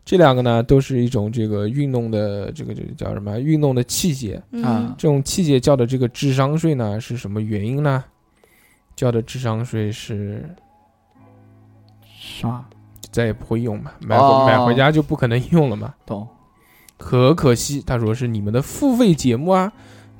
Speaker 2: 这两个呢都是一种这个运动的这个这个叫什么运动的器械。
Speaker 3: 啊
Speaker 4: 嗯，
Speaker 2: 这种器械交的这个智商税呢，是什么原因呢？交的智商税是
Speaker 3: 啥？
Speaker 2: 再也不会用嘛，买回、
Speaker 3: 哦
Speaker 2: 买回家就不可能用了嘛。
Speaker 3: 懂？
Speaker 2: 可可惜，他说是你们的付费节目啊。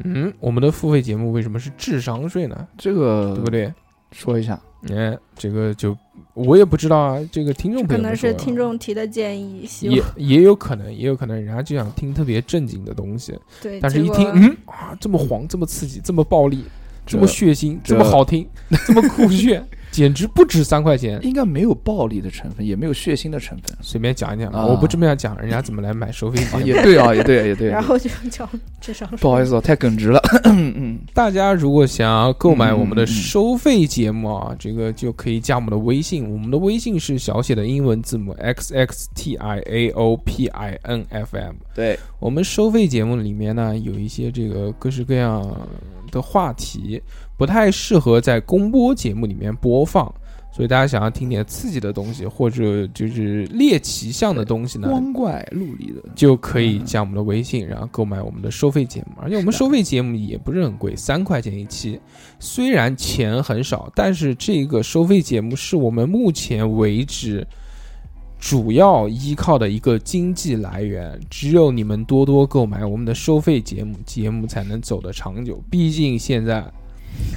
Speaker 2: 嗯，我们的付费节目为什么是智商税呢？
Speaker 3: 这个
Speaker 2: 对不？对？
Speaker 3: 说一下，
Speaker 2: 哎，这个就我也不知道啊。这个听众朋
Speaker 4: 可
Speaker 2: 友们
Speaker 4: 能是
Speaker 2: 说啊
Speaker 4: 听众提的建议，希
Speaker 2: 也
Speaker 4: 望
Speaker 2: 也有可能，也有可能人家就想听特别正经的东西，
Speaker 4: 对，
Speaker 2: 但是
Speaker 4: 结
Speaker 2: 一
Speaker 4: 果
Speaker 2: 听，嗯啊，这么黄，这么刺激，这么暴力，这么呃血腥，
Speaker 3: 这
Speaker 2: 这么好听， 这么酷炫，简直不值三块钱。
Speaker 3: 应该没有暴力的成分，也没有血腥的成分。
Speaker 2: 随便讲一讲吧，
Speaker 3: 啊
Speaker 2: 我不这么样讲，人家怎么来买收费
Speaker 3: 啊，
Speaker 2: 节目？
Speaker 3: 也对啊，也对啊，也 对啊。
Speaker 4: 然后就叫智商
Speaker 3: 不好意
Speaker 4: 思，
Speaker 3: 思哦，太耿直 了。嗯，
Speaker 2: 大家如果想要购买我们
Speaker 3: 嗯
Speaker 2: 的
Speaker 3: 嗯嗯
Speaker 2: 收费节目啊，这个就可以加我们的微信，我们的微信是小写的英文字母 x x t i a o p i n f m。
Speaker 3: 对，
Speaker 2: 我们收费节目里面呢，有一些这个各式各样的话题，不太适合在公播节目里面播放，所以大家想要听点刺激的东西，或者就是猎奇向的东西呢，
Speaker 3: 光怪陆离的。
Speaker 2: 就可以加我们的微信，然后购买我们的收费节目。而且我们
Speaker 3: 嗯是的
Speaker 2: 收费节目也不是很贵，三块钱一期，虽然钱很少，但是这个收费节目是我们目前为止。主要依靠的一个经济来源，只有你们多多购买我们的收费节目，节目才能走得长久。毕竟现在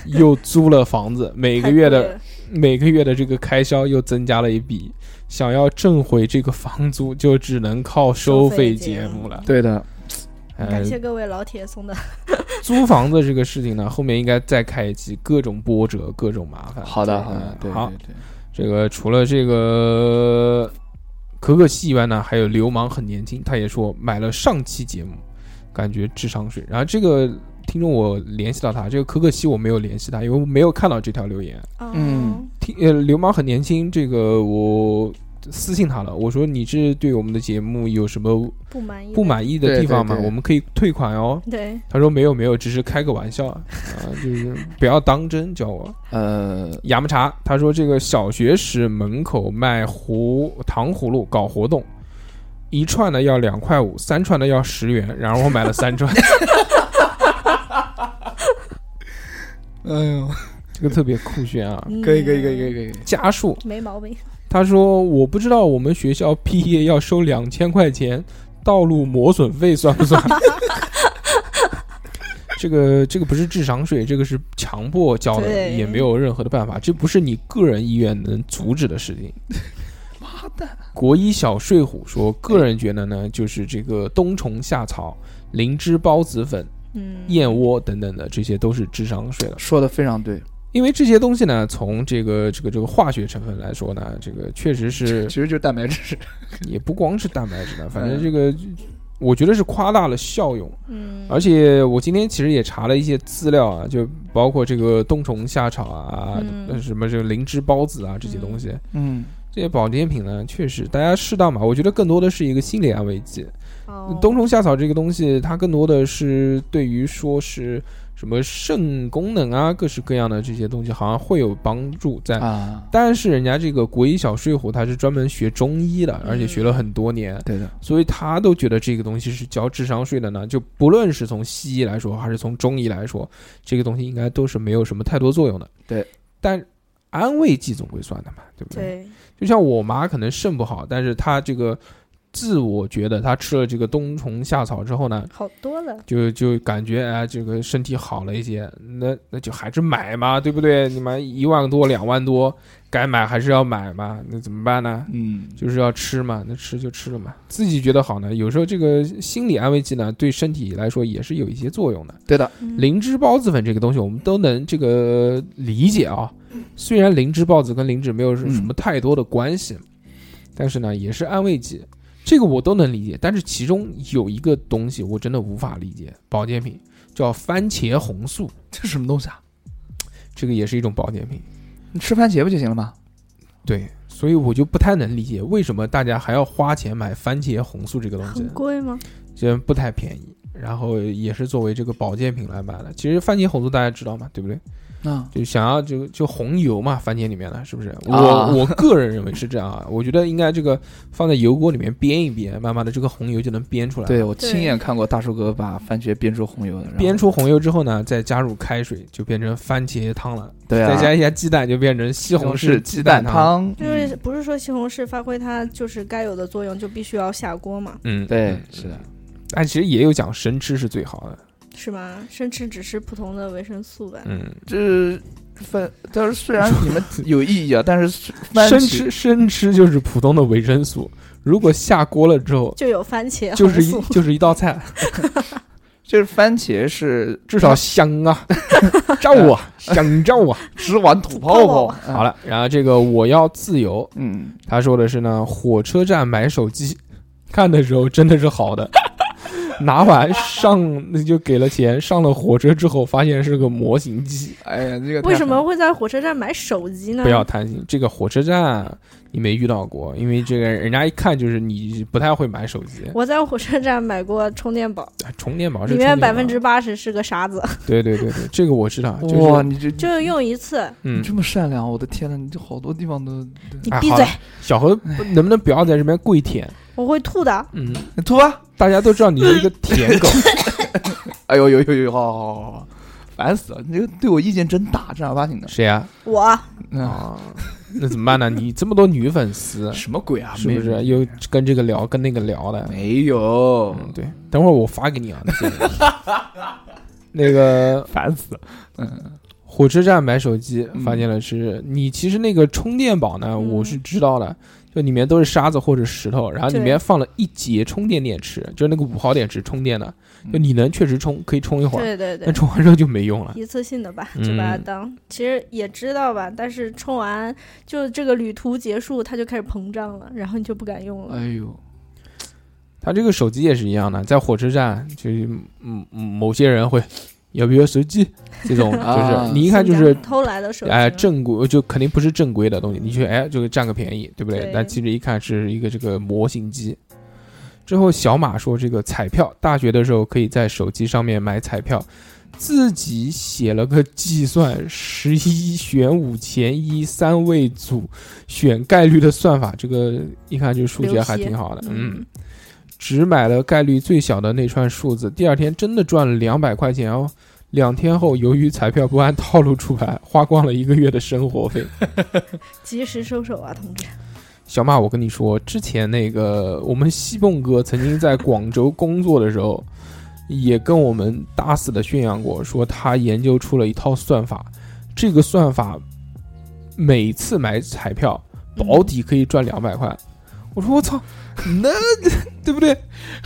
Speaker 2: 又租了房子，每个月的每个月的这个开销又增加了一笔，想要挣回这个房租，就只能靠收费节目了。
Speaker 3: 对的，
Speaker 4: 感
Speaker 3: 嗯
Speaker 2: 呃，
Speaker 4: 谢各位老铁送的，
Speaker 2: 租房子这个事情呢，后面应该再开一期，各种波折，各种麻烦。
Speaker 3: 啊好的，
Speaker 2: 嗯
Speaker 3: 好的，对
Speaker 2: 好
Speaker 3: 对对。
Speaker 2: 这个除了这个可可西以外呢，还有流氓很年轻，他也说买了上期节目，感觉智商税。然后这个听众我联系到他，这个可可西我没有联系他，因为我没有看到这条留言。
Speaker 4: 嗯，
Speaker 2: 听呃，流氓很年轻，这个我私信他了，我说你是对我们的节目有什么
Speaker 4: 不满意，
Speaker 2: 不满意的地方吗？
Speaker 3: 对对对
Speaker 2: 我们可以退款哦。
Speaker 4: 对，
Speaker 2: 他说没有没有，只是开个玩笑啊，啊就是不要当真，叫我。
Speaker 3: 呃，
Speaker 2: 雅木茶，他说这个小学时门口卖葫糖葫芦搞活动，一串的要两块五，三串的要十元，然后我买了三串，
Speaker 3: 哎呦，
Speaker 2: 这个特别酷炫啊！
Speaker 4: 嗯
Speaker 3: 可以可以可以可以可以，
Speaker 2: 家数，
Speaker 4: 没毛病。
Speaker 2: 他说我不知道我们学校 毕业要收两千块钱道路磨损费算不算？ 这个这个不是智商税，这个是强迫交的，
Speaker 4: 对
Speaker 2: 也没有任何的办法，这不是你个人意愿能阻止的事情。
Speaker 3: 妈的，
Speaker 2: 国一小睡虎说，个人觉得呢，就是这个冬虫夏草、灵芝孢子粉、
Speaker 4: 嗯，
Speaker 2: 燕窝等等的，这些都是智商税了。
Speaker 3: 说的非常对，
Speaker 2: 因为这些东西呢，从这个这个这个化学成分来说呢，这个确实是
Speaker 3: 其实就是蛋白质，
Speaker 2: 也不光是蛋白质的，反正这个我觉得是夸大了效用。
Speaker 4: 嗯，
Speaker 2: 而且我今天其实也查了一些资料啊，就包括这个冬虫夏草啊，
Speaker 4: 嗯
Speaker 2: 呃什么这个灵芝孢子啊这些东西，
Speaker 3: 嗯，
Speaker 2: 这些保健品呢，确实大家适当吧，我觉得更多的是一个心理安慰剂。
Speaker 4: 哦
Speaker 2: 冬虫夏草这个东西，它更多的是对于说是什么肾功能啊，各式各样的这些东西，好像会有帮助在。
Speaker 3: 啊，
Speaker 2: 但是人家这个国医小睡虎，他是专门学中医的，而且学
Speaker 4: 嗯
Speaker 2: 了很多年，
Speaker 3: 对的，
Speaker 2: 所以他都觉得这个东西是交智商税的呢。就不论是从西医来说，还是从中医来说，这个东西应该都是没有什么太多作用的。
Speaker 3: 对，
Speaker 2: 但安慰剂总会算的嘛，对不
Speaker 4: 对，
Speaker 2: 就像我妈可能肾不好，但是她这个自我觉得她吃了这个冬虫夏草之后呢，
Speaker 4: 好多了。
Speaker 2: 就就感觉啊、哎这个身体好了一些，那那就还是买嘛，对不对？你妈一万多两万多，该买还是要买嘛，那怎么办呢？
Speaker 3: 嗯，
Speaker 2: 就是要吃嘛，那吃就吃了嘛，自己觉得好呢。有时候这个心理安慰剂呢，对身体来说也是有一些作用的。
Speaker 3: 对的，
Speaker 4: 嗯
Speaker 2: 灵芝孢子粉这个东西，我们都能这个理解啊。虽然灵芝孢子跟灵芝没有什
Speaker 3: 嗯
Speaker 2: 什么太多的关系，但是呢，也是安慰剂，这个我都能理解。但是其中有一个东西我真的无法理解，保健品叫番茄红素，
Speaker 3: 这是什么东西啊？
Speaker 2: 这个也是一种保健品。
Speaker 3: 你吃番茄不就行了吗？
Speaker 2: 对，所以我就不太能理解为什么大家还要花钱买番茄红素这个东西
Speaker 4: 很，贵吗？
Speaker 2: 虽然不太便宜。然后也是作为这个保健品来买的。其实番茄红素大家知道嘛，对不对？
Speaker 3: 啊，
Speaker 2: 就想要就就红油嘛，番茄里面的是不是？我、
Speaker 3: 啊
Speaker 2: 我个人认为是这样啊，我觉得应该这个放在油锅里面煸一煸，慢慢的这个红油就能煸出来。，
Speaker 3: 对我
Speaker 4: 对
Speaker 3: 亲眼看过大叔哥把番茄煸出红油的，然后
Speaker 2: 煸出红油之后呢，再加入开水，就变成番茄汤了。
Speaker 3: 对啊，
Speaker 2: 再加一下鸡蛋，就变成西
Speaker 3: 西
Speaker 2: 红
Speaker 3: 红
Speaker 2: 柿
Speaker 3: 柿
Speaker 2: 鸡
Speaker 3: 鸡
Speaker 2: 蛋
Speaker 3: 蛋
Speaker 2: 汤。
Speaker 3: 汤，
Speaker 4: 因为不是说西红柿发挥它就是该有的作用，就必须要下锅嘛，
Speaker 2: 嗯，
Speaker 3: 对
Speaker 2: 嗯，
Speaker 3: 是的，
Speaker 2: 但其实也有讲生吃是最好的。
Speaker 4: 是吗？生吃只是普通的维生素吧。
Speaker 2: 嗯，
Speaker 3: 这番，但是虽然你们有异议啊，但 是番
Speaker 2: 生
Speaker 3: 茄
Speaker 2: 吃生吃就是普通的维生素，如果下锅了之后，
Speaker 4: 就有番茄
Speaker 2: 就
Speaker 4: 红
Speaker 2: 是一
Speaker 4: 素，
Speaker 2: 就是一道菜，
Speaker 3: 就是番茄是
Speaker 2: 至少香 啊，照啊，想照啊。
Speaker 3: 直往土泡泡。
Speaker 2: 好
Speaker 3: 了，
Speaker 2: 了，然后这个我要自由，
Speaker 3: 嗯，
Speaker 2: 他说的是呢，火车站买手机， 看的时候真的是好的， 拿完上那就给了钱，上了火车之后发现是个模型机，
Speaker 3: 哎呀，这个太
Speaker 4: 为什么会在火车站买手机呢？
Speaker 2: 不要贪心，这个火车站你没遇到过，因为这个人家一看就是你不太会买手机，啊
Speaker 4: 我在火车站买过充电宝，
Speaker 2: 充电宝是嗯
Speaker 4: 里
Speaker 2: 充电
Speaker 4: 面
Speaker 2: 宝
Speaker 4: 百分之八十是个沙子，
Speaker 2: 对对对对，这个我知道，就是
Speaker 3: 哇，你这
Speaker 4: 就用一次，
Speaker 2: 嗯
Speaker 3: 你。这么善良，我的天呐，你这好多地方都
Speaker 4: 你
Speaker 2: 哎
Speaker 4: 闭
Speaker 2: 好
Speaker 4: 嘴
Speaker 2: 了，小 何，能不能不要在这边跪舔？
Speaker 4: 我会吐的。
Speaker 2: 嗯，
Speaker 3: 你吐吧。
Speaker 2: 大家都知道你是一个舔狗，
Speaker 3: 哎呦呦呦呦，好好好好好，烦死了！你这个对我意见真大，正儿八经的。
Speaker 2: 谁啊？
Speaker 4: 我
Speaker 3: 嗯，
Speaker 2: 啊，那怎么办呢？你这么多女粉 丝，
Speaker 3: 什么鬼啊？
Speaker 2: 是不
Speaker 3: 没
Speaker 2: 是又跟这个聊，跟那个聊的？
Speaker 3: 没有？
Speaker 2: 嗯，对，等会儿我发给你啊。那些 那个
Speaker 3: 烦死了。嗯，
Speaker 2: 火车站买手机，
Speaker 3: 嗯
Speaker 2: 发现了是你。其实那个充电宝呢，
Speaker 4: 嗯
Speaker 2: 我是知道的，就里面都是沙子或者石头，然后里面放了一节充电电池，就是那个五毫电池充电的，就你能确实充，可以充一会儿，
Speaker 4: 嗯对对
Speaker 2: 但
Speaker 4: 对，
Speaker 2: 充完之后就没用了。
Speaker 4: 一次性的吧，就把它
Speaker 2: 嗯
Speaker 4: 当、其实也知道吧，但是充完就这个旅途结束，它就开始膨胀了，然后你就不敢
Speaker 2: 呃
Speaker 4: 用了。
Speaker 3: 哎呦，
Speaker 2: 他这个手机也是一样的，在火车站就是嗯嗯某些人会要不要手机这种，
Speaker 3: 啊
Speaker 2: 就是你一看就是
Speaker 4: 新疆偷来的手机，
Speaker 2: 哎，正规就肯定不是正规的东西，你去哎就占个便宜，对不对？
Speaker 4: 对
Speaker 2: 但其实一看是一个这个模型机。之后小马说这个彩票，大学的时候可以在手机上面买彩票，自己写了个计算，十一选五前一三位组选概率的算法，这个一看就数学还挺好的，
Speaker 4: 流血
Speaker 2: 嗯。
Speaker 4: 嗯
Speaker 2: 只买了概率最小的那串数字，第二天真的赚了两百块钱哦。两天后，由于彩票不按套路出牌，花光了一个月的生活费。
Speaker 4: 及时收手啊，同志。
Speaker 2: 小马，我跟你说，之前那个我们西蹦哥曾经在广州工作的时候，也跟我们大肆的宣扬过，说他研究出了一套算法，这个算法每次买彩票保底可以赚两百块。我说我操，那对不对？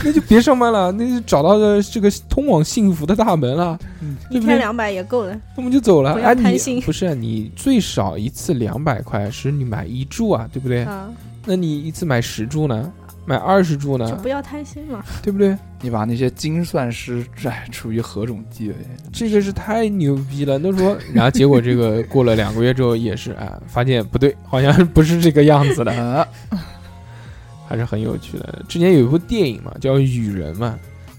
Speaker 2: 那就别上班了，那就找到了这个通往幸福的大门了，
Speaker 4: 嗯一
Speaker 2: 对不对？
Speaker 4: 天两百也够了，
Speaker 2: 那么就走了。
Speaker 4: 不要
Speaker 2: 哎，
Speaker 4: 贪
Speaker 2: 你
Speaker 4: 心
Speaker 2: 不是你最少一次两百块是你买一注啊，对不对？
Speaker 4: 啊，
Speaker 2: 那你一次买十注呢？买二十注
Speaker 4: 就
Speaker 2: 呢？
Speaker 4: 不要贪心嘛。
Speaker 2: 对不对？
Speaker 3: 你把那些精算师哎，处于何种地位？
Speaker 2: 这个是太牛逼了。那说，然后结果这个过了两个月之后也是啊，发现不对，好像不是这个样子的，
Speaker 3: 啊，
Speaker 2: 还是很有趣的。之前有一部电影嘛，叫《雨人》嘛，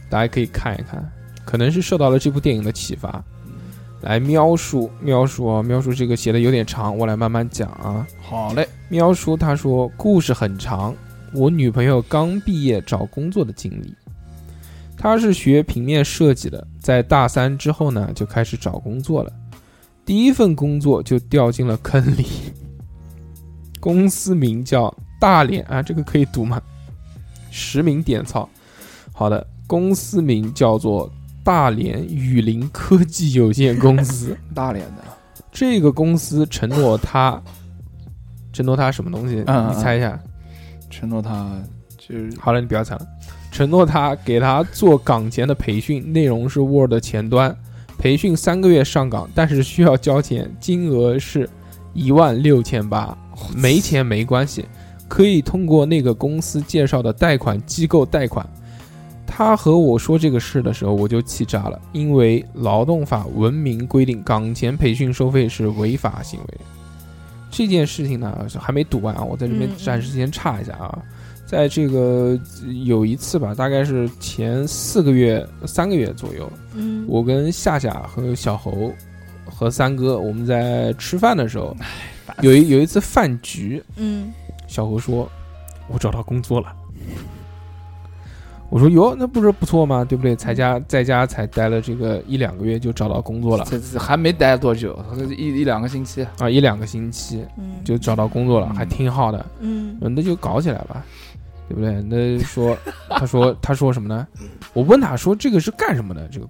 Speaker 2: 大家可以看一看，可能是受到了这部电影的启发，来描述描述啊，描述这个写的有点长，我来慢慢讲啊。
Speaker 3: 好嘞，
Speaker 2: 喵叔他说故事很长，我女朋友刚毕业找工作的经历。她是学平面设计的，在大三之后呢就开始找工作了，第一份工作就掉进了坑里。公司名叫大连啊，这个可以读吗？实名点操。好的，公司名叫做大连雨林科技有限公司。
Speaker 3: 大连的，
Speaker 2: 这个公司承诺他，承诺他什么东西？
Speaker 3: 嗯嗯
Speaker 2: 你猜一下。
Speaker 3: 承诺他就是
Speaker 2: 好了，你不要猜了。承诺他给他做岗前的培训，内容是 Word 前端，培训三个月上岗，但是需要交钱，金额是一万六千八，没钱没关系，可以通过那个公司介绍的贷款机构贷款。他和我说这个事的时候，我就气炸了，因为劳动法文明规定岗前培训收费是违法行为。这件事情呢，还没读完啊，我在这边
Speaker 4: 嗯嗯
Speaker 2: 暂时先岔一下啊。在这个呃有一次吧，大概是前四个月、三个月左右，
Speaker 4: 嗯，
Speaker 2: 我跟夏夏和小猴和三哥，我们在吃饭的时候，有一有一次饭局，
Speaker 4: 嗯，
Speaker 2: 小猴说：“我找到工作了。”我说：“哟，那不是不错吗？对不对？才家在家才待了这个一两个月就找到工作了
Speaker 3: 这这还没待多久，一一两个星期，
Speaker 2: 啊，一两个星期
Speaker 4: 嗯，
Speaker 2: 就找到工作了，
Speaker 3: 嗯
Speaker 2: 还挺好的。
Speaker 4: 嗯
Speaker 2: 嗯，那就搞起来吧，对不对？那说，他说他说什么呢？我问他说这个是干什么的？这个，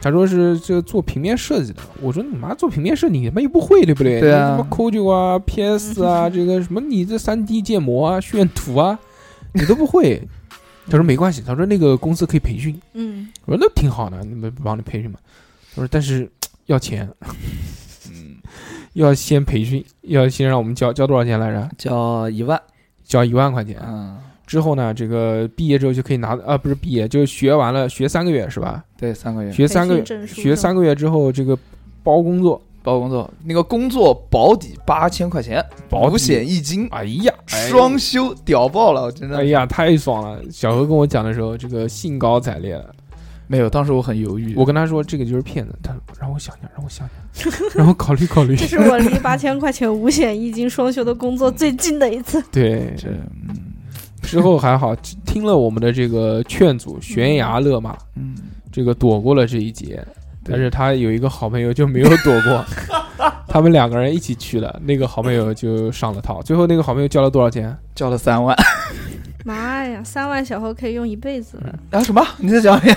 Speaker 2: 他说是这个做平面设计的。我说你妈做平面设计，你他妈又不会，对不对？
Speaker 3: 对
Speaker 2: 你
Speaker 3: 啊
Speaker 2: 他妈 Codio 啊，PS 啊，这个什么你这三 D 建模啊、炫图啊，你都不会。他说没关系，他说那个公司可以培训。
Speaker 4: 嗯，
Speaker 2: 我说那挺好的，你们不帮你培训嘛？他说但是要钱，
Speaker 7: 嗯，
Speaker 2: 要先培训，要先让我们交交多少钱来着？
Speaker 3: 交一万，
Speaker 2: 交一万块钱。
Speaker 3: 嗯，
Speaker 2: 之后呢，这个毕业之后就可以拿啊，不是毕业，就是学完了，学三个月是吧？
Speaker 3: 对，三个月
Speaker 2: 学三个
Speaker 4: 培训
Speaker 2: 月，
Speaker 4: 证书
Speaker 2: 学三个月之后，这个包工作，
Speaker 3: 包工作，那个工作保底八千块钱，
Speaker 2: 保底
Speaker 3: 五险一金，
Speaker 2: 哎呀，哎
Speaker 3: 双休，屌爆了，我真
Speaker 2: 哎
Speaker 3: 的
Speaker 2: 呀，太爽了！小何跟我讲的时候，这个兴高采烈了。
Speaker 3: 没有，当时我很犹豫，
Speaker 2: 我跟他说这个就是骗子，他说让我想想，让我想想， 让我考虑考虑
Speaker 4: 这。是我离八千块钱五险一金双休的工作最近的一次。
Speaker 2: 对，
Speaker 3: 这嗯
Speaker 2: 之后还好，听了我们的这个劝阻，悬崖勒马，
Speaker 3: 嗯，
Speaker 2: 这个躲过了这一劫。
Speaker 3: 对
Speaker 2: 但是他有一个好朋友就没有躲过， 他们两个人一起去了，那个好朋友就上了套。最后那个好朋友交了多少钱？
Speaker 3: 交了三万
Speaker 4: 妈呀，三万小猴可以用一辈子了。
Speaker 3: 啊？什么？你再讲一遍？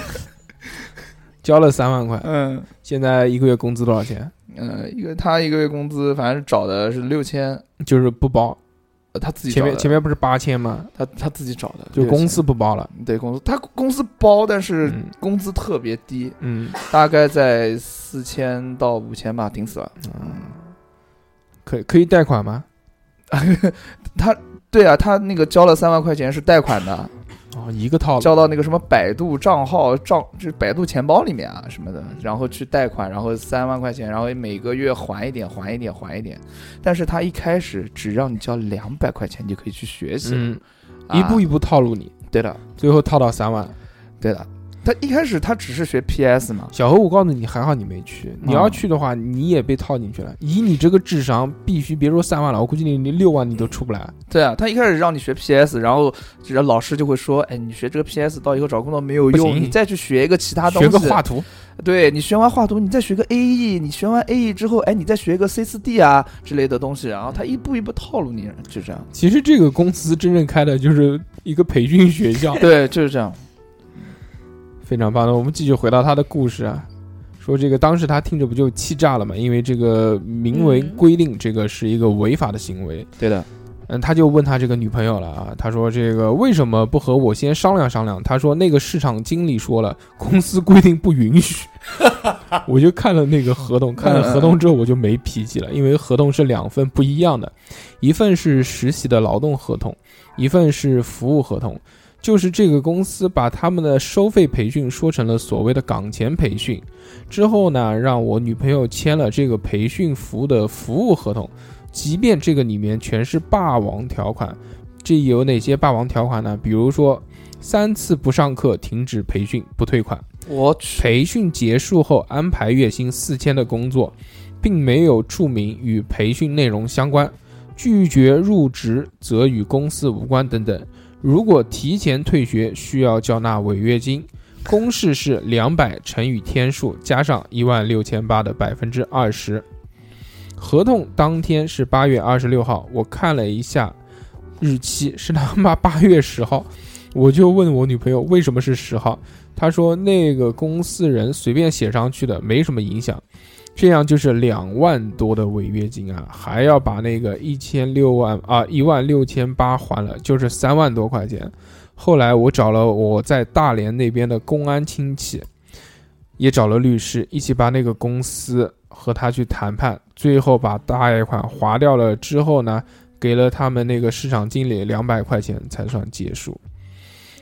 Speaker 2: 交了三万块。
Speaker 3: 嗯
Speaker 2: 现在一个月工资多少钱？
Speaker 3: 呃，一个他一个月工资，反正找的是六千，
Speaker 2: 就是不包，
Speaker 3: 呃他自己
Speaker 2: 前面
Speaker 3: 找的
Speaker 2: 前面不是八千吗？
Speaker 3: 他他自己找的，
Speaker 2: 就公司不包了。
Speaker 3: 对公司，他公司包，但是
Speaker 2: 嗯
Speaker 3: 工资特别低，
Speaker 2: 嗯，
Speaker 3: 大概在四千到五千吧，顶死了。
Speaker 2: 可可以贷款吗？
Speaker 3: 他对啊，他那个交了三万块钱是贷款的，
Speaker 2: 哦，一个套路。
Speaker 3: 交到那个什么百度账号账，就是百度钱包里面啊什么的，然后去贷款，然后三万块钱，然后每个月还一点，还一点，还一点。但是他一开始只让你交两百块钱，你啊就可以去学习，
Speaker 2: 嗯，一步
Speaker 3: 一
Speaker 2: 一步套路你，
Speaker 3: 对的，
Speaker 2: 最后套到三万。
Speaker 3: 对的。他一开始他只是学 PS 嘛，
Speaker 2: 小何，我告诉你，还好你没去。你要
Speaker 3: 嗯
Speaker 2: 去的话，你也被套进去了。以你这个智商，必须别说三万了，我估计你连六万你都出不来。
Speaker 3: 对啊，他一开始让你学 PS，然后只要老师就会说，哎，你学这个 PS 到以后找工作没有
Speaker 2: 不
Speaker 3: 用，
Speaker 2: 行
Speaker 3: 你再去学一个其他东
Speaker 2: 学
Speaker 3: 西，
Speaker 2: 个画图，
Speaker 3: 对你学完画图，你再学个 AE，你学完 AE 之后，哎，你再学一个 C 4 D 啊之类的东西，然后他一步一步套路你，就这样。
Speaker 2: 其实这个公司真正开的就是一个培训学 校，
Speaker 3: 对，就是这样。
Speaker 2: 非常棒的。我们继续回到他的故事啊，说这个当时他听着不就气炸了嘛？因为这个明文
Speaker 4: 嗯
Speaker 2: 规定这个是一个违法的行为，
Speaker 3: 对的，
Speaker 2: 嗯，他就问他这个女朋友了啊，他说这个为什么不和我先商量商量？他说那个市场经理说了，公司规定不允许。 我就看了那个合同，看了合同之后我就没脾气了，因为合同是两份不一样的，一份是实习的劳动合同，一份是服务合同。就是这个公司把他们的收费培训说成了所谓的岗前培训，之后呢，让我女朋友签了这个培训服务的服务合同。即便这个里面全是霸王条款，这有哪些霸王条款呢？比如说，三次不上课停止培训不退款，
Speaker 3: 我去，
Speaker 2: 培训结束后安排月薪四千的工作，并没有注明与培训内容相关，拒绝入职则与公司无关等等。如果提前退学，需要缴纳违约金。公式是两百乘以天数加上一万六千八的百分之二十。合同当天是八月二十六号，我看了一下日期，是他妈八月十号，我就问我女朋友为什么是十号，他说那个公司人随便写上去的，没什么影响。这样就是两万多的违约金啊，还要把那个一千六万啊一万六千八还了，就是三万多块钱。后来我找了我在大连那边的公安亲戚，也找了律师，一起把那个公司和他去谈判，最后把贷款划掉了之后呢，给了他们那个市场经理两百块钱才算结束。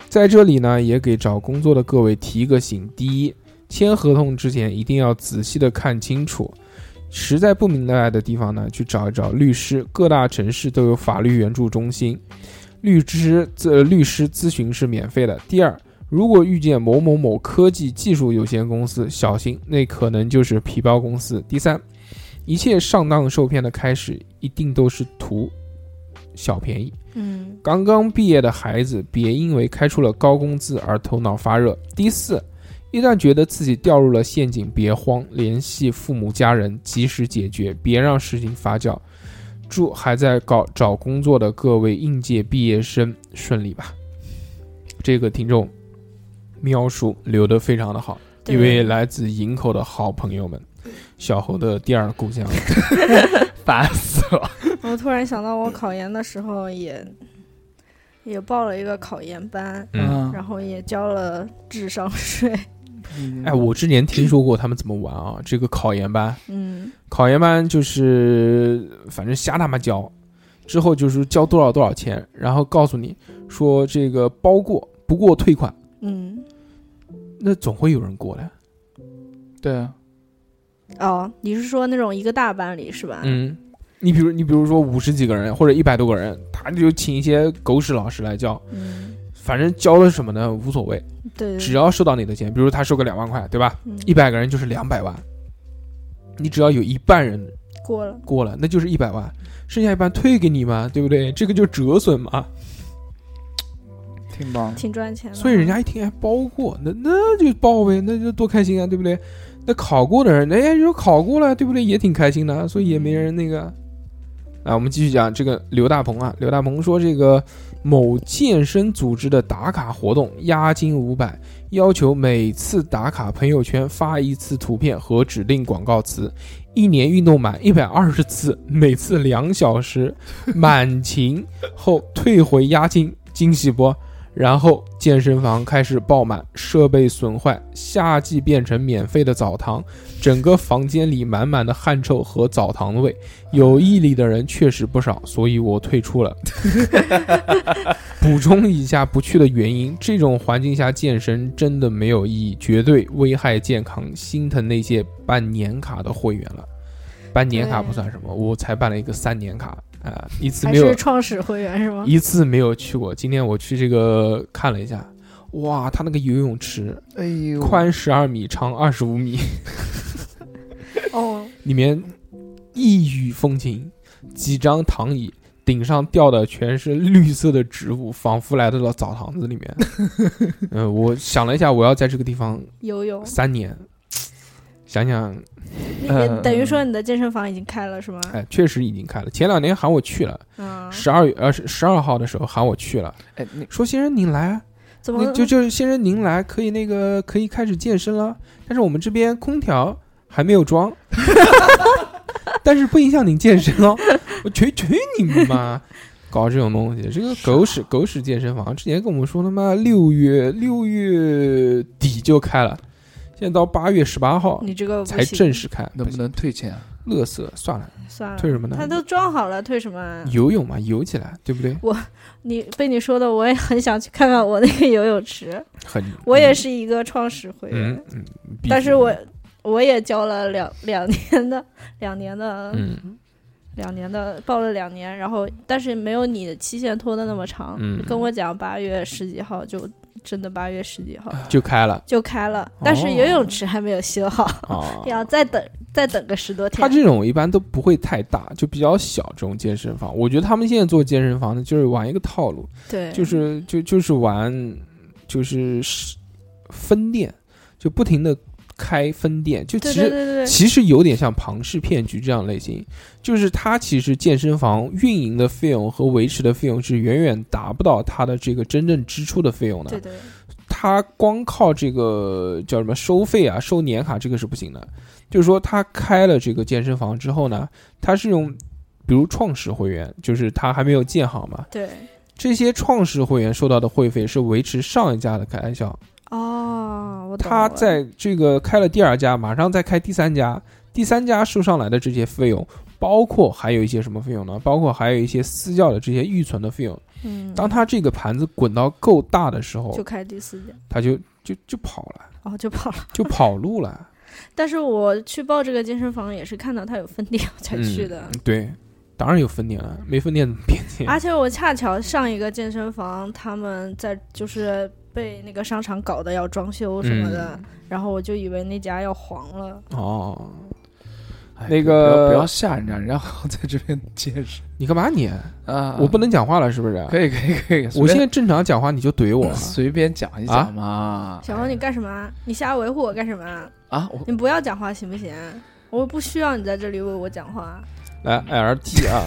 Speaker 2: 在这里呢，也给找工作的各位提一个醒：第一，签合同之前一定要仔细的看清楚，实在不明白的地方呢，去找一找律师，各大城市都有法律援助中心，律师这律师咨询是免费的。第二，如果遇见某某某科技技术有限公司，小心，那可能就是皮包公司。第三，一切上当受骗的开始，一定都是图小便宜。
Speaker 4: 嗯，
Speaker 2: 刚刚毕业的孩子，别因为开出了高工资而头脑发热。第四，一旦觉得自己掉入了陷阱，别慌，联系父母家人，及时解决，别让事情发酵。祝还在搞找工作的各位应届毕业生顺利吧。这个听众描述留得非常的好，
Speaker 4: 对
Speaker 2: 一位来自营口的好朋友们，小侯的第二故乡。
Speaker 3: 烦死了。
Speaker 4: 我突然想到，我考研的时候也也报了一个考研班，
Speaker 2: 嗯，
Speaker 4: 然后也交了智商税。
Speaker 2: 哎，我之前听说过他们怎么玩啊，这个考研班。
Speaker 4: 嗯，
Speaker 2: 考研班就是反正瞎他妈交，之后就是交多少多少钱，然后告诉你说这个包过不过退款，
Speaker 4: 嗯，
Speaker 2: 那总会有人过的。
Speaker 3: 对啊，
Speaker 4: 哦，你是说那种一个大班里是吧？
Speaker 2: 嗯，你比如你比如说五十几个人或者一百多个人，他就请一些狗屎老师来教，
Speaker 4: 嗯，
Speaker 2: 反正教了什么呢无所谓，
Speaker 4: 对，对
Speaker 2: 只要收到你的钱，比如他收个两万块，对吧？
Speaker 4: 嗯
Speaker 2: 一百个人就是两百万，你只要有一半人
Speaker 4: 过了，
Speaker 2: 过了，那就是一百万，剩下一半退给你嘛，对不对？这个就折损嘛。
Speaker 3: 挺棒。
Speaker 4: 挺赚钱的。啊
Speaker 2: 所以人家一听还包过，那那就包呗，那就多开心啊，对不对？啊那考过的人，哎，就考过了，对不对？也挺开心的，所以也没人那个。啊，我们继续讲这个刘大鹏啊，刘大鹏说这个某健身组织的打卡活动押金五百，要求每次打卡朋友圈发一次图片和指定广告词，一年运动满一百二十次，每次两小时，满勤后退回押金，惊喜不？然后健身房开始爆满，设备损坏，夏季变成免费的澡堂，整个房间里满满的汗臭和澡堂味。有毅力的人确实不少，所以我 退出了。补充一下不去的原因：这种环境下健身真的没有意义，绝对危害健康，心疼那些办年卡的会员了。办年卡不算什么，我才办了一个三年卡啊、一次
Speaker 8: 还
Speaker 2: 没有
Speaker 8: 是创始会员
Speaker 3: 啊
Speaker 8: 是吗？
Speaker 2: 一次没有去过。今天我去这个看了一下，哇，他那个游泳池
Speaker 3: 哎呦，
Speaker 2: 宽十二米，长二十五米，
Speaker 8: 哦，
Speaker 2: 里面异域风情，几张躺椅，顶上吊的全是绿色的植物，仿佛来到了澡堂子里 面。嗯、我想了一下，我要在这个地方
Speaker 4: 游泳，
Speaker 2: 三年，想想，
Speaker 4: 你
Speaker 2: 呃
Speaker 4: 你等于说你的健身房已经开了是吗？
Speaker 2: 哎，确实已经开了。前两年喊我去
Speaker 3: 啊
Speaker 2: 了，
Speaker 4: 嗯，
Speaker 2: 十二月呃十二号的时候喊我去了，
Speaker 3: 哎，你
Speaker 2: 说先生您来啊。
Speaker 4: 怎
Speaker 2: 你
Speaker 4: 么
Speaker 2: 就就是先生您来可以那个可以开始健身了，但是我们这边空调还没有装， 但是不影响您健身哦。我去去你妈！搞这种东西，这个狗屎
Speaker 4: 啊
Speaker 2: 狗屎健身房之前跟我们说他妈六月六月底就开了，现在到八月十八号
Speaker 4: 你这嗯个不
Speaker 2: 才
Speaker 4: 行
Speaker 2: 正式开，
Speaker 3: 能不能退钱啊？
Speaker 2: 乐色算了，
Speaker 4: 算了，
Speaker 2: 退什么嗯呢
Speaker 4: 他都装好了，退什么啊？
Speaker 2: 游泳嘛，游起来，对不对？
Speaker 4: 你被你说的，我也很想去看看我那个游泳池。
Speaker 2: 很，
Speaker 4: 我也是一个创始会员，
Speaker 2: 嗯嗯，必须
Speaker 4: 但是我我也交了两两年的 两年的、
Speaker 2: 嗯。
Speaker 4: 两年的报了两年，然后但是没有你期限拖的那么长。
Speaker 2: 嗯
Speaker 4: 跟我讲八月十几号就真的八月十几号
Speaker 2: 就开了
Speaker 4: 就开了，但
Speaker 2: 哦
Speaker 4: 是游泳池还没有修好，
Speaker 2: 啊！
Speaker 4: 要再等再等个十多
Speaker 2: 它
Speaker 4: 天。
Speaker 2: 这种一般都不会太大，就比较小这种健身房。我觉得他们现在做健身房呢，就是玩一个套路，
Speaker 4: 对，
Speaker 2: 就是就就是玩，就是是分店，就不停的开分店，就其
Speaker 4: 对
Speaker 2: 实
Speaker 4: 对对对对，
Speaker 2: 其实有点像庞氏骗局这样类型，就是它其实健身房运营的费用和维持的费用是远远达不到它的这个真正支出的费用的。
Speaker 4: 对对，
Speaker 2: 他光靠这个叫什么收费啊、收年卡这个是不行的。就是说，他开了这个健身房之后呢，他是用，比如创始会员，就是他还没有建好嘛，
Speaker 4: 对
Speaker 2: 这些创始会员收到的会费是维持上一家的开销。
Speaker 4: 哦，我懂
Speaker 2: 他
Speaker 4: 了
Speaker 2: 在这个开了第二家，马上再开第三家，第三家收上来的这些费用，包括还有一些什么费用呢？包括还有一些私教的这些预存的费用。
Speaker 4: 嗯，
Speaker 2: 当他这个盘子滚到够大的时候
Speaker 4: 就，开第四家，
Speaker 2: 他就就就跑了。
Speaker 4: 哦，就跑了。
Speaker 2: 就跑路 了。
Speaker 4: 但是我去报这个健身房也是看到它有分店我才去的，
Speaker 2: 对，当然有分店了，没分店怎么变店？
Speaker 4: 而且我恰巧上一个健身房，他们在就是被那个商场搞得要装修什么
Speaker 2: 嗯
Speaker 4: 的，然后我就以为那家要黄了。
Speaker 2: 哦，
Speaker 3: 哎
Speaker 2: 那
Speaker 3: 不要
Speaker 2: 个
Speaker 3: 不要吓人家，人家好像在这边健身
Speaker 2: 你干嘛你？
Speaker 3: 啊。
Speaker 2: 我不能讲话了是不是？
Speaker 3: 可以可以可以，随便
Speaker 2: 我现在正常讲话你就怼我。
Speaker 3: 随便讲一讲嘛。
Speaker 4: 小红，你干什么？你瞎维护我干什么？
Speaker 3: 啊，我
Speaker 4: 你不要讲话行不行？我不需要你在这里为我讲话。
Speaker 2: 来 LT 啊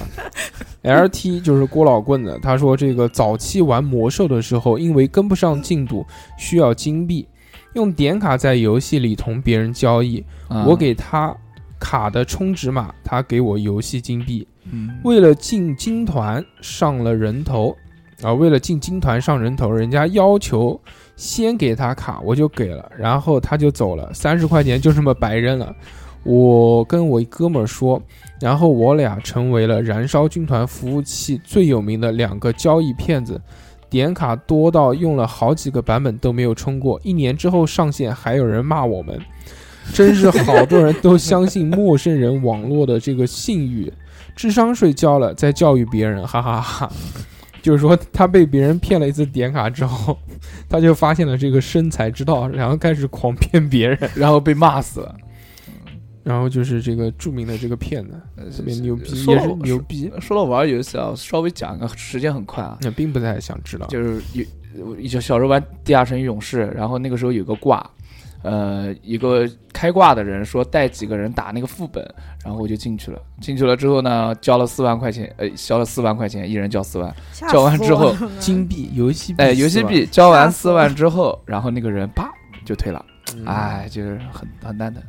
Speaker 2: ，LT 就是郭老棍子，他说这个早期玩魔兽的时候，因为跟不上进度，需要金币，用点卡在游戏里同别人交易，
Speaker 3: 嗯啊
Speaker 2: 我给他卡的充值码，他给我游戏金币，
Speaker 3: 嗯
Speaker 2: 为了进金团上了人头，啊，为了进金团上人头，人家要求先给他卡，我就给了，然后他就走了，三十块钱就这么白扔了。我跟我一哥们儿说，然后我俩成为了燃烧军团服务器最有名的两个交易骗子，点卡多到用了好几个版本都没有充过，一年之后上线还有人骂我们，真是好多人都相信陌生人网络的这个信誉，智商税交了再教育别人， 哈哈哈就是说，他被别人骗了一次点卡之后，他就发现了这个生财之道，然后开始狂骗别人，
Speaker 3: 然后被骂死了，
Speaker 2: 然后就是这个著名的这个骗子，特别牛逼，
Speaker 3: 说
Speaker 2: 也
Speaker 3: 了
Speaker 2: 呃是
Speaker 3: 我
Speaker 2: 牛逼。
Speaker 3: 说了玩儿游戏啊，稍微讲一个，时间很快啊，
Speaker 2: 那并不太想知道，
Speaker 3: 呃就是有我小时候玩《地下城与勇士》，然后那个时候有个挂，呃，一个开挂的人说带几个人打那个副本，然后我就进去了。进去了之后呢，交了四万块钱，呃，交了四万块钱，一人交四万。
Speaker 4: 吓
Speaker 3: 交完
Speaker 4: 死
Speaker 3: 之
Speaker 4: 我
Speaker 3: 后
Speaker 4: 了
Speaker 2: 金币、游戏币，
Speaker 3: 哎，游戏币交完四万之后，然后那个人啪就退了，
Speaker 2: 嗯
Speaker 3: 哎，就是很很蛋疼，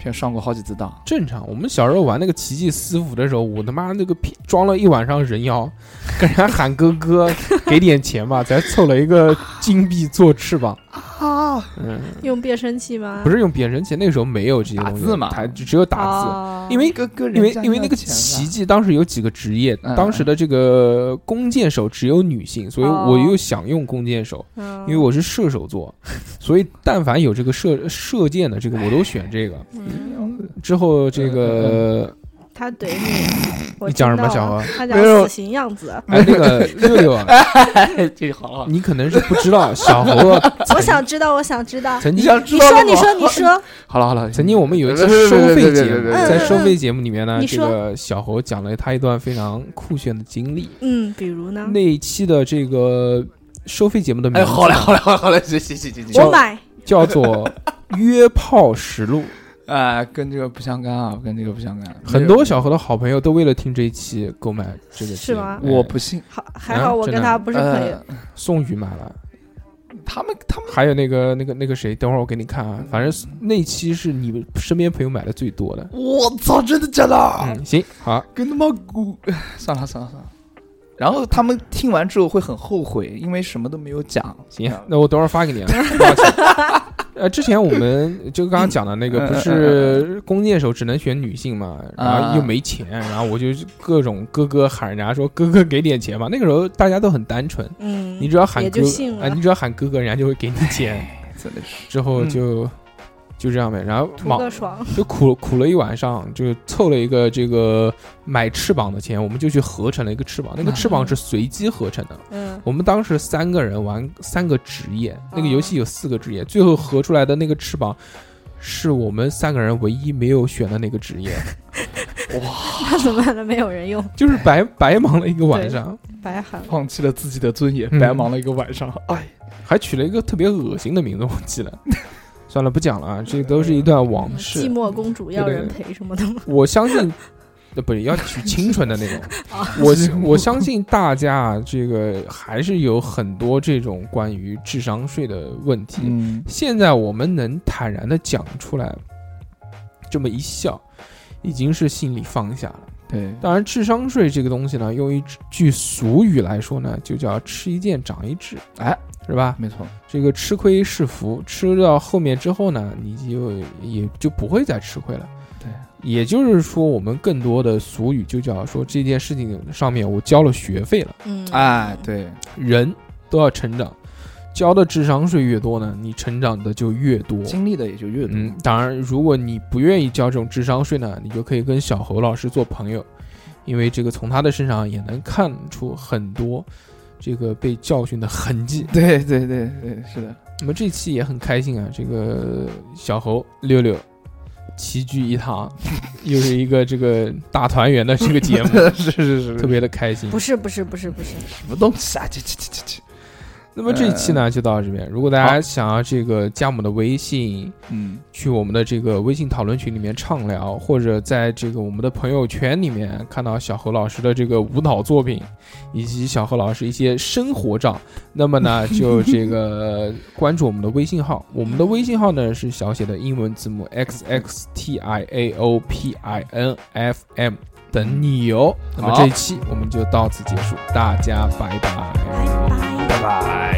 Speaker 3: 骗上过好几次当。
Speaker 2: 正常。我们小时候玩那个奇迹私服的时候，我他妈那个屁装了一晚上人妖， 跟人家喊哥哥，给点钱吧，才凑了一个金币做翅膀。
Speaker 4: 啊，
Speaker 2: 嗯，
Speaker 4: 用变声器吗？
Speaker 2: 不是用变声器，那个时候没有这些东西，
Speaker 3: 打字嘛
Speaker 2: 它只只有打字。
Speaker 4: 哦
Speaker 2: 因为
Speaker 3: 哥哥
Speaker 2: 因为因为那个奇迹当时有几个职业，
Speaker 3: 嗯
Speaker 2: 当时的这个弓箭手只有女性，所以
Speaker 4: 哦
Speaker 2: 我又想用弓箭手，
Speaker 4: 嗯
Speaker 2: 因为我是射手 座，所以但凡有这个射射箭的这个我都选这个。
Speaker 4: 嗯
Speaker 2: 之后这个
Speaker 4: 他怼你，我
Speaker 2: 你讲
Speaker 4: 听
Speaker 2: 什么
Speaker 4: 到
Speaker 2: 小
Speaker 4: 了
Speaker 2: 何
Speaker 4: 他
Speaker 3: 没有
Speaker 4: 讲死刑样子。
Speaker 3: 嗯
Speaker 2: 哎那个六六啊，
Speaker 3: 这好好，
Speaker 2: 你可能是不知道，小猴啊
Speaker 4: 我想知道，我想知道。
Speaker 2: 曾
Speaker 3: 你
Speaker 2: 经
Speaker 3: 想知
Speaker 4: 你
Speaker 3: 道
Speaker 4: 说，
Speaker 3: 干
Speaker 4: 你
Speaker 3: 嘛
Speaker 4: 说，你说，
Speaker 3: 好了好了，
Speaker 2: 曾经我们有一次
Speaker 3: 别别
Speaker 2: 收费
Speaker 3: 别别
Speaker 2: 节
Speaker 3: 别
Speaker 2: 目，
Speaker 3: 别
Speaker 4: 别
Speaker 2: 在
Speaker 4: 别
Speaker 2: 收费节目里面呢，
Speaker 4: 你
Speaker 2: 这
Speaker 4: 说
Speaker 2: 个小猴讲了他一段非常酷炫的经历。
Speaker 4: 嗯，比如呢？
Speaker 2: 那一期的这个收费节目的名
Speaker 3: 哎，
Speaker 2: 字
Speaker 3: 好嘞好嘞好嘞好嘞，行行行行行，
Speaker 4: 我买，
Speaker 2: 叫 做《约炮实录》。
Speaker 3: 哎，跟这个不相干啊，跟这个不相干，
Speaker 2: 很多小何的好朋友都为了听这一期购买这个节目，
Speaker 4: 是吗
Speaker 3: 我不信，
Speaker 4: 好，还好我
Speaker 2: 啊真
Speaker 4: 跟
Speaker 2: 的啊
Speaker 4: 他不是朋友。
Speaker 3: 哎呃
Speaker 2: 宋宇买了，
Speaker 3: 他们他们
Speaker 2: 还有那个那个那个谁，等会儿我给你看啊，反正那期是你们身边朋友买的最多的。
Speaker 6: 我操，真的假的？
Speaker 4: 哎
Speaker 2: 嗯，行，好，
Speaker 3: 跟他妈古， 算了算了算了。然后他们听完之后会很后悔，因为什么都没有讲。
Speaker 2: 行，那我等会儿发给你啊。多少钱？呃，之前我们就刚刚讲的那个，
Speaker 3: 嗯啊
Speaker 2: 不是弓箭手只能选女性嘛，然后又没钱，然后我就各种哥哥喊人家说哥哥给点钱嘛。那个时候大家都很单纯，
Speaker 4: 嗯，
Speaker 2: 你只要喊
Speaker 4: 也
Speaker 2: 哥
Speaker 4: 就信
Speaker 2: 啊，
Speaker 4: 了
Speaker 2: 你只要喊哥哥，人家就会给
Speaker 3: 哎
Speaker 2: 你钱。
Speaker 3: 真的是，
Speaker 2: 之后就、就这样呗，然后
Speaker 4: 图
Speaker 2: 忙
Speaker 4: 个爽。
Speaker 2: 就苦苦了一晚上，就凑了一个这个买翅膀的钱，我们就去合成了一个翅膀，那个翅膀是随机合成的。
Speaker 4: 嗯，
Speaker 2: 我们当时三个人玩三个职业，那个游戏有四个职业，最后合出来的那个翅膀。是我们三个人唯一没有选的那个 职业，
Speaker 4: 那怎么办呢？没有人用，
Speaker 2: 就是白白忙了一个晚上，
Speaker 4: 白喊了。
Speaker 3: 放弃了自己的尊严，
Speaker 2: 嗯
Speaker 3: 白忙了一个晚上。哎，
Speaker 2: 还取了一个特别恶心的名字，忘记了。算了，不讲 了啊，这都是一段往事。
Speaker 4: 寂寞公主要
Speaker 2: 对对
Speaker 4: 人陪什么的吗？
Speaker 2: 我相 信，呃，不是要取清纯的那种。
Speaker 4: 哦
Speaker 2: 我我相信大家啊，这个还是有很多这种关于智商税的问题。
Speaker 3: 嗯，
Speaker 2: 现在我们能坦然的讲出来，这么一笑，已经是心里放下了。
Speaker 3: 对，
Speaker 2: 当然，智商税这个东西呢，用一句俗语来说呢，就叫吃一堑长一智，
Speaker 3: 哎，
Speaker 2: 是吧？
Speaker 3: 没错，
Speaker 2: 这个吃亏是福，吃到后面之后呢，你就也就不会再吃亏了。
Speaker 3: 对，
Speaker 2: 也就是说，我们更多的俗语就叫说这件事情上面我交了学费了，
Speaker 4: 嗯，
Speaker 3: 哎，对，
Speaker 2: 人都要成长，交的智商税越多呢，你成长的就越多。
Speaker 3: 经历的也就越多。
Speaker 2: 嗯，当然，如果你不愿意交这种智商税呢，你就可以跟小侯老师做朋友，因为这个从他的身上也能看出很多这个被教训的痕迹。
Speaker 3: 对对对对，是的，
Speaker 2: 我们这期也很开心啊，这个小猴六六齐聚一堂， 又是一个这个大团圆的这个节目，
Speaker 3: 是是是，
Speaker 2: 特别的开心
Speaker 4: 不。是不是不是不是，
Speaker 3: 什么东西啊？这这这这这，
Speaker 2: 那么这一期呢就到这边，如果大家想要这个加我们的微信，
Speaker 3: 嗯，
Speaker 2: 去我们的这个微信讨论群里面畅聊，或者在这个我们的朋友圈里面看到小何老师的这个舞蹈作品，以及小何老师一些生活照，那么呢，就这个关注我们的微信号，我们的微信号呢是小写的英文字母 x x t i a o p i n f m，等你哦。那么
Speaker 3: 好
Speaker 2: 这一期我们就到此结束，大家拜拜
Speaker 4: 拜拜。
Speaker 3: 拜拜。